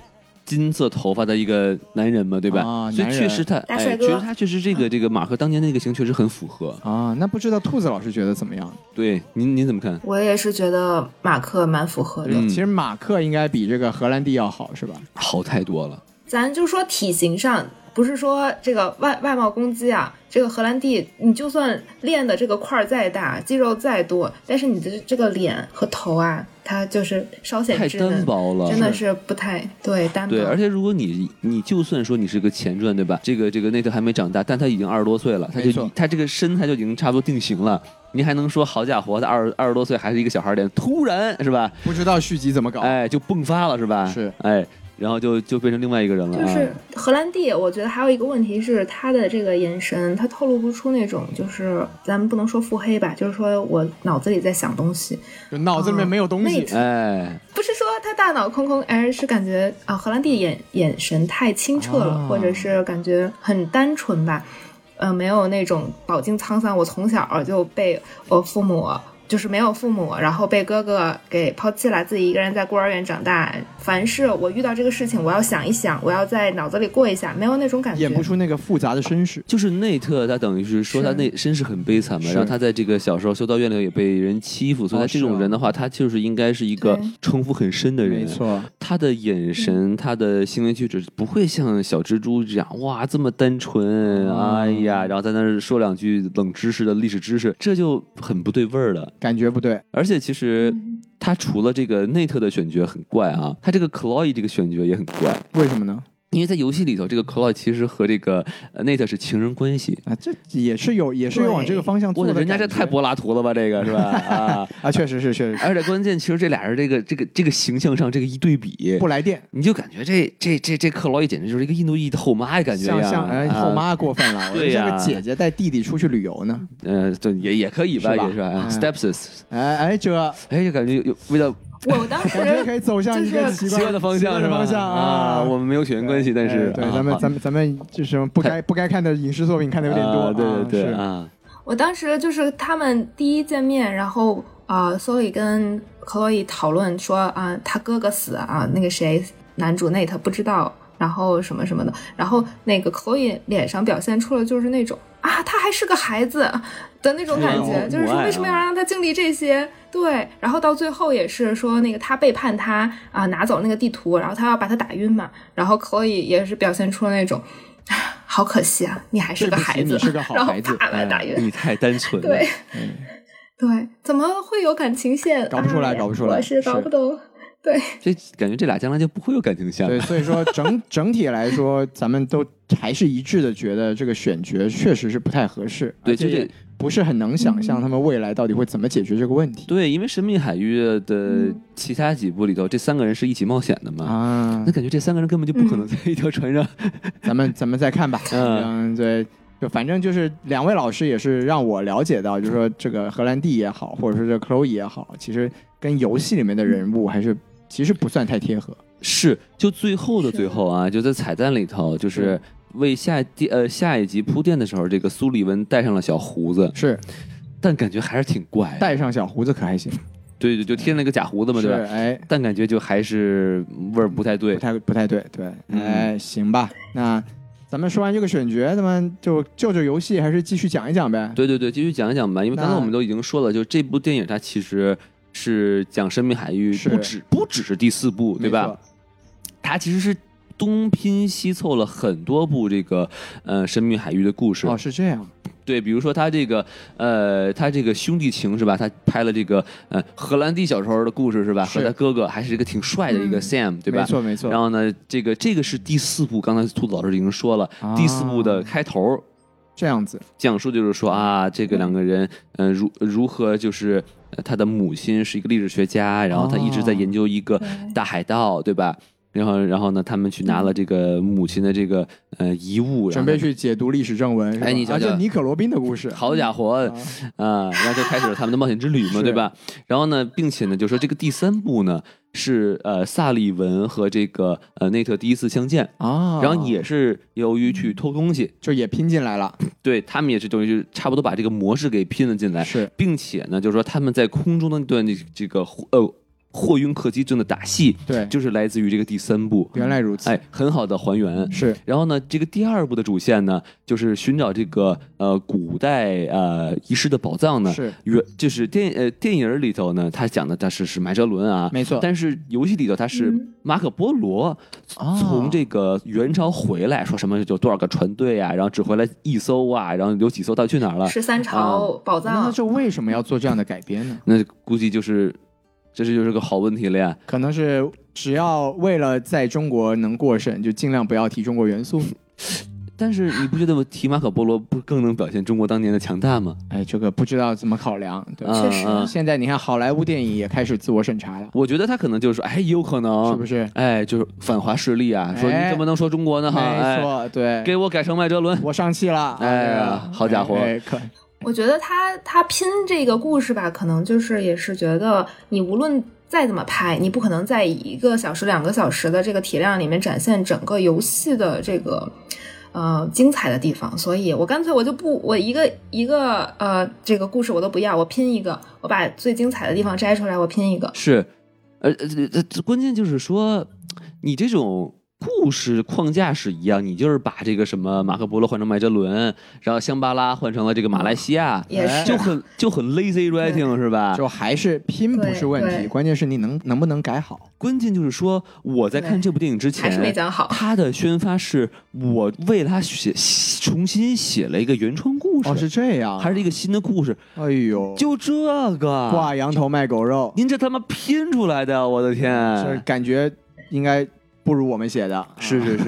金色头发的一个男人嘛，对吧？啊所以男人确实他，大哎，确帅哥嗯实他确实这个这个马克当年那个型确实很符合。啊，那不知道兔子老师觉得怎么样？对，您您怎么看？我也是觉得马克蛮符合的。嗯其实马克应该比这个荷兰弟要好，是吧？好太多了。咱就说体型上，不是说这个外外貌攻击啊，这个荷兰弟，你就算练的这个块儿再大，肌肉再多，但是你的这个脸和头啊，它就是稍显太稚嫩单，薄了，真的是不太对单嗯嗯薄。对，而且如果你你就算说你是个前传，对吧？这个这个内特还没长大，但他已经二十多岁了，他就没错他这个身材就已经差不多定型了。您还能说好家伙，他二二十多岁还是一个小孩脸，突然是吧？不知道续集怎么搞。哎，就迸发了是吧？哦是，哎，然后就就变成另外一个人了。就是啊荷兰弟，我觉得还有一个问题是他的这个眼神，他透露不出那种就是咱们不能说腹黑吧，就是说我脑子里在想东西，就脑子里面没有东西哦，哎，不是说他大脑空空，而是感觉啊、荷兰弟眼眼神太清澈了，啊或者是感觉很单纯吧，呃，没有那种饱经沧桑。我从小就被我父母就是没有父母，然后被哥哥给抛弃了，自己一个人在孤儿院长大。凡是我遇到这个事情，我要想一想，我要在脑子里过一下，没有那种感觉。演不出那个复杂的身世。就是内特，他等于是说是他内身世很悲惨嘛，是然后他在这个小时候修道院里也被人欺负，所以哦他这是种啊人的话，他就是应该是一个对城府很深的人。没错，他的眼嗯神，他的行为举止不会像小蜘蛛这样哇这么单纯，哦哎呀，然后在那儿说两句冷知识的历史知识，这就很不对味儿了。感觉不对。而且其实嗯嗯他除了这个内特的选角很怪啊，他这个 Chloe 这个选角也很怪，为什么呢？因为在游戏里头，这个 Chloe 其实和这个呃内特是情人关系。啊，这也是有，也是有往这个方向做我的的人感觉。家这太柏拉图了吧，这个是吧？ [LAUGHS] 啊，啊，确实是，确实是而且关键其实这俩人这个这个这个形象上这个一对比不，来电。你就感觉这这这这克劳伊简直就是一个印度裔的后妈的感觉像呀，像哎，啊后，妈过分了，我对这呀个姐姐带弟弟出去旅游呢，呃，对，也也可以吧，是吧也是吧嗯，stepsis，哎哎， [LAUGHS] 这哎，就感觉有有味道我当感觉时可以走向一个就是奇奇怪怪的方向奇怪是的吧？方向哎啊，我们没有血缘关系，但是对，啊对咱们好咱们咱们就是不 [LAUGHS] 该不该看的影视作品看的有点啊多，对啊对对是啊，我当时就是他们第一见面，然后呃，所以跟克洛伊讨论说啊、他哥哥死啊，那个谁，男主内特不知道，然后什么什么的，然后那个克洛伊脸上表现出了就是那种啊，他还是个孩子的那种感觉，是就是母爱说啊为什么要让他经历这些？对，然后到最后也是说那个他背叛他啊、拿走那个地图，然后他要把他打晕嘛，然后克洛伊也是表现出了那种。 [SIGHS] 啊好可惜啊，你还是个对不起孩子，你是个好然后孩子嗯啪把他打晕。你太单纯了，对， [LAUGHS] 对，怎么会有感情线？搞不出来哎呀搞不出来我是搞是不懂。对，这感觉这俩将来就不会有感情线对，了。所以说整整体来说，咱们都还是一致的觉得这个选角确实是不太合适，对而且就这嗯也不是很能想象他们未来到底会怎么解决这个问题对，因为《神秘海域》的其他几部里头，这三个人是一起冒险的嘛，啊那。感觉这三个人根本就不可能在一条船上。咱 [LAUGHS] 们咱们再看吧，嗯嗯，对。就反正就是两位老师也是让我了解到，就是说这个荷兰弟也好，或者说这 Chloe 也好，其实跟游戏里面的人物还是其实不算太贴合。是，就最后的最后啊，就在彩蛋里头，就是是为下第呃下一集铺垫的时候，这个苏利文戴上了小胡子，是但感觉还是挺怪的。戴上小胡子可还行，对对，就贴那个假胡子嘛，是对吧？哎，但感觉就还是味儿不太对不。太不太对，对，嗯哎，行吧，那咱们说完这个选角，咱们就就着游戏还是继续讲一讲呗。对对对，继续讲一讲吧，因为刚才那我们都已经说了，就这部电影它其实是讲神秘海域，是不止不只是第四部，对没错吧？？它其实是东拼西凑了很多部这个呃神秘海域的故事。哦，是这样，对，比如说他这个呃，他这个兄弟情是吧？他拍了这个呃荷兰弟小时候的故事是吧？是和他哥哥还是一个挺帅的一个嗯 Sam、对吧没？错没错。然后呢，这个这个是第四部，刚才兔子老师已经说了，啊第四部的开头这样子，讲述就是说啊，这个两个人，嗯、如如何就是呃他的母亲是一个历史学家，然后他一直在研究一哦个大海盗，对吧？然后然后呢，他们去拿了这个母亲的这个呃遗物，然准后备去解读历史正文，是吧哎你啊瞧瞧这尼可罗宾的故事，好家伙，啊啊，然后就开始了他们的冒险之旅嘛，是对吧？然后呢，并且呢，就说这个第三部呢是呃萨利文和这个呃内特第一次相见，啊，然后也是由于去偷东西，就也拼进来了，对他们也是等于是差不多把这个模式给拼了进来，是并且呢，就是说他们在空中的那段这这个呃货运客机中的打戏，对，就是来自于这个第三部，原来如此，哎，很好的还原。是然后呢，这个第二部的主线呢，就是寻找这个呃古代呃遗失的宝藏呢，是原就是电呃电影里头呢，他讲的他是是麦哲伦啊，没错，但是游戏里头他是嗯马可波罗、啊从这个元朝回来，说什么有多少个船队啊，然后只回来一艘啊，然后有几艘到底去哪儿了？十三朝宝啊那藏他，这为什么要做这样的改编呢？那估计就是这是就是个好问题了呀。可能是只要为了在中国能过审，就尽量不要提中国元素。但是你不觉得我提马可波罗不更能表现中国当年的强大吗？ [LAUGHS] 哎，这个不知道怎么考量，对吧？啊确实啊现在你看，好莱坞电影也开始自我审查了，我觉得他可能就是哎，也有可能是不是？哎，就是反华势力啊，说你哎怎么能说中国呢？哈，没哎，错，对，给我改成麦哲伦。我上气了。哎这个呀好家伙哎哎可我觉得他他拼这个故事吧，可能就是也是觉得你无论再怎么拍，你不可能在一个小时、两个小时的这个体量里面展现整个游戏的这个。呃精彩的地方，所以我干脆我就不我一个一个呃这个故事我都不要，我拼一个，我把最精彩的地方摘出来，我拼一个。是，呃呃呃，这关键就是说，你这种故事框架是一样，你就是把这个什么马可波罗换成麦哲伦，然后香巴拉换成了这个马来西亚，也哎是就很就很 lazy writing 是吧？就还是拼不是问对题，对关键是你能能不能改好。关键就是说，我在看这部电影之前还是没讲好他的宣发是我为他写重新写了一个原创故事，哦，是这样，还是一个新的故事，哎呦，就这个挂羊头卖狗肉，您这他妈拼出来的，我的这天！感觉应该不如我们写的。是是是，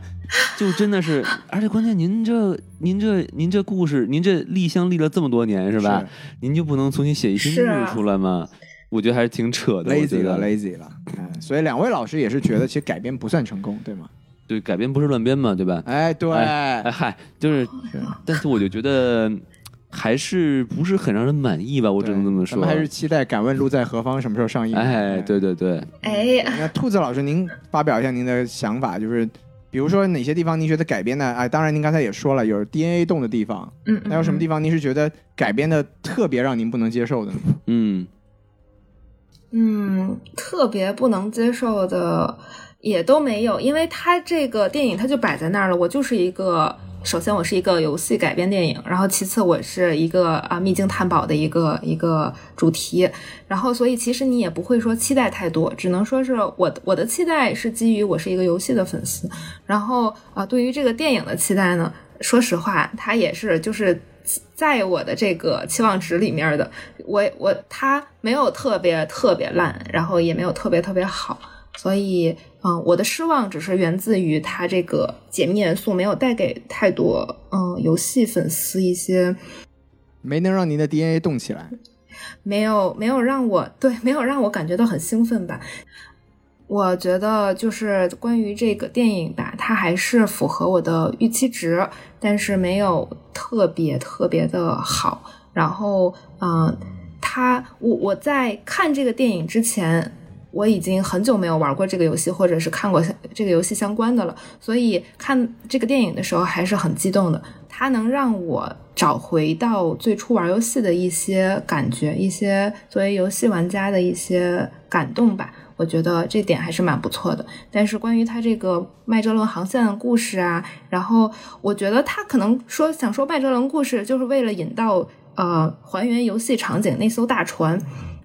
[LAUGHS] 就真的是，而且关键您这您这您这故事，您这立项立了这么多年是吧？您就不能重新写一篇是故啊事出来吗？我觉得还是挺扯的。我觉，lazy 得了，lazy 了。哎所以两位老师也是觉得，其实改编不算成功，对吗？对，改编不是乱编嘛，对吧？哎，对，哎嗨，就是，但是我就觉得还是不是很让人满意吧，我只能这么我说。们还是期待《敢问路在何方》什么时候上映？哎，对对对，哎，那兔子老师，您发表一下您的想法，就是比如说哪些地方您觉得改编的？哎，当然您刚才也说了，有 DNA 动的地方，嗯，那有什么地方？方您是觉得改编的特别让您不能接受的呢？嗯，嗯，特别不能接受的也都没有，因为它这个电影它就摆在那儿了，我就是一个。首先，我是一个游戏改编电影，然后其次，我是一个啊秘境探宝的一个一个主题，然后所以其实你也不会说期待太多，只能说是我的我的期待是基于我是一个游戏的粉丝，然后啊、呃对于这个电影的期待呢，说实话，它也是就是在我的这个期望值里面的，我我它没有特别特别烂，然后也没有特别特别好，所以嗯、呃我的失望只是源自于它这个解密元素没有带给太多嗯、呃游戏粉丝一些没能让您的 DNA 动起来，没有没有让我对 [LAUGHS] 没有让我感觉到很兴奋吧。我觉得就是关于这个电影吧，它还是符合我的预期值，但是没有特别特别的好。然后，嗯、它我我在看这个电影之前，我已经很久没有玩过这个游戏，或者是看过这个游戏相关的了，所以看这个电影的时候还是很激动的。它能让我找回到最初玩游戏的一些感觉，一些作为游戏玩家的一些感动吧。我觉得这点还是蛮不错的。但是关于它这个麦哲伦航线的故事啊，然后我觉得他可能说想说麦哲伦故事，就是为了引到呃还原游戏场景那艘大船。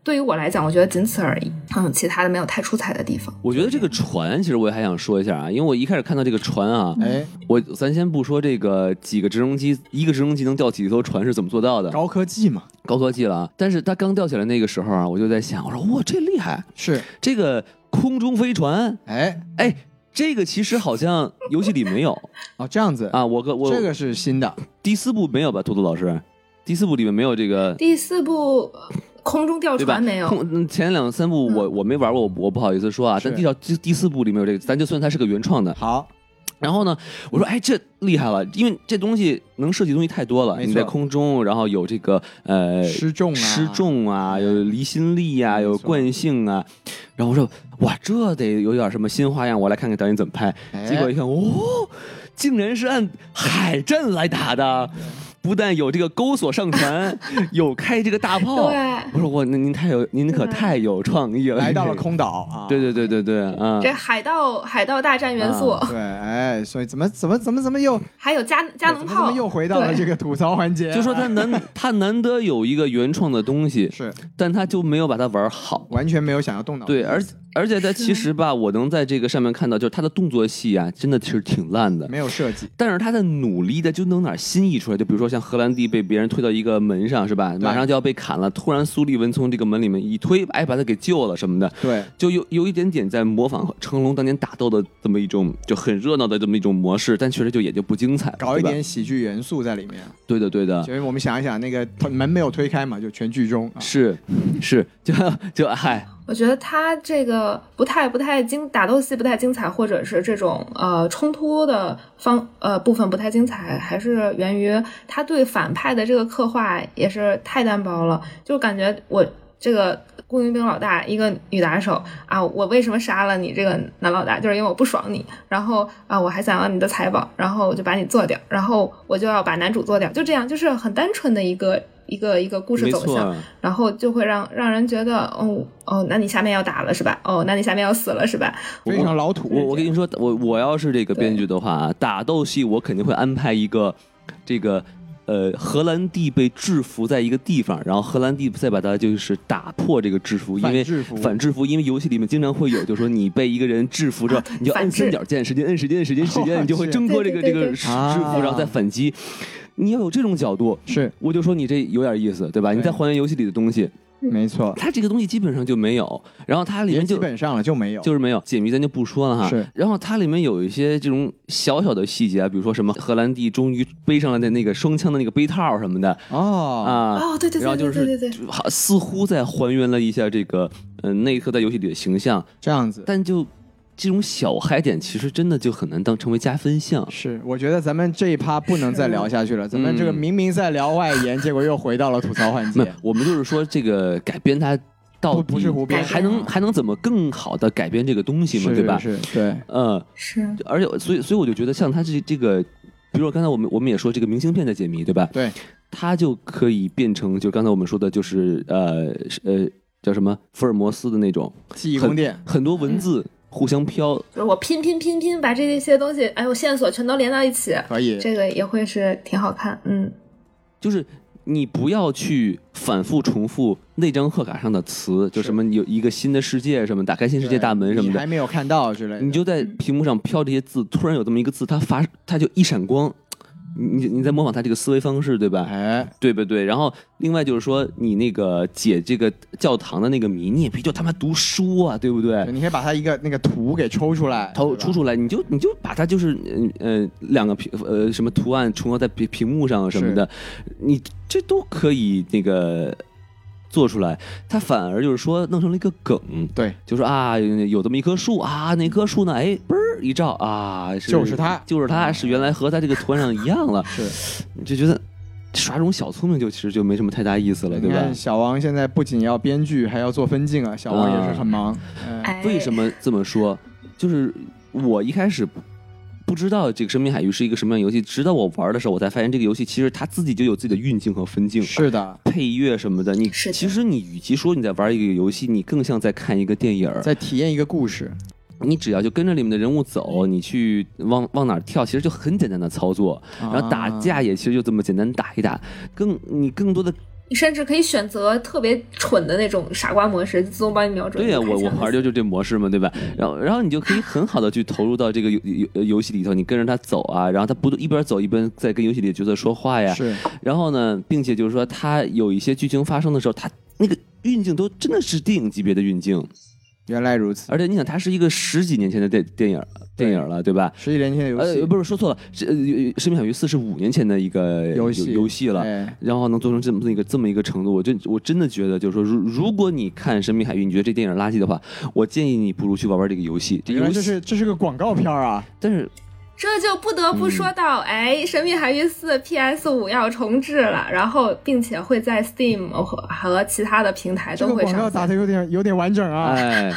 对于我来讲，我觉得仅此而已。嗯，其他的没有太出彩的地方。我觉得这个船，其实我还想说一下啊，因为我一开始看到这个船啊，哎，我咱先不说这个几个直升机，一个直升机能吊起一艘船是怎么做到的，高科技嘛，高科技了啊！但是它刚吊起来那个时候啊，我就在想，我说哇，这厉害，是，这个空中飞船，哎，哎，这个其实好像游戏里 [LAUGHS] 没有哦，这样子，啊，我个我这个是新的，第四部没有吧，兔兔老师，第四部里面没有这个。第四部呃空中吊对吧船没？有，嗯空嗯前两三部我我没玩过，我我不好意思说啊。是但第第第四部里面有这个，咱就算它是个原创的。好，然后呢，我说哎，这厉害了，因为这东西能涉及的东西太多了。没错你在空中，然后有这个呃失重啊，失，重啊，有离心力啊，没错有惯性啊。然后我说哇，这得有点什么新花样，我来看看导演怎么拍。哎结果一看，哦，竟然是按海战来打的，不但有这个钩索上船， [LAUGHS] 有开这个大炮。对我说哇，那您太有，您可对太有创意了，哎来到了。空岛啊， [LAUGHS] 对对对对对，啊、这海盗海盗大战元素，对，哎，所以怎么怎么怎么怎么又还有加加哎怎农么怎炮么，又回到了对这个吐槽环节，就说他哎 [LAUGHS] 难，他难得有一个原创的东西，是但他就没有把它玩好。完全没有想要动脑，对，而而且他其实吧，我能在这个上面看到，就是他的动作戏啊，真的其实挺烂的。没有设计，但是他在努力的就能哪儿新意出来，就比如说像荷兰弟被别人推到一个门上是吧，马上就要被砍了，突然苏利文从这个门里面一推，哎，把他给救了什么的，对，就有有一点点在模仿成龙当年打斗的这么一种就很热闹的这么一种模式，但确实就也就不精彩，搞一对吧啊点喜剧元素在里面。对的对的，所以我们想一想，那个门没有推开嘛，就全剧终啊。是是，就就哎嗨，我觉得他这个不太不太精打斗戏不太精彩，或者是这种呃冲突的方呃部分不太精彩，还是源于他对反派的这个刻画也是太单薄了，就感觉我这个雇佣兵老大，一个女打手啊，我为什么杀了你这个男老大？就是因为我不爽你，然后啊，我还想要你的财宝，然后我就把你做掉，然后我就要把男主做掉，就这样，就是很单纯的一个一个一个故事没走错向。啊，然后就会让让人觉得，哦哦，那你下面要打了是吧？哦，那你下面要死了是吧？非常老土。我我跟你说，我我要是这个编剧的话啊，打斗戏我肯定会安排一个这个呃荷兰弟被制服在一个地方，然后荷兰弟再把他就是打破这个制服，因反为制服反制服，因为游戏里面经常会有，就说你被一个人制服着，你就按啊反制哦三角键，使劲摁，使劲摁，使劲摁使劲摁，你就会挣脱这个这对对个对制对啊服，然后再反击。你要有这种角度，是我就说你这有点意思，对吧？你对在还原游戏里的东西，没错，它这个东西基本上就没有，然后它里也面基就本上了就没有。就是没有解谜，咱就不说了哈。是。然后它里面有一些这种小小的细节啊，比如说什么荷兰弟终于背上了那那个双枪的那个背套什么的哦，啊。哦，对对然后对就对是对对对，就好似乎在还原了一下这个嗯、呃内克在游戏里的形象，这样子但就这种小嗨点，其实真的就很难当成为加分项。是，我觉得咱们这一趴不能再聊下去了。咱们这个嗯明明在聊外延，结果又回到了吐槽环没有节。，我们就是说这个改编它到底不不是胡编啊还能还能怎么更好的改编这个东西嘛，是对吧？是，是对，嗯，是而且所以所以我就觉得像他这这个，比如说刚才我们我们也说这个明信片的解谜，对吧？对，它就可以变成就刚才我们说的，就是呃是呃叫什么福尔摩斯的那种记忆宫殿，很多文字嗯互相飘，就是我拼拼拼拼把这些东西，哎呦，线索全都连到一起，哎可以，这个也会是挺好看，嗯，就是。你不要去反复重复那张贺卡上的词，就是什么有一个新的世界什么，打开新世界对大门什么你的还，嗯没有看到之类的。你就在屏幕上飘这些字，突然有这么一个字，它发它就一闪光，你你你在模仿它这个思维方式，对吧？哎，对不对？然后另外就是说，你那个解这个教堂的那个谜，你也别就他妈读书啊，对不对？你可以把它一个那个图给抽出来，头对吧出出来，你就你就把它就是呃呃两个屏呃什么图案重合在屏屏幕上什么的，你这都可以那个做出来。它反而就是说弄成了一个梗，对，就说啊有这么一棵树啊，那棵树呢，哎嘣儿一照啊，就是它嗯就是它是原来和它这个图案上一样 [LAUGHS] 了，是。你就觉得耍这种小聪明就其实就没什么太大意思了，你对吧看？小王现在不仅要编剧，还要做分镜啊，小王也是很忙。嗯哎，为什么？么这么说？就是我一开始不不知道这个《生命海域》是一个什么样的游戏，直到我玩的时候，我才发现这个游戏其实它自己就有自己的运镜和分镜。是的，配乐什么的，你是的其实你与其说你在玩一个游戏，你更像在看一个电影儿。在体验一个故事，你只要就跟着里面的人物走，你去往往哪儿跳，其实就很简单的操啊作。然后打架也其实就这么简单打一打，更你更多的你甚至可以选择特别蠢的那种傻瓜模式，自动帮你瞄准。对呀、就开我我枪玩就就这模式嘛，对吧？然后然后你就可以很好的去投入到这个游游游戏里头，你跟着他走啊，然后他不一边走一边在跟游戏里的角色说话呀。啊是然后呢，并且就是说他有一些剧情发生的时候，他那个运镜都真的是电影级别的运镜，原来如此，而且你想，它是一个十几年前的电电影对电影了，对吧？十几年前的游呃，戏，不是说错了，是呃《生命海域四》是五年前的一个游戏游戏了。哎然后能做成这么一个这么一个程度，我真我真的觉得，就是说，如如果你看《神秘海域》，你觉得这电影垃圾的话，我建议你不如去玩玩这个游戏。这原来游戏，这是这是个广告片儿啊！但是这就不得不说到，哎，《神秘海域四》PS 五要重置了，然后并且会在 Steam 和和其他的平台这哎都个会广告上打线。的有点有点完整 [LAUGHS] 啊。哎，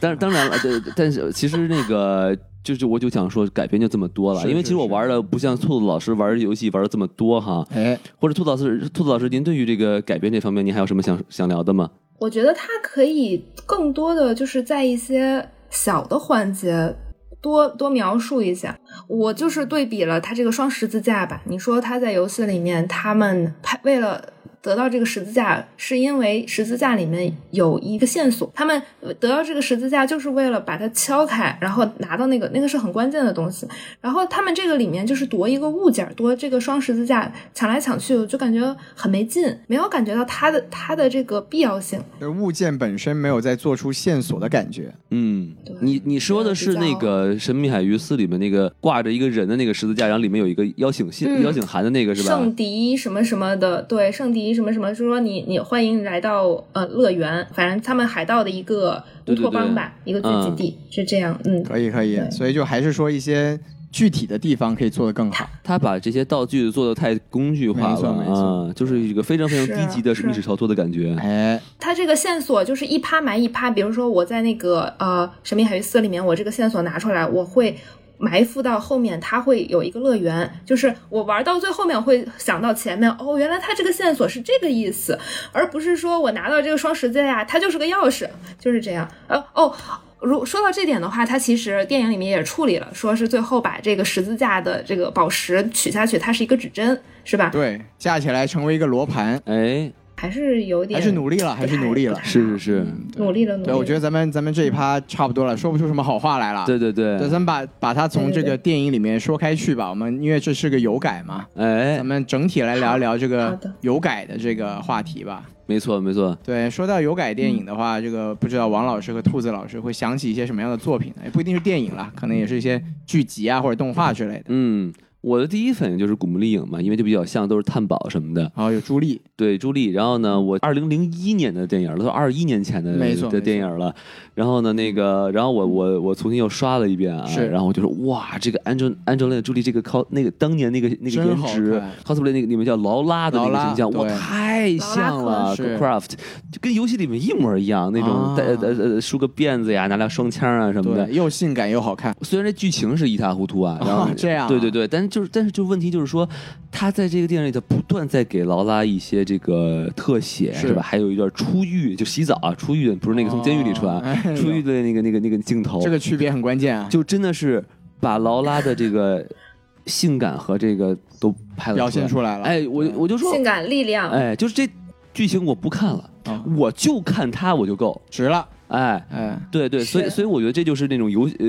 但当然了，对，但是其实那个就是我就想说，改编就这么多了，是因为是其实我是玩的不像兔子老师玩游戏玩的这么多哈。哎，或者兔子老师，兔子老师，您对于这个改编这方面，您还有什么想想聊的吗？我觉得它可以更多的就是在一些小的环节多多描述一下。我就是对比了它这个双十字架吧，你说它在游戏里面，他们拍为了。得到这个十字架，是因为十字架里面有一个线索，他们得到这个十字架就是为了把它敲开，然后拿到那个那个是很关键的东西。然后他们这个里面就是夺一个物件儿，夺这个双十字架，抢来抢去，我就感觉很没劲，没有感觉到它的它的这个必要性。就是哎物件本身没有在做出线索的感觉，嗯对，你你说的比是那较个《神秘海域四》里面那个挂着一个人的那个十字架，然后里面有一个邀请信、嗯邀请函的那个是吧？圣迪什么什么的，对，圣迪什么什么，就是说你你欢迎来到呃乐园，反正他们海盗的一个对对乌托邦对吧，一个聚集地、是这样，嗯，可以可以。对所以就还是说一些具体的地方可以做得更好。他把这些道具做的太工具化没错了没错啊，就是一个非常非常是低级的是历史炒作的感觉。 [LAUGHS] 哎，它这个线索就是一趴埋一趴，比如说我在那个呃《神秘海域四》里面，我这个线索拿出来，我会埋伏到后面，它会有一个乐园，就是我玩到最后面我会想到前面，哦，原来它这个线索是这个意思，而不是说我拿到这个双十字呀，它就是个钥匙，就是这样。呃，哦。如说到这点的话，它其实电影里面也处理了，说是最后把这个十字架的这个宝石取下去，它是一个指针，是吧？对，架起来成为一个罗盘，哎，还是有点还是努力了，还是努力不了太。是是是，嗯努力了，努力对，了。我觉得咱们咱们这一趴差不多了，说不出什么好话来了。对对对对，咱，们把把它从对这对个电影里面说开去吧。我们因为这是个有改嘛，哎咱，们整体来聊一聊这好个的有改的这个话题吧。没错没错，对，说到有改电影的话，这个不知道王老师和兔子老师会想起一些什么样的作品呢？也不一定是电影啦，可能也是一些剧集啊或者动画之类的。嗯。我的第一反应就是古墓丽影嘛，因为就比较像，都是探宝什么的。然后有朱莉，对朱莉，然后呢，我二零零一年的电影了，都二一年前的嗯没错的没错电影了。然后呢，那个，然后我我我重新又刷了一遍啊，是然后我就说哇，这个 Angel Angelina 朱莉这个 cos 那个当年那个那个真颜好值看 cosplay 那个里面叫劳拉的那劳个拉形象，哇，对太拉像了是 Craft，就跟游戏里面一模一样，那种啊带呃呃梳个辫子呀，拿俩双枪啊什么的对，。又性感又好看。虽然这剧情是一塌糊 [LAUGHS] 涂啊，然后、哦这样啊对对对，但是就是但是就问题就是说，他在这个电影里头不断在给劳拉一些这个特写是是吧？还有一段出狱就洗澡啊，出狱不是那个从监狱里出来，哦哎呦出狱的那个那个那个镜头，这个区别很关键啊，就真的是把劳拉的这个 [LAUGHS] 性感和这个都拍了表现出来来。了。哎，我我就说，性感力量，哎，就是这剧情我不看了，啊我就看他我就够，值了，哎。哎，对对，所以是所以我觉得这就是那种游呃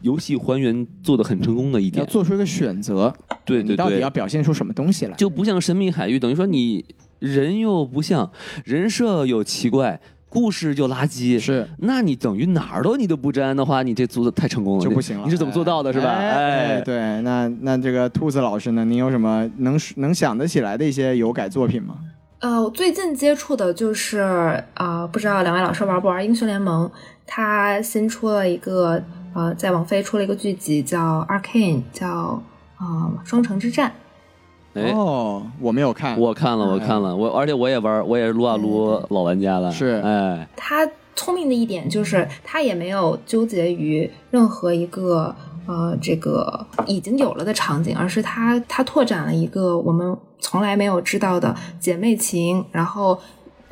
游戏还原做的很成功的一要点，做出一个选择，对对你到底要对，表现出什么东西来？就不像神秘海域，等于说你人又不像，人设又奇怪，故事又垃圾，是那你等于哪儿都你都不沾的话，你这做的太成功了，就不这行了。你是怎么做到的，是吧？哎，哎，对，那那这个兔子老师呢？您有什么能能想得起来的一些有改作品吗？呃，我最近接触的就是啊、呃不知道两位老师玩不玩英雄联盟？它新出了一个呃，在网飞出了一个剧集叫《Arcane》，叫啊、呃双城之战。哎哦，我没有看，我看了，我看了，我而且我也玩，我也是撸啊撸老玩家了，哎是哎，它聪明的一点就是，它也没有纠结于任何一个呃这个已经有了的场景，而是它它拓展了一个我们从来没有知道的姐妹情，然后。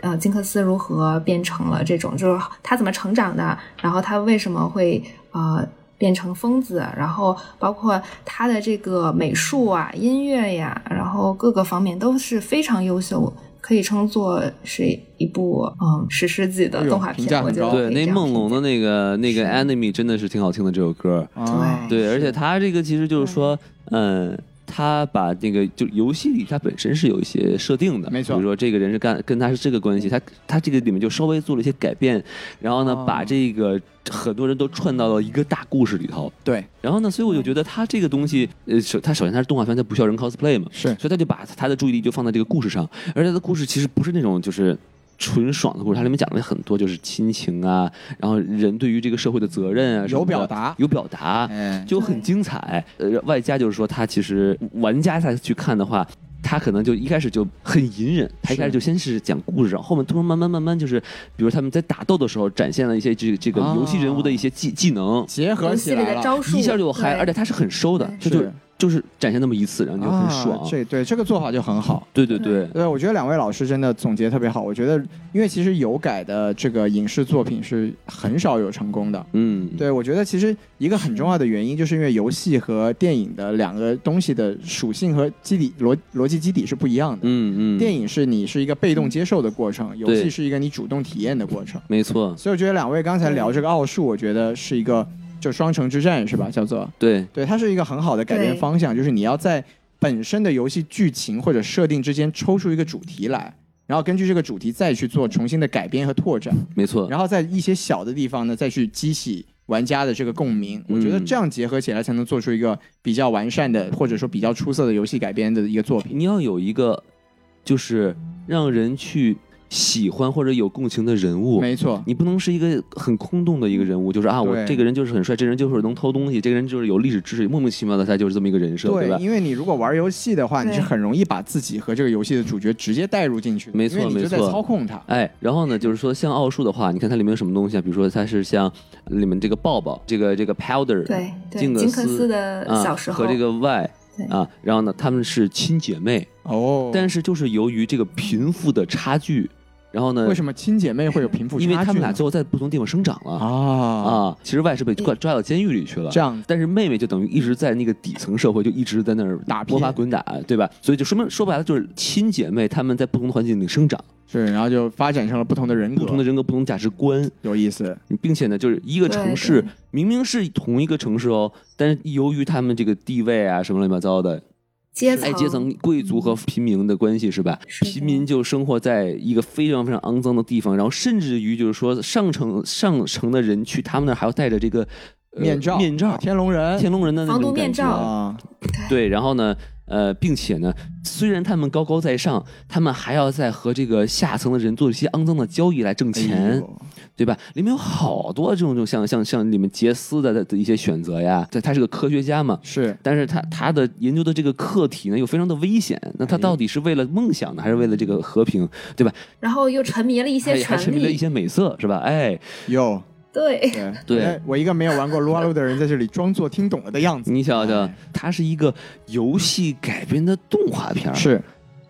呃，金克斯如何变成了这种，就是他怎么成长的，然后他为什么会呃变成疯子，然后包括他的这个美术啊、音乐呀，然后各个方面都是非常优秀，可以称作是一部嗯史诗级哎的呦动画评价片。很我觉得高对，可以这那样梦龙的评价那个那个是 enemy 真的是挺好听的这首歌，啊对，而且他这个其实就是说，嗯，他把那个就游戏里他本身是有一些设定的，没错比如说这个人是干跟他是这个关系，他他这个里面就稍微做了一些改变，然后呢，哦把这个很多人都串到了一个大故事里头。对然后呢，所以我嗯就觉得他这个东西，呃，首他首先他是动画片，他不需要人 cosplay 嘛，是所以他就把他的注意力就放在这个故事上，而他的故事其实不是那种就是。纯爽的故事，它里面讲了很多，就是亲情啊，然后人对于这个社会的责任啊，什么的有表达有表达，哎，就很精彩。呃，外加就是说，他其实嗯玩家再去看的话，他可能就一开始就很隐忍，他一开始就先是讲故事，然后后面突然慢慢慢慢就是，比如他们在打斗的时候展现了一些这个这个啊游戏人物的一些技、技能。结合游起戏里来的了，招数一下就嗨，对而且他是很收的，这对就是就是展现那么一次，然后就很爽。啊、这对这个做法就很好。对对对，对，我觉得两位老师真的总结特别好。我觉得，因为其实有改的这个影视作品是很少有成功的。嗯，对，我觉得其实一个很重要的原因，就是因为游戏和电影的两个东西的属性和基底逻逻辑基底是不一样的。嗯嗯，电影影是你是一个被动接受的过程，游戏是一个你主动体验的过程。没错，所以我觉得两位刚才聊这个奥数，我觉得是一个就双城之战是吧？叫做对对，它是一个很好的改变对方向，就是你要在本身的游戏剧情或者设定之间抽出一个主题来，然后根据这个主题再去做重新的改编和拓展，没错，然后在一些小的地方呢再去激起玩家的这个共鸣。我觉得嗯这样结合起来才能做出一个比较完善的或者说比较出色的游戏改编的一个作品。你要有一个，就是让人去喜欢或者有共情的人物。没错，你不能是一个很空洞的一个人物，就是啊，我对这个人就是很帅，这个人就是能偷东西，这个人就是有历史知识，莫名其妙的他就是这么一个人设，对吧？因为你如果玩游戏的话，对你是很容易把自己和这个游戏的主角直接带入进去的，没错因为你就在没错操控它。哎，然后呢，就是说像奥数的话，你看它里面有什么东西啊？比如说它是像里面这个抱抱，这个这个 powder，对对金金克斯斯的啊小时候和这个 Y 对啊，然后呢，她们是亲姐妹，哦，但是就是由于这个贫富的差距，然后呢，为什么亲姐妹会有贫富差距因呢？为她们俩最后在不同地方生长了啊啊，其实 Y 是被抓抓到监狱里去了，这样但是妹妹就等于一直在那个底层社会，就一直在那儿打拼摸爬滚打，对吧？所以就说明说白了，就是亲姐妹她们在不同的环境里生长，是，然后就发展成了不同的人格，不同的人格、不同价值观，有意思。并且呢，就是一个城市对明明是同一个城市哦，但是由于他们这个地位啊什么乱七八糟的，阶层哎，阶层贵族和平民的关系是吧？是的平民就生活在一个非常非常肮脏的地方，然后甚至于就是说上层上层的人去他们那儿还要戴着这个、呃面罩，面罩，天龙人，天龙人的那防毒种面感觉罩啊， [LAUGHS] 对，然后呢，呃，并且呢，虽然他们高高在上，他们还要再和这个下层的人做一些肮脏的交易来挣哎钱，呦对吧？里面有好多这种这种像像像里面杰斯的的一些选择呀，对，他是个科学家嘛。是但是他他的研究的这个课题呢，又非常的危险。那他哎到底是为了梦想呢，还是为了这个和平，对吧？然后又沉迷了一还些哎还权沉迷了一力，些美色，是吧？哎，有 [LAUGHS] 对，对对哎我一个没有玩过撸啊撸的人在这里装作听懂了的样子，你想想哎，它是一个游戏改编的动画片儿，是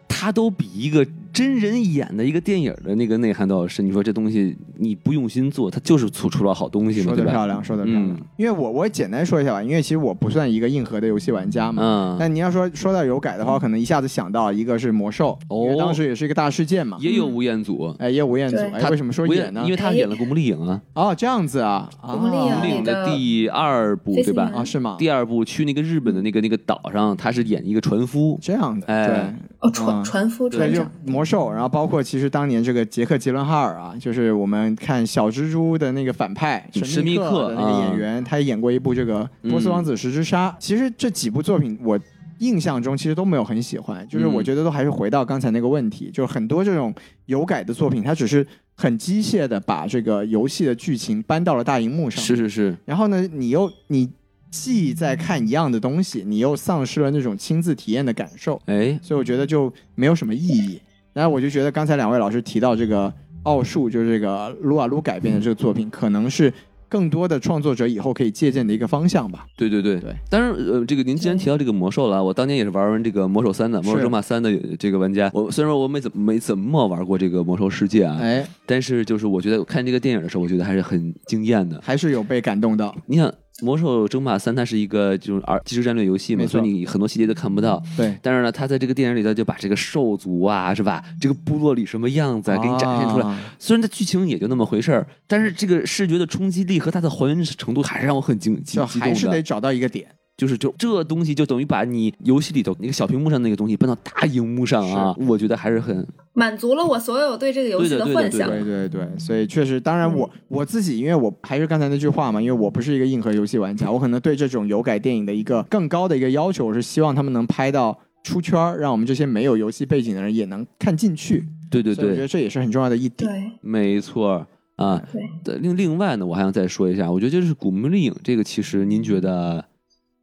它都比一个真人演的一个电影的那个内涵都要深。你说这东西你不用心做，它就是做出了好东西嘛，说嗯对的漂吧？亮，说的漂亮嗯。因为我我简单说一下吧，因为其实我不算一个硬核的游戏玩家嘛。嗯，但你要说说到有改的话，我可能一下子想到一个是魔兽，哦因为当时也是一个大事件嘛。也有吴彦祖，哎，也有吴彦祖，对哎，他为什么说吴演彦呢因？为他演了《古墓丽影》啊，哦，这样子啊，古墓丽影《古墓丽影》的第二部菲茨对吧林？啊，是吗？第二部去那个日本的那个那个岛上，他是演一个船夫，这样的，哎对，哦，嗯船船夫对，船就长，魔兽，然后包括其实当年这个杰克·吉伦哈尔啊，就是我们看小蜘蛛的那个反派神神秘秘客客的那个演员，他也演过一部这个《波斯王子十之沙》。其实这几部作品我。印象中其实都没有很喜欢，就是我觉得都还是回到刚才那个问题，就是很多这种有改的作品，它只是很机械的把这个游戏的剧情搬到了大荧幕上，是是是，然后呢，你又你既在看一样的东西，你又丧失了那种亲自体验的感受，哎，所以我觉得就没有什么意义。然后我就觉得刚才两位老师提到这个奥数，就是这个撸啊撸改编的这个作品，可能是更多的创作者以后可以借鉴的一个方向吧。对对对对。当然，呃，这个您既然提到这个魔兽了，我当年也是玩完这个魔兽三的，魔兽是争霸三的呃这个玩家。我虽然说我没怎没怎么玩过这个魔兽世界啊，哎，但是就是我觉得看这个电影的时候，我觉得还是很惊艳的。还是有被感动到。你想，《魔兽争霸三》它是一个就是儿即时战略游戏嘛，没错嗯所以你很多细节都看不到。对，但是呢，他在这个电影里头就把这个兽族啊，是吧？这个部落里什么样子啊，给你展现出来。啊虽然它剧情也就那么回事儿，但是这个视觉的冲击力和它的还原程度还是让我很惊激就激还动是的。得找到一个点。就是就这东西就等于把你游戏里头那个小屏幕上那个东西搬到大荧幕上啊，我觉得还是很满足了我所有对这个游戏对的对的嗯幻想对。对对对，所以确实，当然我、我自己，因为我还是刚才那句话嘛，因为我不是一个硬核游戏玩家，我可能对这种有改电影的一个更高的一个要求，我是希望他们能拍到出圈儿，让我们这些没有游戏背景的人也能看进去。对对所以我觉对，得这也是很重要的一点。对，没错啊。对另另外呢，我还想再说一下，我觉得就是《古墓丽影》这个，其实您觉得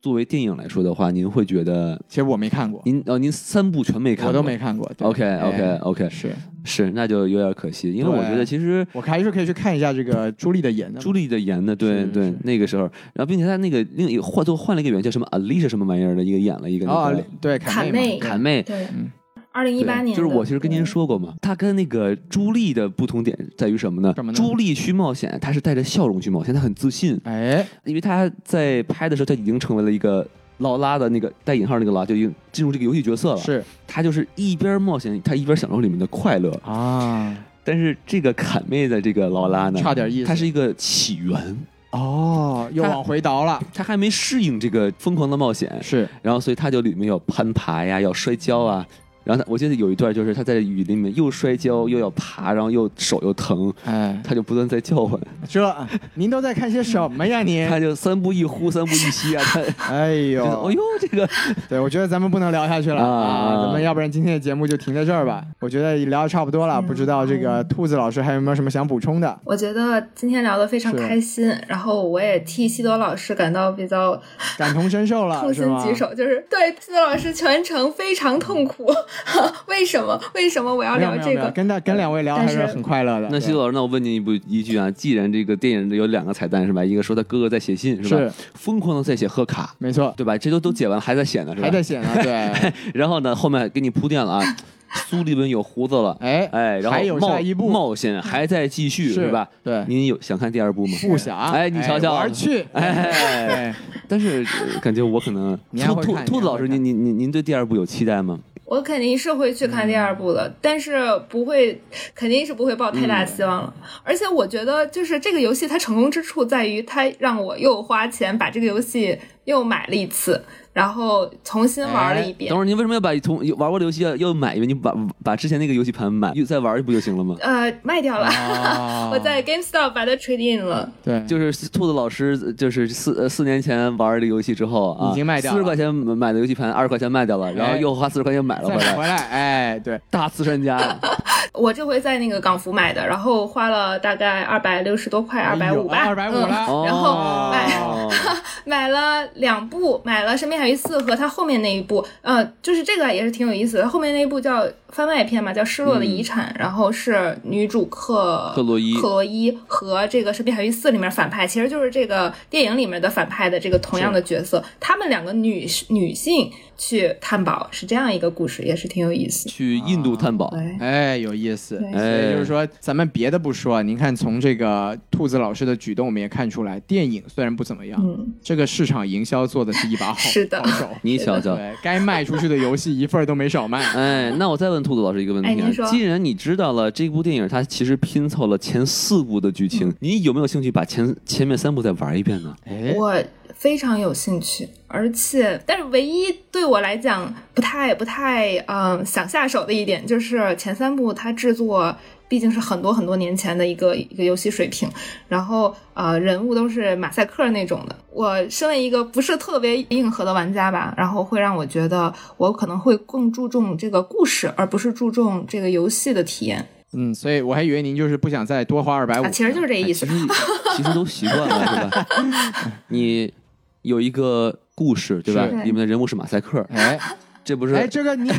作为电影来说的话，您会觉得其实我没看过，您哦，您三部全没看过，我都没看过。对 OK 哎 OK OK，是是那就有点可惜，因为对我觉得其实我还是可以去看一下这个朱莉的演的。朱莉的演的，对是对是，那个时候，然后并且她那个另一个换都换了一个演员叫什么 Alicia 什么玩意儿的一个演了一个那哦个，对，侃妹侃妹嘛，侃妹，对嗯，二零一八对年就是的我其实跟您说过嘛，她跟那个朱莉的不同点在于什么呢什么？呢朱莉去冒险，她是带着笑容去冒险，她很自信，哎，因为她在拍的时候，她已经成为了一个。劳拉的那个带引号那个劳拉就已经进入这个游戏角色了，是她就是一边冒险，她一边享受里面的快乐。啊，但是这个侃妹的这个劳拉呢，差点意思。她是一个起源，哦，又她往回倒了，她还没适应这个疯狂的冒险，是然后所以她就里面有攀爬呀，要摔跤啊，然后他我记得有一段就是他在雨林里面又摔跤又要爬，然后又手又疼，哎，他就不断在叫唤，这您都在看些什么呀您？他就三步一呼三步一吸啊，他。哎就呦，是哦呦，这个对，我觉得咱们不能聊下去了啊啊，咱们要不然今天的节目就停在这儿吧。我觉得聊的差不多嗯了，不知道这个兔子老师还有没有什么想补充的？我觉得今天聊得非常啊是开心，然后我也替西多老师感到比较感同身受啊了，痛是心吗？疾首，就是对西多老师全程非常痛苦。嗯 [LAUGHS] 为什么？为什么我要没有啊聊没有这没有个？跟大跟两位聊还是但是很快乐的。那西子老师，那我问你一不一句啊，既然这个电影有两个彩蛋是吧？一个说他哥哥在写信是吧？是疯狂的在写贺卡，没错，对吧？这都都解完了还在写呢是吧？还在写呢， [LAUGHS] 对，然后呢，后面给你铺垫了啊，苏利文有胡子了，哎哎，然后还有冒下一步冒险还在继续，是是吧？对您有想看第二部吗？不想。哎你瞧瞧玩去， [LAUGHS] 哎，哎，但是呃感觉我 [LAUGHS] 可能你还兔会兔看兔你还子老会师，看您您您您对第二部有期待吗？我肯定是会去看第二部的，嗯但是不会，肯定是不会抱太大希望了。而且我觉得，就是这个游戏它成功之处在于，它让我又花钱把这个游戏又买了一次，然后重新玩哎了一遍等。会儿您为什么要把同玩过的游戏要要买一遍？你把把之前那个游戏盘买，又再玩一部就行了吗？呃，卖掉了，哦 [LAUGHS] 我在 GameStop 把它 trade in 了。对，就是兔子老师，呃就是四呃四年前玩的游戏之后啊，已经卖掉了哎四十块钱买的游戏盘，二十块钱卖掉了，然后又花四十块钱买了再回买来，回来，哎，对，大慈 [LAUGHS] 善家。我这回在那个港服买的，然后花了大概二百六十多块，二百五吧，哎二百五了。嗯哦然后买买了两部，买了《神秘海域四》和它后面那一部，呃，就是这个也是挺有意思的。后面那一部叫番外篇嘛，叫《失落的遗产》，然后是女主克克洛伊克洛伊和这个《神秘海域四》里面反派，其实就是这个电影里面的反派的这个同样的角色，她们两个女女性去探宝是这样一个故事，也是挺有意思的。 [LAUGHS] 去印度探宝，对，哎，有意思。对所哎以就是说，咱们别的不说，您看从这个兔子老师的举动，我们也看出来，电影虽然不怎么样，嗯，这个市场营销做的是一把好 [LAUGHS] 是的好手。 [LAUGHS] 你瞧瞧。对该卖出去的游戏一份儿都没少卖。哎，那我再问兔子老师一个问哎题、啊您说既然你知道了这部电影它其实拼凑了前四部的剧嗯情，你有没有兴趣把前前面三部再玩一遍呢？哎，我非常有兴趣，而且，但是唯一对我来讲不太不太嗯、呃想下手的一点，就是前三部它制作毕竟是很多很多年前的一个一个游戏水平，然后呃人物都是马赛克那种的。我身为一个不是特别硬核的玩家吧，然后会让我觉得我可能会更注重这个故事，而不是注重这个游戏的体验嗯，所以我还以为您就是不想再多花二百五啊，。其实就是这哎意思其。 [LAUGHS] 实其实都习惯了，是吧？ [LAUGHS] 你有一个故事，对吧？是里面的人物是马赛克，哎 [LAUGHS] 这不是哎，这个你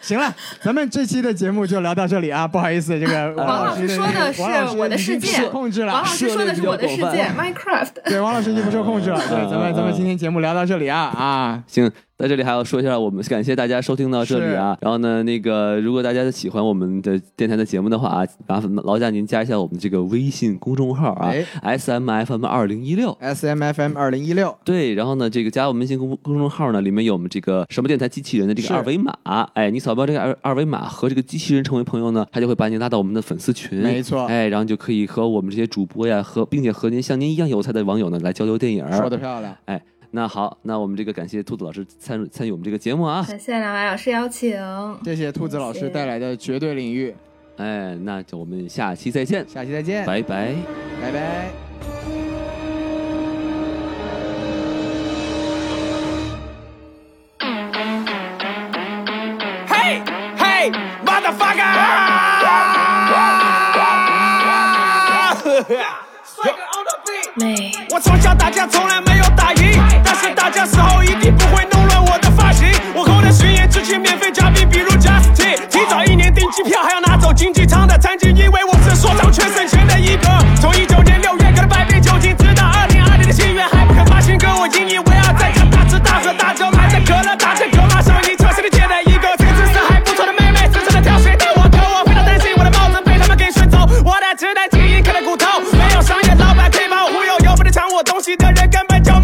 行了，咱们这期的节目就聊到这里啊，不好意思，这个王哎王老老师师说的是我的世界，控制王了老。师说的是我的世涉猎界比较 Minecraft。对，王老师已经不受控制了。对，咱们咱们今天节目聊到这里啊啊，行，在这里还要说一下，我们感谢大家收听到这里啊。然后呢，那个如果大家喜欢我们的电台的节目的话啊，麻烦劳驾您加一下我们这个微信公众号啊哎，S M F M 二零一六。 S M F M 二零一六，对，然后呢，这个加我们微信公公众号呢，里面有我们这个什么电台机器人的这是个二维码，哎，你扫描这个二二维码和这个机器人成为朋友呢，他就会把你拉到我们的粉丝群，没错哎，然后就可以和我们这些主播呀，和并且和您像您一样有才的网友呢来交流电影。说的漂亮。哎，那好，那我们这个感谢兔子老师参与参与我们这个节目啊，感谢两位老师邀请，谢谢兔子老师带来的绝对领域，哎，那就我们下期再见，下期再见，拜拜。拜拜。 Hey, hey, motherfucker！ [LAUGHS] 美。我从小打架从来没有打赢，但是打架时候一定不会弄乱我的发型。我后来巡演之前免费嘉宾，比如 Justin，提早一年订机票还要拿走经济舱的餐巾，因为我是说唱圈省钱的一个。从一九年六月跟百变酒精，直到二零二零的心愿还不肯发新歌，我引以为傲，在家大吃大喝大酒，买着可乐打着嗝，马上一超市里捡了一个，这次是还不错的妹妹，深深的挑选但我头，我非常担心我的帽子被他们给选走，我的直男基因啃了骨头，没有商业老板可以把我忽悠，有本事抢我东西的人根本。就。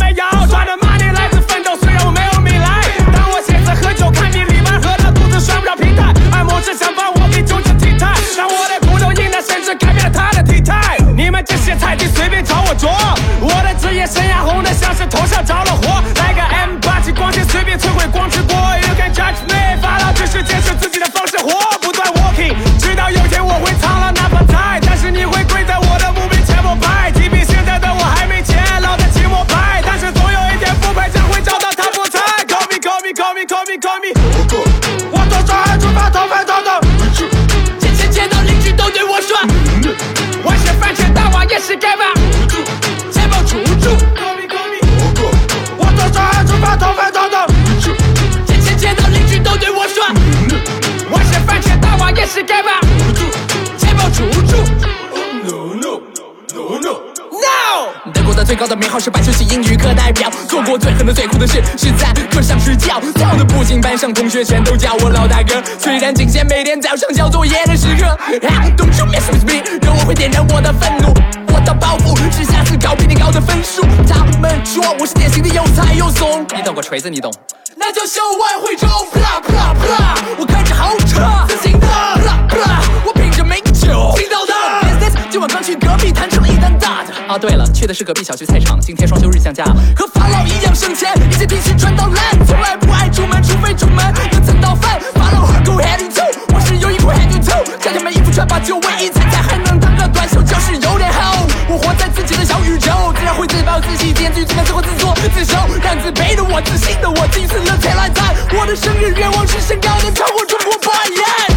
好是白学习英语课代表。做过最狠的、最酷的事是在课上睡觉，跳的不行，班上同学全都叫我老大哥。虽然仅限每天早上交作业的时刻。啊，Don't you mess with me，有我会点燃我的愤怒。我的包袱是下次考比你高的分数。他们说我是典型的又菜又怂，你懂个锤子，你懂。那叫校外汇州，啪啦啪啦啪啦，我开着豪车，自行的，啪啦啪啦，我品着美酒，听到的。Business，今晚刚去隔壁谈成了一单大的。啊，对了，去的是隔壁小区菜场，今天双休日降价。和法老一样省钱，一切提前赚到烂，从来不爱出门，除非出门能蹭到饭。法老和狗 head in two，我是优衣库 head in two，夏天没衣服穿把旧卫衣踩踩，还能当个短袖教室有点厚。我活在自己的小宇宙，自然会自暴自弃，编剧自问自问自作自受，让自卑的我自信的我，第一次乐天来赞。我的生日愿望是身高能超过中国八 y